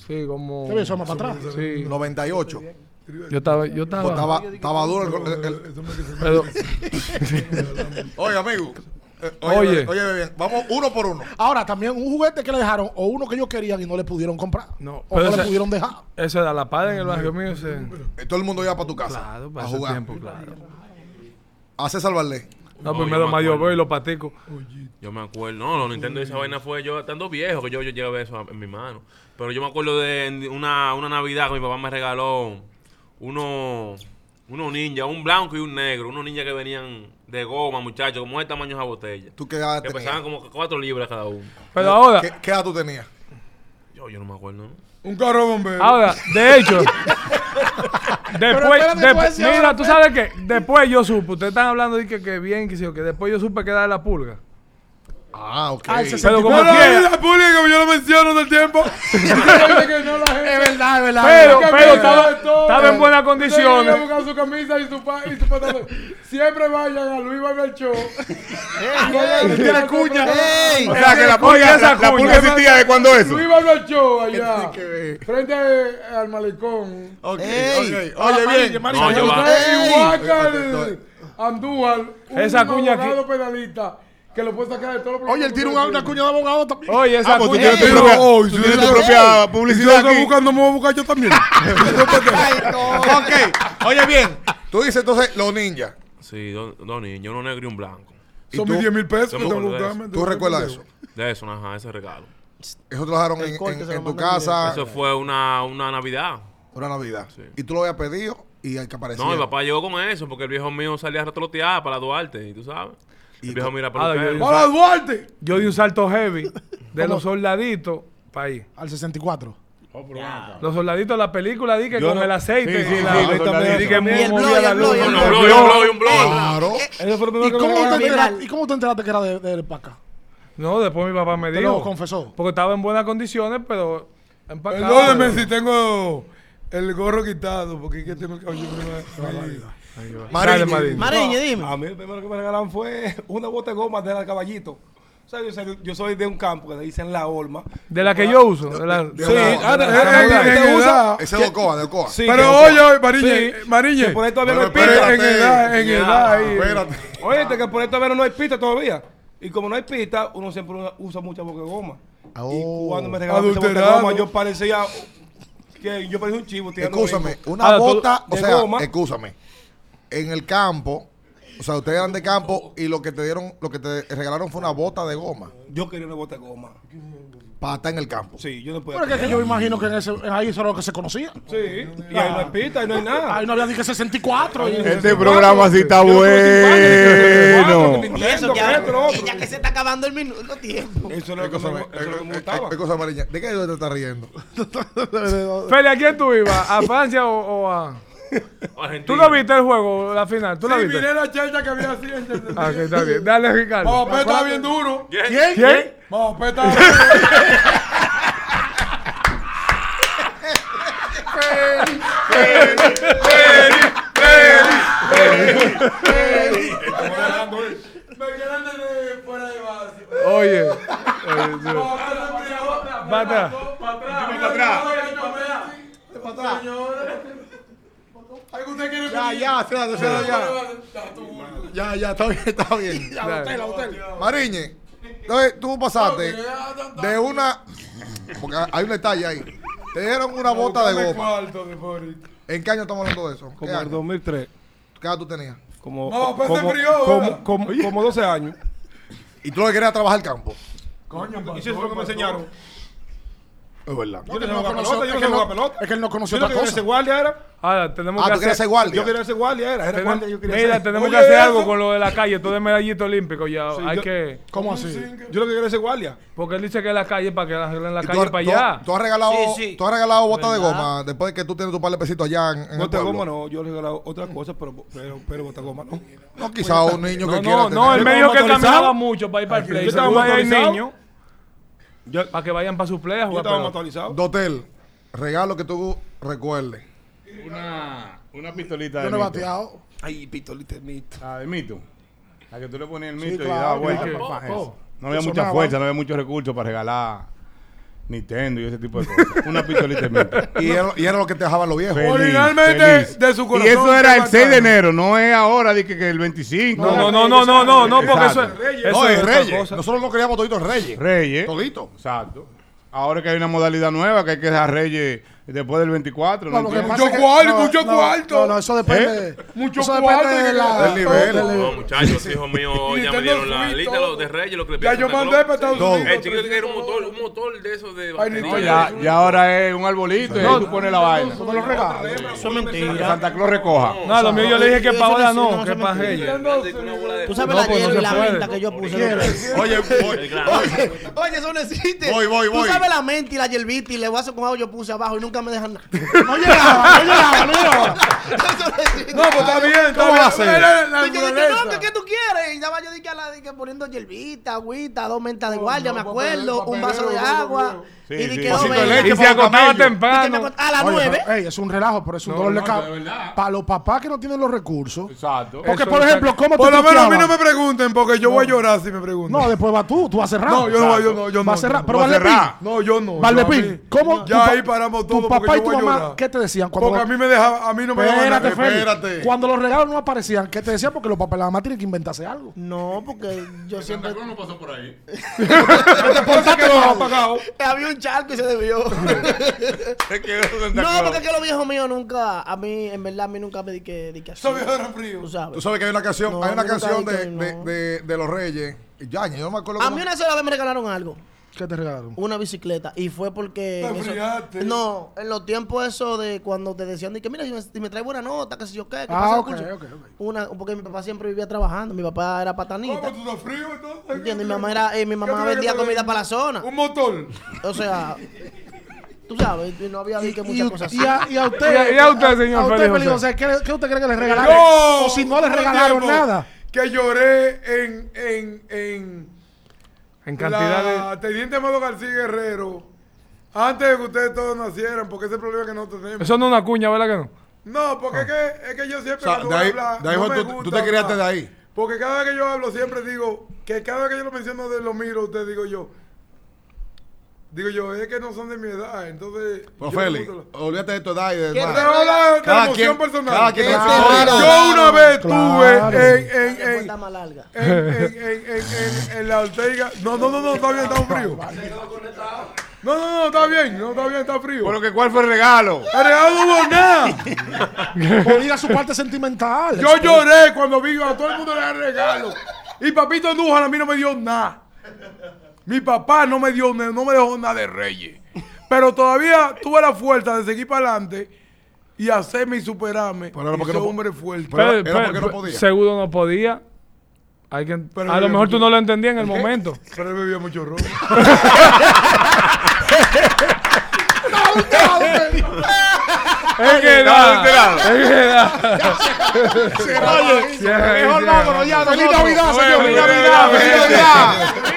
[SPEAKER 4] Sí, como.
[SPEAKER 1] ¿Qué bien, eso más para atrás?
[SPEAKER 4] Sí.
[SPEAKER 2] 98.
[SPEAKER 4] Yo estaba, yo estaba.
[SPEAKER 2] Pues estaba, estaba duro el- el,
[SPEAKER 4] pero-
[SPEAKER 2] Oye, amigo. eh,
[SPEAKER 4] Oye.
[SPEAKER 2] Oye, oye, bien. Vamos uno por uno.
[SPEAKER 1] Ahora, también un juguete que le dejaron o uno que ellos querían y no le pudieron comprar.
[SPEAKER 4] No,
[SPEAKER 1] o
[SPEAKER 4] pero
[SPEAKER 1] no le
[SPEAKER 4] ese-
[SPEAKER 1] pudieron dejar.
[SPEAKER 4] eso era la padre en el barrio mío. Se,
[SPEAKER 2] Eh, Todo el mundo ya para tu casa.
[SPEAKER 4] claro,
[SPEAKER 2] a
[SPEAKER 4] para ese
[SPEAKER 2] jugar.
[SPEAKER 4] tiempo, claro.
[SPEAKER 2] A César Valdés.
[SPEAKER 4] No,
[SPEAKER 7] No, yo
[SPEAKER 4] primero
[SPEAKER 7] me
[SPEAKER 4] Mario
[SPEAKER 7] acuerdo.
[SPEAKER 4] Boy y los paticos.
[SPEAKER 7] Yo me acuerdo, no, los Nintendo
[SPEAKER 4] Mm.
[SPEAKER 7] de esa vaina fue yo tanto viejo que yo, yo llevé eso a- en mi mano. Pero yo me acuerdo de una, una Navidad que mi papá me regaló uno, unos ninjas, un blanco y un negro, unos ninjas que venían de goma, muchachos, como de tamaño a botella.
[SPEAKER 2] ¿Tú qué edad
[SPEAKER 7] Que
[SPEAKER 2] tenías?
[SPEAKER 7] pesaban como cuatro libras cada uno.
[SPEAKER 4] Pero ahora,
[SPEAKER 2] ¿Qué, qué edad tú tenías?
[SPEAKER 7] Yo, yo no me acuerdo, ¿no?
[SPEAKER 10] Un carro bombero.
[SPEAKER 4] ahora, de hecho, después,
[SPEAKER 1] espérate,
[SPEAKER 4] de-
[SPEAKER 1] tú decías
[SPEAKER 4] mira,
[SPEAKER 1] ahora,
[SPEAKER 4] tú sabes que después yo supe, ustedes están hablando de que, que bien, que sí, o que después yo supe que era de la pulga.
[SPEAKER 2] Ah, ok.
[SPEAKER 1] Ah, el
[SPEAKER 4] Pero
[SPEAKER 1] 64.
[SPEAKER 4] como
[SPEAKER 10] Pero
[SPEAKER 4] quiera,
[SPEAKER 10] la pública, como yo lo menciono del tiempo. Dice que no, la gente-
[SPEAKER 1] verdad, es verdad.
[SPEAKER 4] pero,
[SPEAKER 10] Camisa
[SPEAKER 4] pero
[SPEAKER 10] de
[SPEAKER 4] estaba,
[SPEAKER 10] todo.
[SPEAKER 4] estaba en buenas
[SPEAKER 10] Usted llega a
[SPEAKER 4] condiciones.
[SPEAKER 10] buscar su camisa y su, pa- y su pantalón. Siempre vayan a Luis Barber Show. Vayan-
[SPEAKER 1] Tiene cuña.
[SPEAKER 3] Ey,
[SPEAKER 6] O sea, que la pulga, la, la pulga existía de cuando eso.
[SPEAKER 10] Luis Barber Show
[SPEAKER 2] ¿Qué
[SPEAKER 10] allá.
[SPEAKER 2] tiene que ver?
[SPEAKER 10] Frente a- al malecón.
[SPEAKER 2] Ok,
[SPEAKER 3] Ey.
[SPEAKER 2] ok. Oye, bien.
[SPEAKER 7] No, yo va-
[SPEAKER 10] Usted
[SPEAKER 3] Ey.
[SPEAKER 10] igual que el Andújar, un
[SPEAKER 4] Esa cuña
[SPEAKER 10] abogado penalista que lo puede sacar de todos los
[SPEAKER 1] Oye, él tiene una, una cuña de abogado también.
[SPEAKER 4] Oye, esa
[SPEAKER 6] Ah, pues tú
[SPEAKER 4] cuña-
[SPEAKER 6] tienes tu
[SPEAKER 4] Ey,
[SPEAKER 6] propia,
[SPEAKER 10] no,
[SPEAKER 6] tú
[SPEAKER 10] si
[SPEAKER 6] tienes tu
[SPEAKER 10] yo-
[SPEAKER 6] propia publicidad
[SPEAKER 10] estoy
[SPEAKER 6] aquí.
[SPEAKER 10] buscando, me voy a buscar yo también.
[SPEAKER 3] ay, no.
[SPEAKER 2] Ok. Oye, bien. Tú dices entonces los ninjas.
[SPEAKER 7] Sí, dos, dos niños, uno negro y un blanco.
[SPEAKER 2] ¿Y
[SPEAKER 10] Son
[SPEAKER 2] tú?
[SPEAKER 10] mis 10 mil pesos que
[SPEAKER 7] Yo me
[SPEAKER 10] tengo que
[SPEAKER 7] acuerdo de
[SPEAKER 10] buscarme.
[SPEAKER 2] ¿Tú recuerdas eso?
[SPEAKER 7] De eso, ajá, ese regalo.
[SPEAKER 2] Eso te lo dejaron en,
[SPEAKER 3] corte
[SPEAKER 2] en-
[SPEAKER 3] se lo
[SPEAKER 2] en tu
[SPEAKER 3] mandan
[SPEAKER 2] casa
[SPEAKER 7] Eso fue una, una Navidad.
[SPEAKER 2] una Navidad. ¿Y tú lo habías pedido y al que aparecía.
[SPEAKER 7] No, mi papá llegó con eso porque el viejo mío salía a retrotear para Duarte, y tú sabes. El viejo mira para
[SPEAKER 4] Ah, yo- yo-
[SPEAKER 10] ¡Hola, Duarte!
[SPEAKER 4] Yo di un salto heavy de los soldaditos para ahí.
[SPEAKER 1] Al 64.
[SPEAKER 4] Los soldaditos, la película, dije,
[SPEAKER 6] Yo
[SPEAKER 4] con
[SPEAKER 6] no-
[SPEAKER 4] el aceite.
[SPEAKER 6] Sí, sí,
[SPEAKER 4] y
[SPEAKER 6] sí,
[SPEAKER 4] la-
[SPEAKER 6] yo
[SPEAKER 4] y
[SPEAKER 6] también.
[SPEAKER 4] dije,
[SPEAKER 3] Y el
[SPEAKER 4] movía
[SPEAKER 3] blow,
[SPEAKER 4] la
[SPEAKER 3] el blow,
[SPEAKER 4] luz.
[SPEAKER 3] el
[SPEAKER 7] Un
[SPEAKER 3] blow.
[SPEAKER 7] blog, un blog, un
[SPEAKER 10] Ah,
[SPEAKER 7] blog.
[SPEAKER 2] Claro.
[SPEAKER 4] Eso fue lo primero
[SPEAKER 1] Eh, ¿Y
[SPEAKER 4] que
[SPEAKER 1] cómo,
[SPEAKER 4] me
[SPEAKER 1] te
[SPEAKER 4] dijeron.
[SPEAKER 1] enteraste,
[SPEAKER 3] viral.
[SPEAKER 1] ¿Y cómo te enteraste que era de, de Paca?
[SPEAKER 4] No, después mi papá me
[SPEAKER 1] Te
[SPEAKER 4] dijo.
[SPEAKER 1] lo confesó.
[SPEAKER 4] Porque estaba en buenas condiciones, pero empacado.
[SPEAKER 10] Perdóneme
[SPEAKER 4] pero-
[SPEAKER 10] si tengo el gorro quitado, porque es que tengo el cabello primero.
[SPEAKER 4] Dale,
[SPEAKER 2] Marín,
[SPEAKER 4] Marín.
[SPEAKER 12] Mariño, dime.
[SPEAKER 8] A mí el primero que me regalaron fue una bota de goma de la caballito. O sea, yo, soy- yo soy de un campo que le dicen la Olma.
[SPEAKER 4] De la que yo uso. de la-
[SPEAKER 2] de-
[SPEAKER 8] Sí,
[SPEAKER 2] de-
[SPEAKER 8] ah, de-
[SPEAKER 10] Eh,
[SPEAKER 8] eh,
[SPEAKER 10] eh,
[SPEAKER 8] eh,
[SPEAKER 10] en
[SPEAKER 8] ¿te
[SPEAKER 10] edad.
[SPEAKER 8] usa?
[SPEAKER 2] Ese de Ocoa, de Ocoa.
[SPEAKER 8] Sí, que-
[SPEAKER 10] Pero oye, oye, Mariñe,
[SPEAKER 8] Sí.
[SPEAKER 10] Mariñe.
[SPEAKER 8] Que por ahí todavía no hay
[SPEAKER 2] Pero espérate.
[SPEAKER 8] pista.
[SPEAKER 10] En
[SPEAKER 8] eh,
[SPEAKER 10] edad, en
[SPEAKER 7] Ya.
[SPEAKER 10] edad. ahí.
[SPEAKER 2] Espérate.
[SPEAKER 8] Oye, que por ahí todavía no hay pista todavía. Y como no hay pista, uno siempre usa mucha boca de goma.
[SPEAKER 2] Oh.
[SPEAKER 8] Y cuando me regalaron esa boca de
[SPEAKER 10] Adulterado.
[SPEAKER 8] goma, yo parecía que yo parecía un chivo. tirando
[SPEAKER 2] Escúchame,
[SPEAKER 8] bingo.
[SPEAKER 2] una
[SPEAKER 4] Ahora, tú-
[SPEAKER 2] bota, o
[SPEAKER 8] de
[SPEAKER 2] sea,
[SPEAKER 8] goma.
[SPEAKER 2] escúchame. En el campo, o sea, ustedes eran de campo y lo que te dieron, lo que te regalaron fue una bota de goma
[SPEAKER 8] Yo quería una bota de goma.
[SPEAKER 2] para estar en el campo.
[SPEAKER 8] Sí, yo no podía.
[SPEAKER 1] Pero es que, yo me imagino que en ese, en ahí eso era lo que se conocía.
[SPEAKER 8] Sí, y ahí no hay pista, ahí no hay nada.
[SPEAKER 1] Ahí no había ni que 64. y-
[SPEAKER 6] Eh,
[SPEAKER 5] Este programa sí está bueno.
[SPEAKER 3] Y eso que ahora,
[SPEAKER 8] Eso
[SPEAKER 3] y ya que se está acabando el minuto, tiempo.
[SPEAKER 8] es lo que me-
[SPEAKER 2] Escúchame,
[SPEAKER 8] eso es lo que me
[SPEAKER 2] eh,
[SPEAKER 8] gustaba.
[SPEAKER 2] eh, escúchame, Mariña, ¿de qué tú te estás riendo?
[SPEAKER 4] Feli, ¿a quién tú ibas? ¿A Francia o, o a.? ¿Tú no
[SPEAKER 7] lo
[SPEAKER 4] viste el juego, la final? ¿Tú
[SPEAKER 10] Sí,
[SPEAKER 4] la viste?
[SPEAKER 10] miré la chacha que había así, ¿entendés?
[SPEAKER 4] Ah, ok, está bien. Dale, Ricardo.
[SPEAKER 10] Mamapé estaba bien duro.
[SPEAKER 7] ¿Quién?
[SPEAKER 4] ¿Quién?
[SPEAKER 10] Mamapé estaba bien duro. Me quedan desde fuera de base.
[SPEAKER 4] Oye.
[SPEAKER 10] Mamapé se enfrió.
[SPEAKER 4] Va atrás.
[SPEAKER 10] Para atrás.
[SPEAKER 5] Para atrás.
[SPEAKER 10] Para atrás. Señores. Ay, que usted quiere
[SPEAKER 2] Ya,
[SPEAKER 10] venir.
[SPEAKER 2] Ah, ya, se la- se la- ya.
[SPEAKER 10] Ya, tú, bueno.
[SPEAKER 2] Ya, ya, está bien, está bien.
[SPEAKER 4] Dale.
[SPEAKER 2] Mariñe, entonces tú pasaste de una. Porque hay un detalle ahí. Te dieron una bota de
[SPEAKER 10] Dame
[SPEAKER 2] goma.
[SPEAKER 10] cuarto de favorito.
[SPEAKER 2] ¿En qué año estamos hablando de eso? ¿Qué
[SPEAKER 8] Como el
[SPEAKER 2] año?
[SPEAKER 8] 2003.
[SPEAKER 2] ¿Qué edad tú tenías?
[SPEAKER 8] Como,
[SPEAKER 10] No, pues se
[SPEAKER 8] como,
[SPEAKER 10] enfrió, ¿verdad?
[SPEAKER 8] como, como, como 12 años.
[SPEAKER 2] Y tú lo que querías trabajar el campo.
[SPEAKER 8] Y eso fue lo que me enseñaron.
[SPEAKER 2] Es verdad.
[SPEAKER 1] que
[SPEAKER 8] Yo no
[SPEAKER 1] no
[SPEAKER 8] jugaba
[SPEAKER 1] conoció-
[SPEAKER 8] pelota, yo
[SPEAKER 1] es que
[SPEAKER 8] no
[SPEAKER 1] no-
[SPEAKER 8] jugaba pelota.
[SPEAKER 1] es que él no conoció
[SPEAKER 8] Yo lo
[SPEAKER 1] otra
[SPEAKER 8] que quería
[SPEAKER 1] cosa.
[SPEAKER 8] ser guardia era.
[SPEAKER 4] Ahora, tenemos
[SPEAKER 2] Ah,
[SPEAKER 4] que
[SPEAKER 2] tú querías
[SPEAKER 4] hacer.
[SPEAKER 2] ser guardia.
[SPEAKER 8] Yo quería ser guardia era. Era
[SPEAKER 4] tenem-
[SPEAKER 8] guardia, yo quería
[SPEAKER 4] Mira,
[SPEAKER 8] ser.
[SPEAKER 4] tenemos que
[SPEAKER 10] Oye,
[SPEAKER 4] hacer algo
[SPEAKER 10] eso.
[SPEAKER 4] con lo de la calle, todo de medallito olímpico. Ya
[SPEAKER 8] Sí,
[SPEAKER 4] hay
[SPEAKER 8] yo-
[SPEAKER 4] que.
[SPEAKER 1] ¿Cómo así?
[SPEAKER 8] Yo lo que quería ser guardia.
[SPEAKER 4] Porque él dice que es la calle para que la arreglen la
[SPEAKER 2] Y tú,
[SPEAKER 4] calle
[SPEAKER 2] has-
[SPEAKER 4] para
[SPEAKER 2] tú-
[SPEAKER 4] allá.
[SPEAKER 2] tú has regalado,
[SPEAKER 3] Sí, sí.
[SPEAKER 2] tú has regalado botas de goma después de que tú tienes tu par de pesitos allá en, en el
[SPEAKER 8] Bota
[SPEAKER 2] pueblo.
[SPEAKER 8] goma no, yo le regalaba otras cosas, pero, pero, pero bota goma no.
[SPEAKER 2] No, quizá un niño que
[SPEAKER 4] No,
[SPEAKER 2] quiera
[SPEAKER 4] no,
[SPEAKER 2] tener.
[SPEAKER 4] no, él
[SPEAKER 8] Yo
[SPEAKER 4] me
[SPEAKER 8] estaba
[SPEAKER 4] dijo que
[SPEAKER 8] motorizado.
[SPEAKER 4] caminaba mucho para ir para el play.
[SPEAKER 8] yo estaba
[SPEAKER 4] Seguro ahí hay
[SPEAKER 8] motorizado.
[SPEAKER 4] niños
[SPEAKER 8] Yo, yo
[SPEAKER 4] para que vayan para su play a jugar.
[SPEAKER 8] estaba
[SPEAKER 4] pelota.
[SPEAKER 8] motorizado.
[SPEAKER 2] Dotel, regalo que tú recuerdes.
[SPEAKER 5] Una, una pistolita de
[SPEAKER 1] Yo no he
[SPEAKER 5] mito.
[SPEAKER 1] bateado.
[SPEAKER 8] Ay, pistolita mito.
[SPEAKER 5] La de mito. La que tú le ponías el mito y
[SPEAKER 1] claro,
[SPEAKER 5] daba
[SPEAKER 1] que
[SPEAKER 5] vuelta. Pa-
[SPEAKER 1] daba vuelta.
[SPEAKER 5] eso. No había
[SPEAKER 1] Eso
[SPEAKER 5] mucha
[SPEAKER 1] sonaba.
[SPEAKER 5] fuerza, no había muchos recursos para regalar Nintendo y ese tipo de cosas. Una pistolita de mito.
[SPEAKER 2] Y era, y era lo que te dejaban los viejos.
[SPEAKER 5] Feliz,
[SPEAKER 10] Originalmente,
[SPEAKER 5] feliz.
[SPEAKER 10] de su corazón,
[SPEAKER 5] Y eso era
[SPEAKER 10] qué
[SPEAKER 5] el 6 de
[SPEAKER 10] bacano.
[SPEAKER 5] enero, no es ahora de que, que el 25.
[SPEAKER 4] No, no, no, no, no, no, no, porque eso,
[SPEAKER 5] Exacto.
[SPEAKER 4] es-
[SPEAKER 2] no,
[SPEAKER 4] eso
[SPEAKER 2] es
[SPEAKER 4] otra
[SPEAKER 2] Reyes.
[SPEAKER 4] cosa.
[SPEAKER 2] Nosotros no queríamos toditos Reyes.
[SPEAKER 5] Reyes.
[SPEAKER 2] Todito.
[SPEAKER 5] Exacto. Ahora que hay una modalidad nueva que hay que dejar Reyes después del 24. No,
[SPEAKER 1] No, lo que
[SPEAKER 5] entiendo.
[SPEAKER 1] pasa es que-
[SPEAKER 10] cuarto, mucho cuarto.
[SPEAKER 1] No, no, eso depende.
[SPEAKER 10] Mucho
[SPEAKER 1] eso
[SPEAKER 10] cuarto
[SPEAKER 1] depende
[SPEAKER 10] y
[SPEAKER 1] de
[SPEAKER 10] que-
[SPEAKER 1] la,
[SPEAKER 2] ¿Eh? del nivel.
[SPEAKER 7] No, muchachos, hijos míos ya me
[SPEAKER 10] Nintendo
[SPEAKER 7] dieron la
[SPEAKER 10] Switch,
[SPEAKER 7] lista
[SPEAKER 10] todo.
[SPEAKER 7] los de Reyes, lo que le
[SPEAKER 10] Ya
[SPEAKER 7] piden
[SPEAKER 10] yo
[SPEAKER 7] Santa
[SPEAKER 10] mandé para
[SPEAKER 7] Claus.
[SPEAKER 10] Estados
[SPEAKER 2] Todo.
[SPEAKER 10] Unidos.
[SPEAKER 7] El chico tiene que era un motor, un motor de esos de batería.
[SPEAKER 5] No, ya, ya ahora es un arbolito y ahí tú pones la vaina.
[SPEAKER 1] ¿Cómo lo regalas?
[SPEAKER 3] Eso es
[SPEAKER 5] Que
[SPEAKER 3] mentira.
[SPEAKER 5] Santa Claus recoja.
[SPEAKER 4] No, lo mío yo le dije que
[SPEAKER 3] Eso
[SPEAKER 4] para
[SPEAKER 3] no
[SPEAKER 4] ahora
[SPEAKER 3] es-
[SPEAKER 4] no,
[SPEAKER 3] no
[SPEAKER 4] que
[SPEAKER 3] se
[SPEAKER 4] para
[SPEAKER 3] me
[SPEAKER 4] Reyes.
[SPEAKER 3] Tú sabes
[SPEAKER 4] No,
[SPEAKER 3] la
[SPEAKER 4] pues no
[SPEAKER 3] hielo
[SPEAKER 4] se
[SPEAKER 3] y la
[SPEAKER 4] puede.
[SPEAKER 3] venta que yo puse.
[SPEAKER 2] Oye, voy.
[SPEAKER 3] Oye, eso no existe.
[SPEAKER 2] Voy, voy, voy.
[SPEAKER 3] Tú sabes la menta y la hierbita y el vaso con agua yo puse abajo y nunca me dejan nada.
[SPEAKER 1] No llegaba, no llegaba, no llegaba.
[SPEAKER 3] Eso no existe.
[SPEAKER 10] No, pues está bien, está
[SPEAKER 2] ¿Cómo
[SPEAKER 10] bien.
[SPEAKER 2] va a ser?
[SPEAKER 10] Mira, la- la
[SPEAKER 3] Y yo dije,
[SPEAKER 10] naturaleza.
[SPEAKER 3] no, que ¿qué tú quieres? Y estaba yo dije, a la, dije poniendo hierbita, agüita, dos mentas de guardia, me acuerdo,
[SPEAKER 10] papeleo,
[SPEAKER 3] un vaso de
[SPEAKER 10] papeleo,
[SPEAKER 3] agua.
[SPEAKER 10] papeleo.
[SPEAKER 5] Sí,
[SPEAKER 3] y
[SPEAKER 5] sí. Un
[SPEAKER 3] dije, no,
[SPEAKER 5] vasito de
[SPEAKER 3] venga.
[SPEAKER 5] leche,
[SPEAKER 4] Y se acostaba
[SPEAKER 3] Y que me
[SPEAKER 4] temprano.
[SPEAKER 3] acostaba a las
[SPEAKER 1] Oye,
[SPEAKER 3] nueve.
[SPEAKER 1] pero, ey, es un relajo, pero es un
[SPEAKER 4] No,
[SPEAKER 1] dolor de
[SPEAKER 5] no, de
[SPEAKER 1] cabeza.
[SPEAKER 5] verdad.
[SPEAKER 1] Para los papás que no tienen los recursos.
[SPEAKER 5] Exacto.
[SPEAKER 1] Porque,
[SPEAKER 4] Eso
[SPEAKER 1] por
[SPEAKER 4] es
[SPEAKER 1] ejemplo,
[SPEAKER 4] exacto.
[SPEAKER 1] ¿cómo
[SPEAKER 10] Por
[SPEAKER 1] tú
[SPEAKER 10] lo menos a mí no me
[SPEAKER 1] tuqueabas?
[SPEAKER 10] pregunten, porque yo voy a llorar si me preguntan.
[SPEAKER 1] No, después va tú, tú vas a cerrar.
[SPEAKER 10] No, yo no, yo no, yo no.
[SPEAKER 1] Vas a cerrar. Pero
[SPEAKER 5] Vas a
[SPEAKER 1] Valdepín,
[SPEAKER 5] cerrar.
[SPEAKER 10] No, yo no. yo a
[SPEAKER 1] Valdepín,
[SPEAKER 10] mí-
[SPEAKER 1] ¿cómo? tu
[SPEAKER 10] Ya
[SPEAKER 1] pa-
[SPEAKER 10] ahí paramos todo.
[SPEAKER 1] Tu
[SPEAKER 10] porque
[SPEAKER 1] papá y
[SPEAKER 10] yo
[SPEAKER 1] tu
[SPEAKER 10] voy a
[SPEAKER 1] mamá,
[SPEAKER 10] llorar.
[SPEAKER 1] ¿qué te decían? Cuando
[SPEAKER 10] Porque a
[SPEAKER 1] lo-
[SPEAKER 10] mí me dejaba, a mí no me dejaban
[SPEAKER 1] Espérate,
[SPEAKER 10] nada.
[SPEAKER 1] Feli.
[SPEAKER 2] Espérate.
[SPEAKER 1] Cuando los regalos no aparecían, ¿qué te decían? Porque los papás y la mamá tienen que inventarse algo.
[SPEAKER 3] No, porque yo siempre.
[SPEAKER 5] no pasó por ahí.
[SPEAKER 3] Había un charco y se debió.
[SPEAKER 5] Se quedó Santa
[SPEAKER 3] no,
[SPEAKER 5] Claus.
[SPEAKER 3] porque es que los viejos míos nunca, a mí, en verdad, a mí nunca me di que, di que así.
[SPEAKER 10] Esos viejos eran
[SPEAKER 3] Tú
[SPEAKER 10] fríos.
[SPEAKER 3] sabes.
[SPEAKER 2] Tú sabes que hay una canción,
[SPEAKER 3] No,
[SPEAKER 2] hay una
[SPEAKER 3] nunca
[SPEAKER 2] canción de,
[SPEAKER 3] dije, no.
[SPEAKER 2] de, de, de los Reyes. Ya, yo no me acuerdo.
[SPEAKER 3] A
[SPEAKER 2] cómo-
[SPEAKER 3] mí una sola vez me regalaron algo.
[SPEAKER 1] ¿Qué te regalaron?
[SPEAKER 3] una bicicleta y fue porque
[SPEAKER 8] Te
[SPEAKER 3] en eso-
[SPEAKER 8] friaste.
[SPEAKER 3] no en los tiempos eso de cuando te decían de que mira si me, si me trae buena nota que si yo qué que
[SPEAKER 1] Ah,
[SPEAKER 3] pasa
[SPEAKER 1] ok,
[SPEAKER 3] curso".
[SPEAKER 1] ok, ok.
[SPEAKER 3] una porque mi papá siempre vivía trabajando mi papá era patanita
[SPEAKER 8] ¿Cómo tú estás frío entonces?
[SPEAKER 3] ¿Entiendes? Mi mamá era- eh, mi
[SPEAKER 8] ¿Qué
[SPEAKER 3] mamá
[SPEAKER 8] tú crees
[SPEAKER 3] vendía
[SPEAKER 8] que
[SPEAKER 3] comida
[SPEAKER 8] te-
[SPEAKER 3] para la zona.
[SPEAKER 8] Un motor.
[SPEAKER 3] o sea tú sabes y no había vi que
[SPEAKER 1] Y,
[SPEAKER 3] muchas cosas así
[SPEAKER 1] y a, y a usted,
[SPEAKER 4] Y a- y a usted,
[SPEAKER 1] a
[SPEAKER 4] señor
[SPEAKER 1] usted,
[SPEAKER 4] Félix
[SPEAKER 1] Félix
[SPEAKER 4] José.
[SPEAKER 1] José, ¿qué, le- qué usted cree que le regalaron?
[SPEAKER 8] Yo,
[SPEAKER 1] o si no le
[SPEAKER 8] hubo
[SPEAKER 1] regalaron
[SPEAKER 8] tiempo
[SPEAKER 1] nada.
[SPEAKER 8] Que lloré en, en, en
[SPEAKER 4] En cantidad de.
[SPEAKER 8] la Teniente Amado García Guerrero. Antes de que ustedes todos nacieran, porque ese problema que no tenemos.
[SPEAKER 4] Eso no es una cuña, ¿verdad que no?
[SPEAKER 8] No, porque es, que, es que yo siempre
[SPEAKER 2] O sea, de
[SPEAKER 8] cuando voy a
[SPEAKER 2] ahí-
[SPEAKER 8] hablar,
[SPEAKER 2] de ahí
[SPEAKER 8] no
[SPEAKER 2] fue
[SPEAKER 8] me
[SPEAKER 2] tú- tú
[SPEAKER 8] gusta
[SPEAKER 2] te criaste de
[SPEAKER 8] hablar.
[SPEAKER 2] ahí.
[SPEAKER 8] Porque cada vez que yo hablo siempre digo, que cada vez que yo lo menciono de lo miro, usted digo yo. Digo yo, es que no son de mi edad, entonces...
[SPEAKER 2] Pero
[SPEAKER 8] yo
[SPEAKER 2] Félix,
[SPEAKER 8] no gusto
[SPEAKER 2] olvídate de tu edad y de
[SPEAKER 3] ¿Qué
[SPEAKER 8] lo- Te
[SPEAKER 2] demás.
[SPEAKER 8] voy a hablar de
[SPEAKER 2] Cada quien-
[SPEAKER 8] emoción personal. Este,
[SPEAKER 2] cada quien
[SPEAKER 3] ¿Qué
[SPEAKER 2] con su
[SPEAKER 3] te
[SPEAKER 2] historia.
[SPEAKER 3] regalaron?
[SPEAKER 8] Yo una vez
[SPEAKER 1] Claro.
[SPEAKER 8] tuve en, en,
[SPEAKER 3] Esa
[SPEAKER 8] en,
[SPEAKER 3] cuenta más larga
[SPEAKER 8] en, en, en, en, en, en la Ortega. No, no, no, no, está bien, está frío. No, no, no, está bien, no, está bien, está frío.
[SPEAKER 6] Pero que cuál fue el regalo.
[SPEAKER 8] El regalo no hubo nada.
[SPEAKER 1] Ponía su parte sentimental.
[SPEAKER 8] Yo lloré cuando vi a todo el mundo le da regalo. Y papito Nújar a mí no me dio nada. Mi papá no me dio, na- no me dejó nada de Reyes. Pero todavía tuve la fuerza de seguir para adelante y hacerme y superarme.
[SPEAKER 2] Pero ahora,
[SPEAKER 8] y
[SPEAKER 2] ¿por qué
[SPEAKER 8] soy
[SPEAKER 2] no po-
[SPEAKER 8] hombre fuerte.
[SPEAKER 2] Pero era- era porque no podía.
[SPEAKER 4] Seguro no podía. Hay que,
[SPEAKER 8] Pero
[SPEAKER 4] a
[SPEAKER 8] yo-
[SPEAKER 4] lo mejor tú no lo entendías en el momento.
[SPEAKER 8] Pero él bebía mucho ron.
[SPEAKER 4] Es que da. Es que da.
[SPEAKER 6] Oye,
[SPEAKER 4] Ya,
[SPEAKER 6] mejor
[SPEAKER 4] ya.
[SPEAKER 6] vámonos ya. Feliz Navidad,
[SPEAKER 4] Nos vemos,
[SPEAKER 6] señor. Feliz
[SPEAKER 4] feliz Navidad.
[SPEAKER 6] Navidad, feliz Navidad.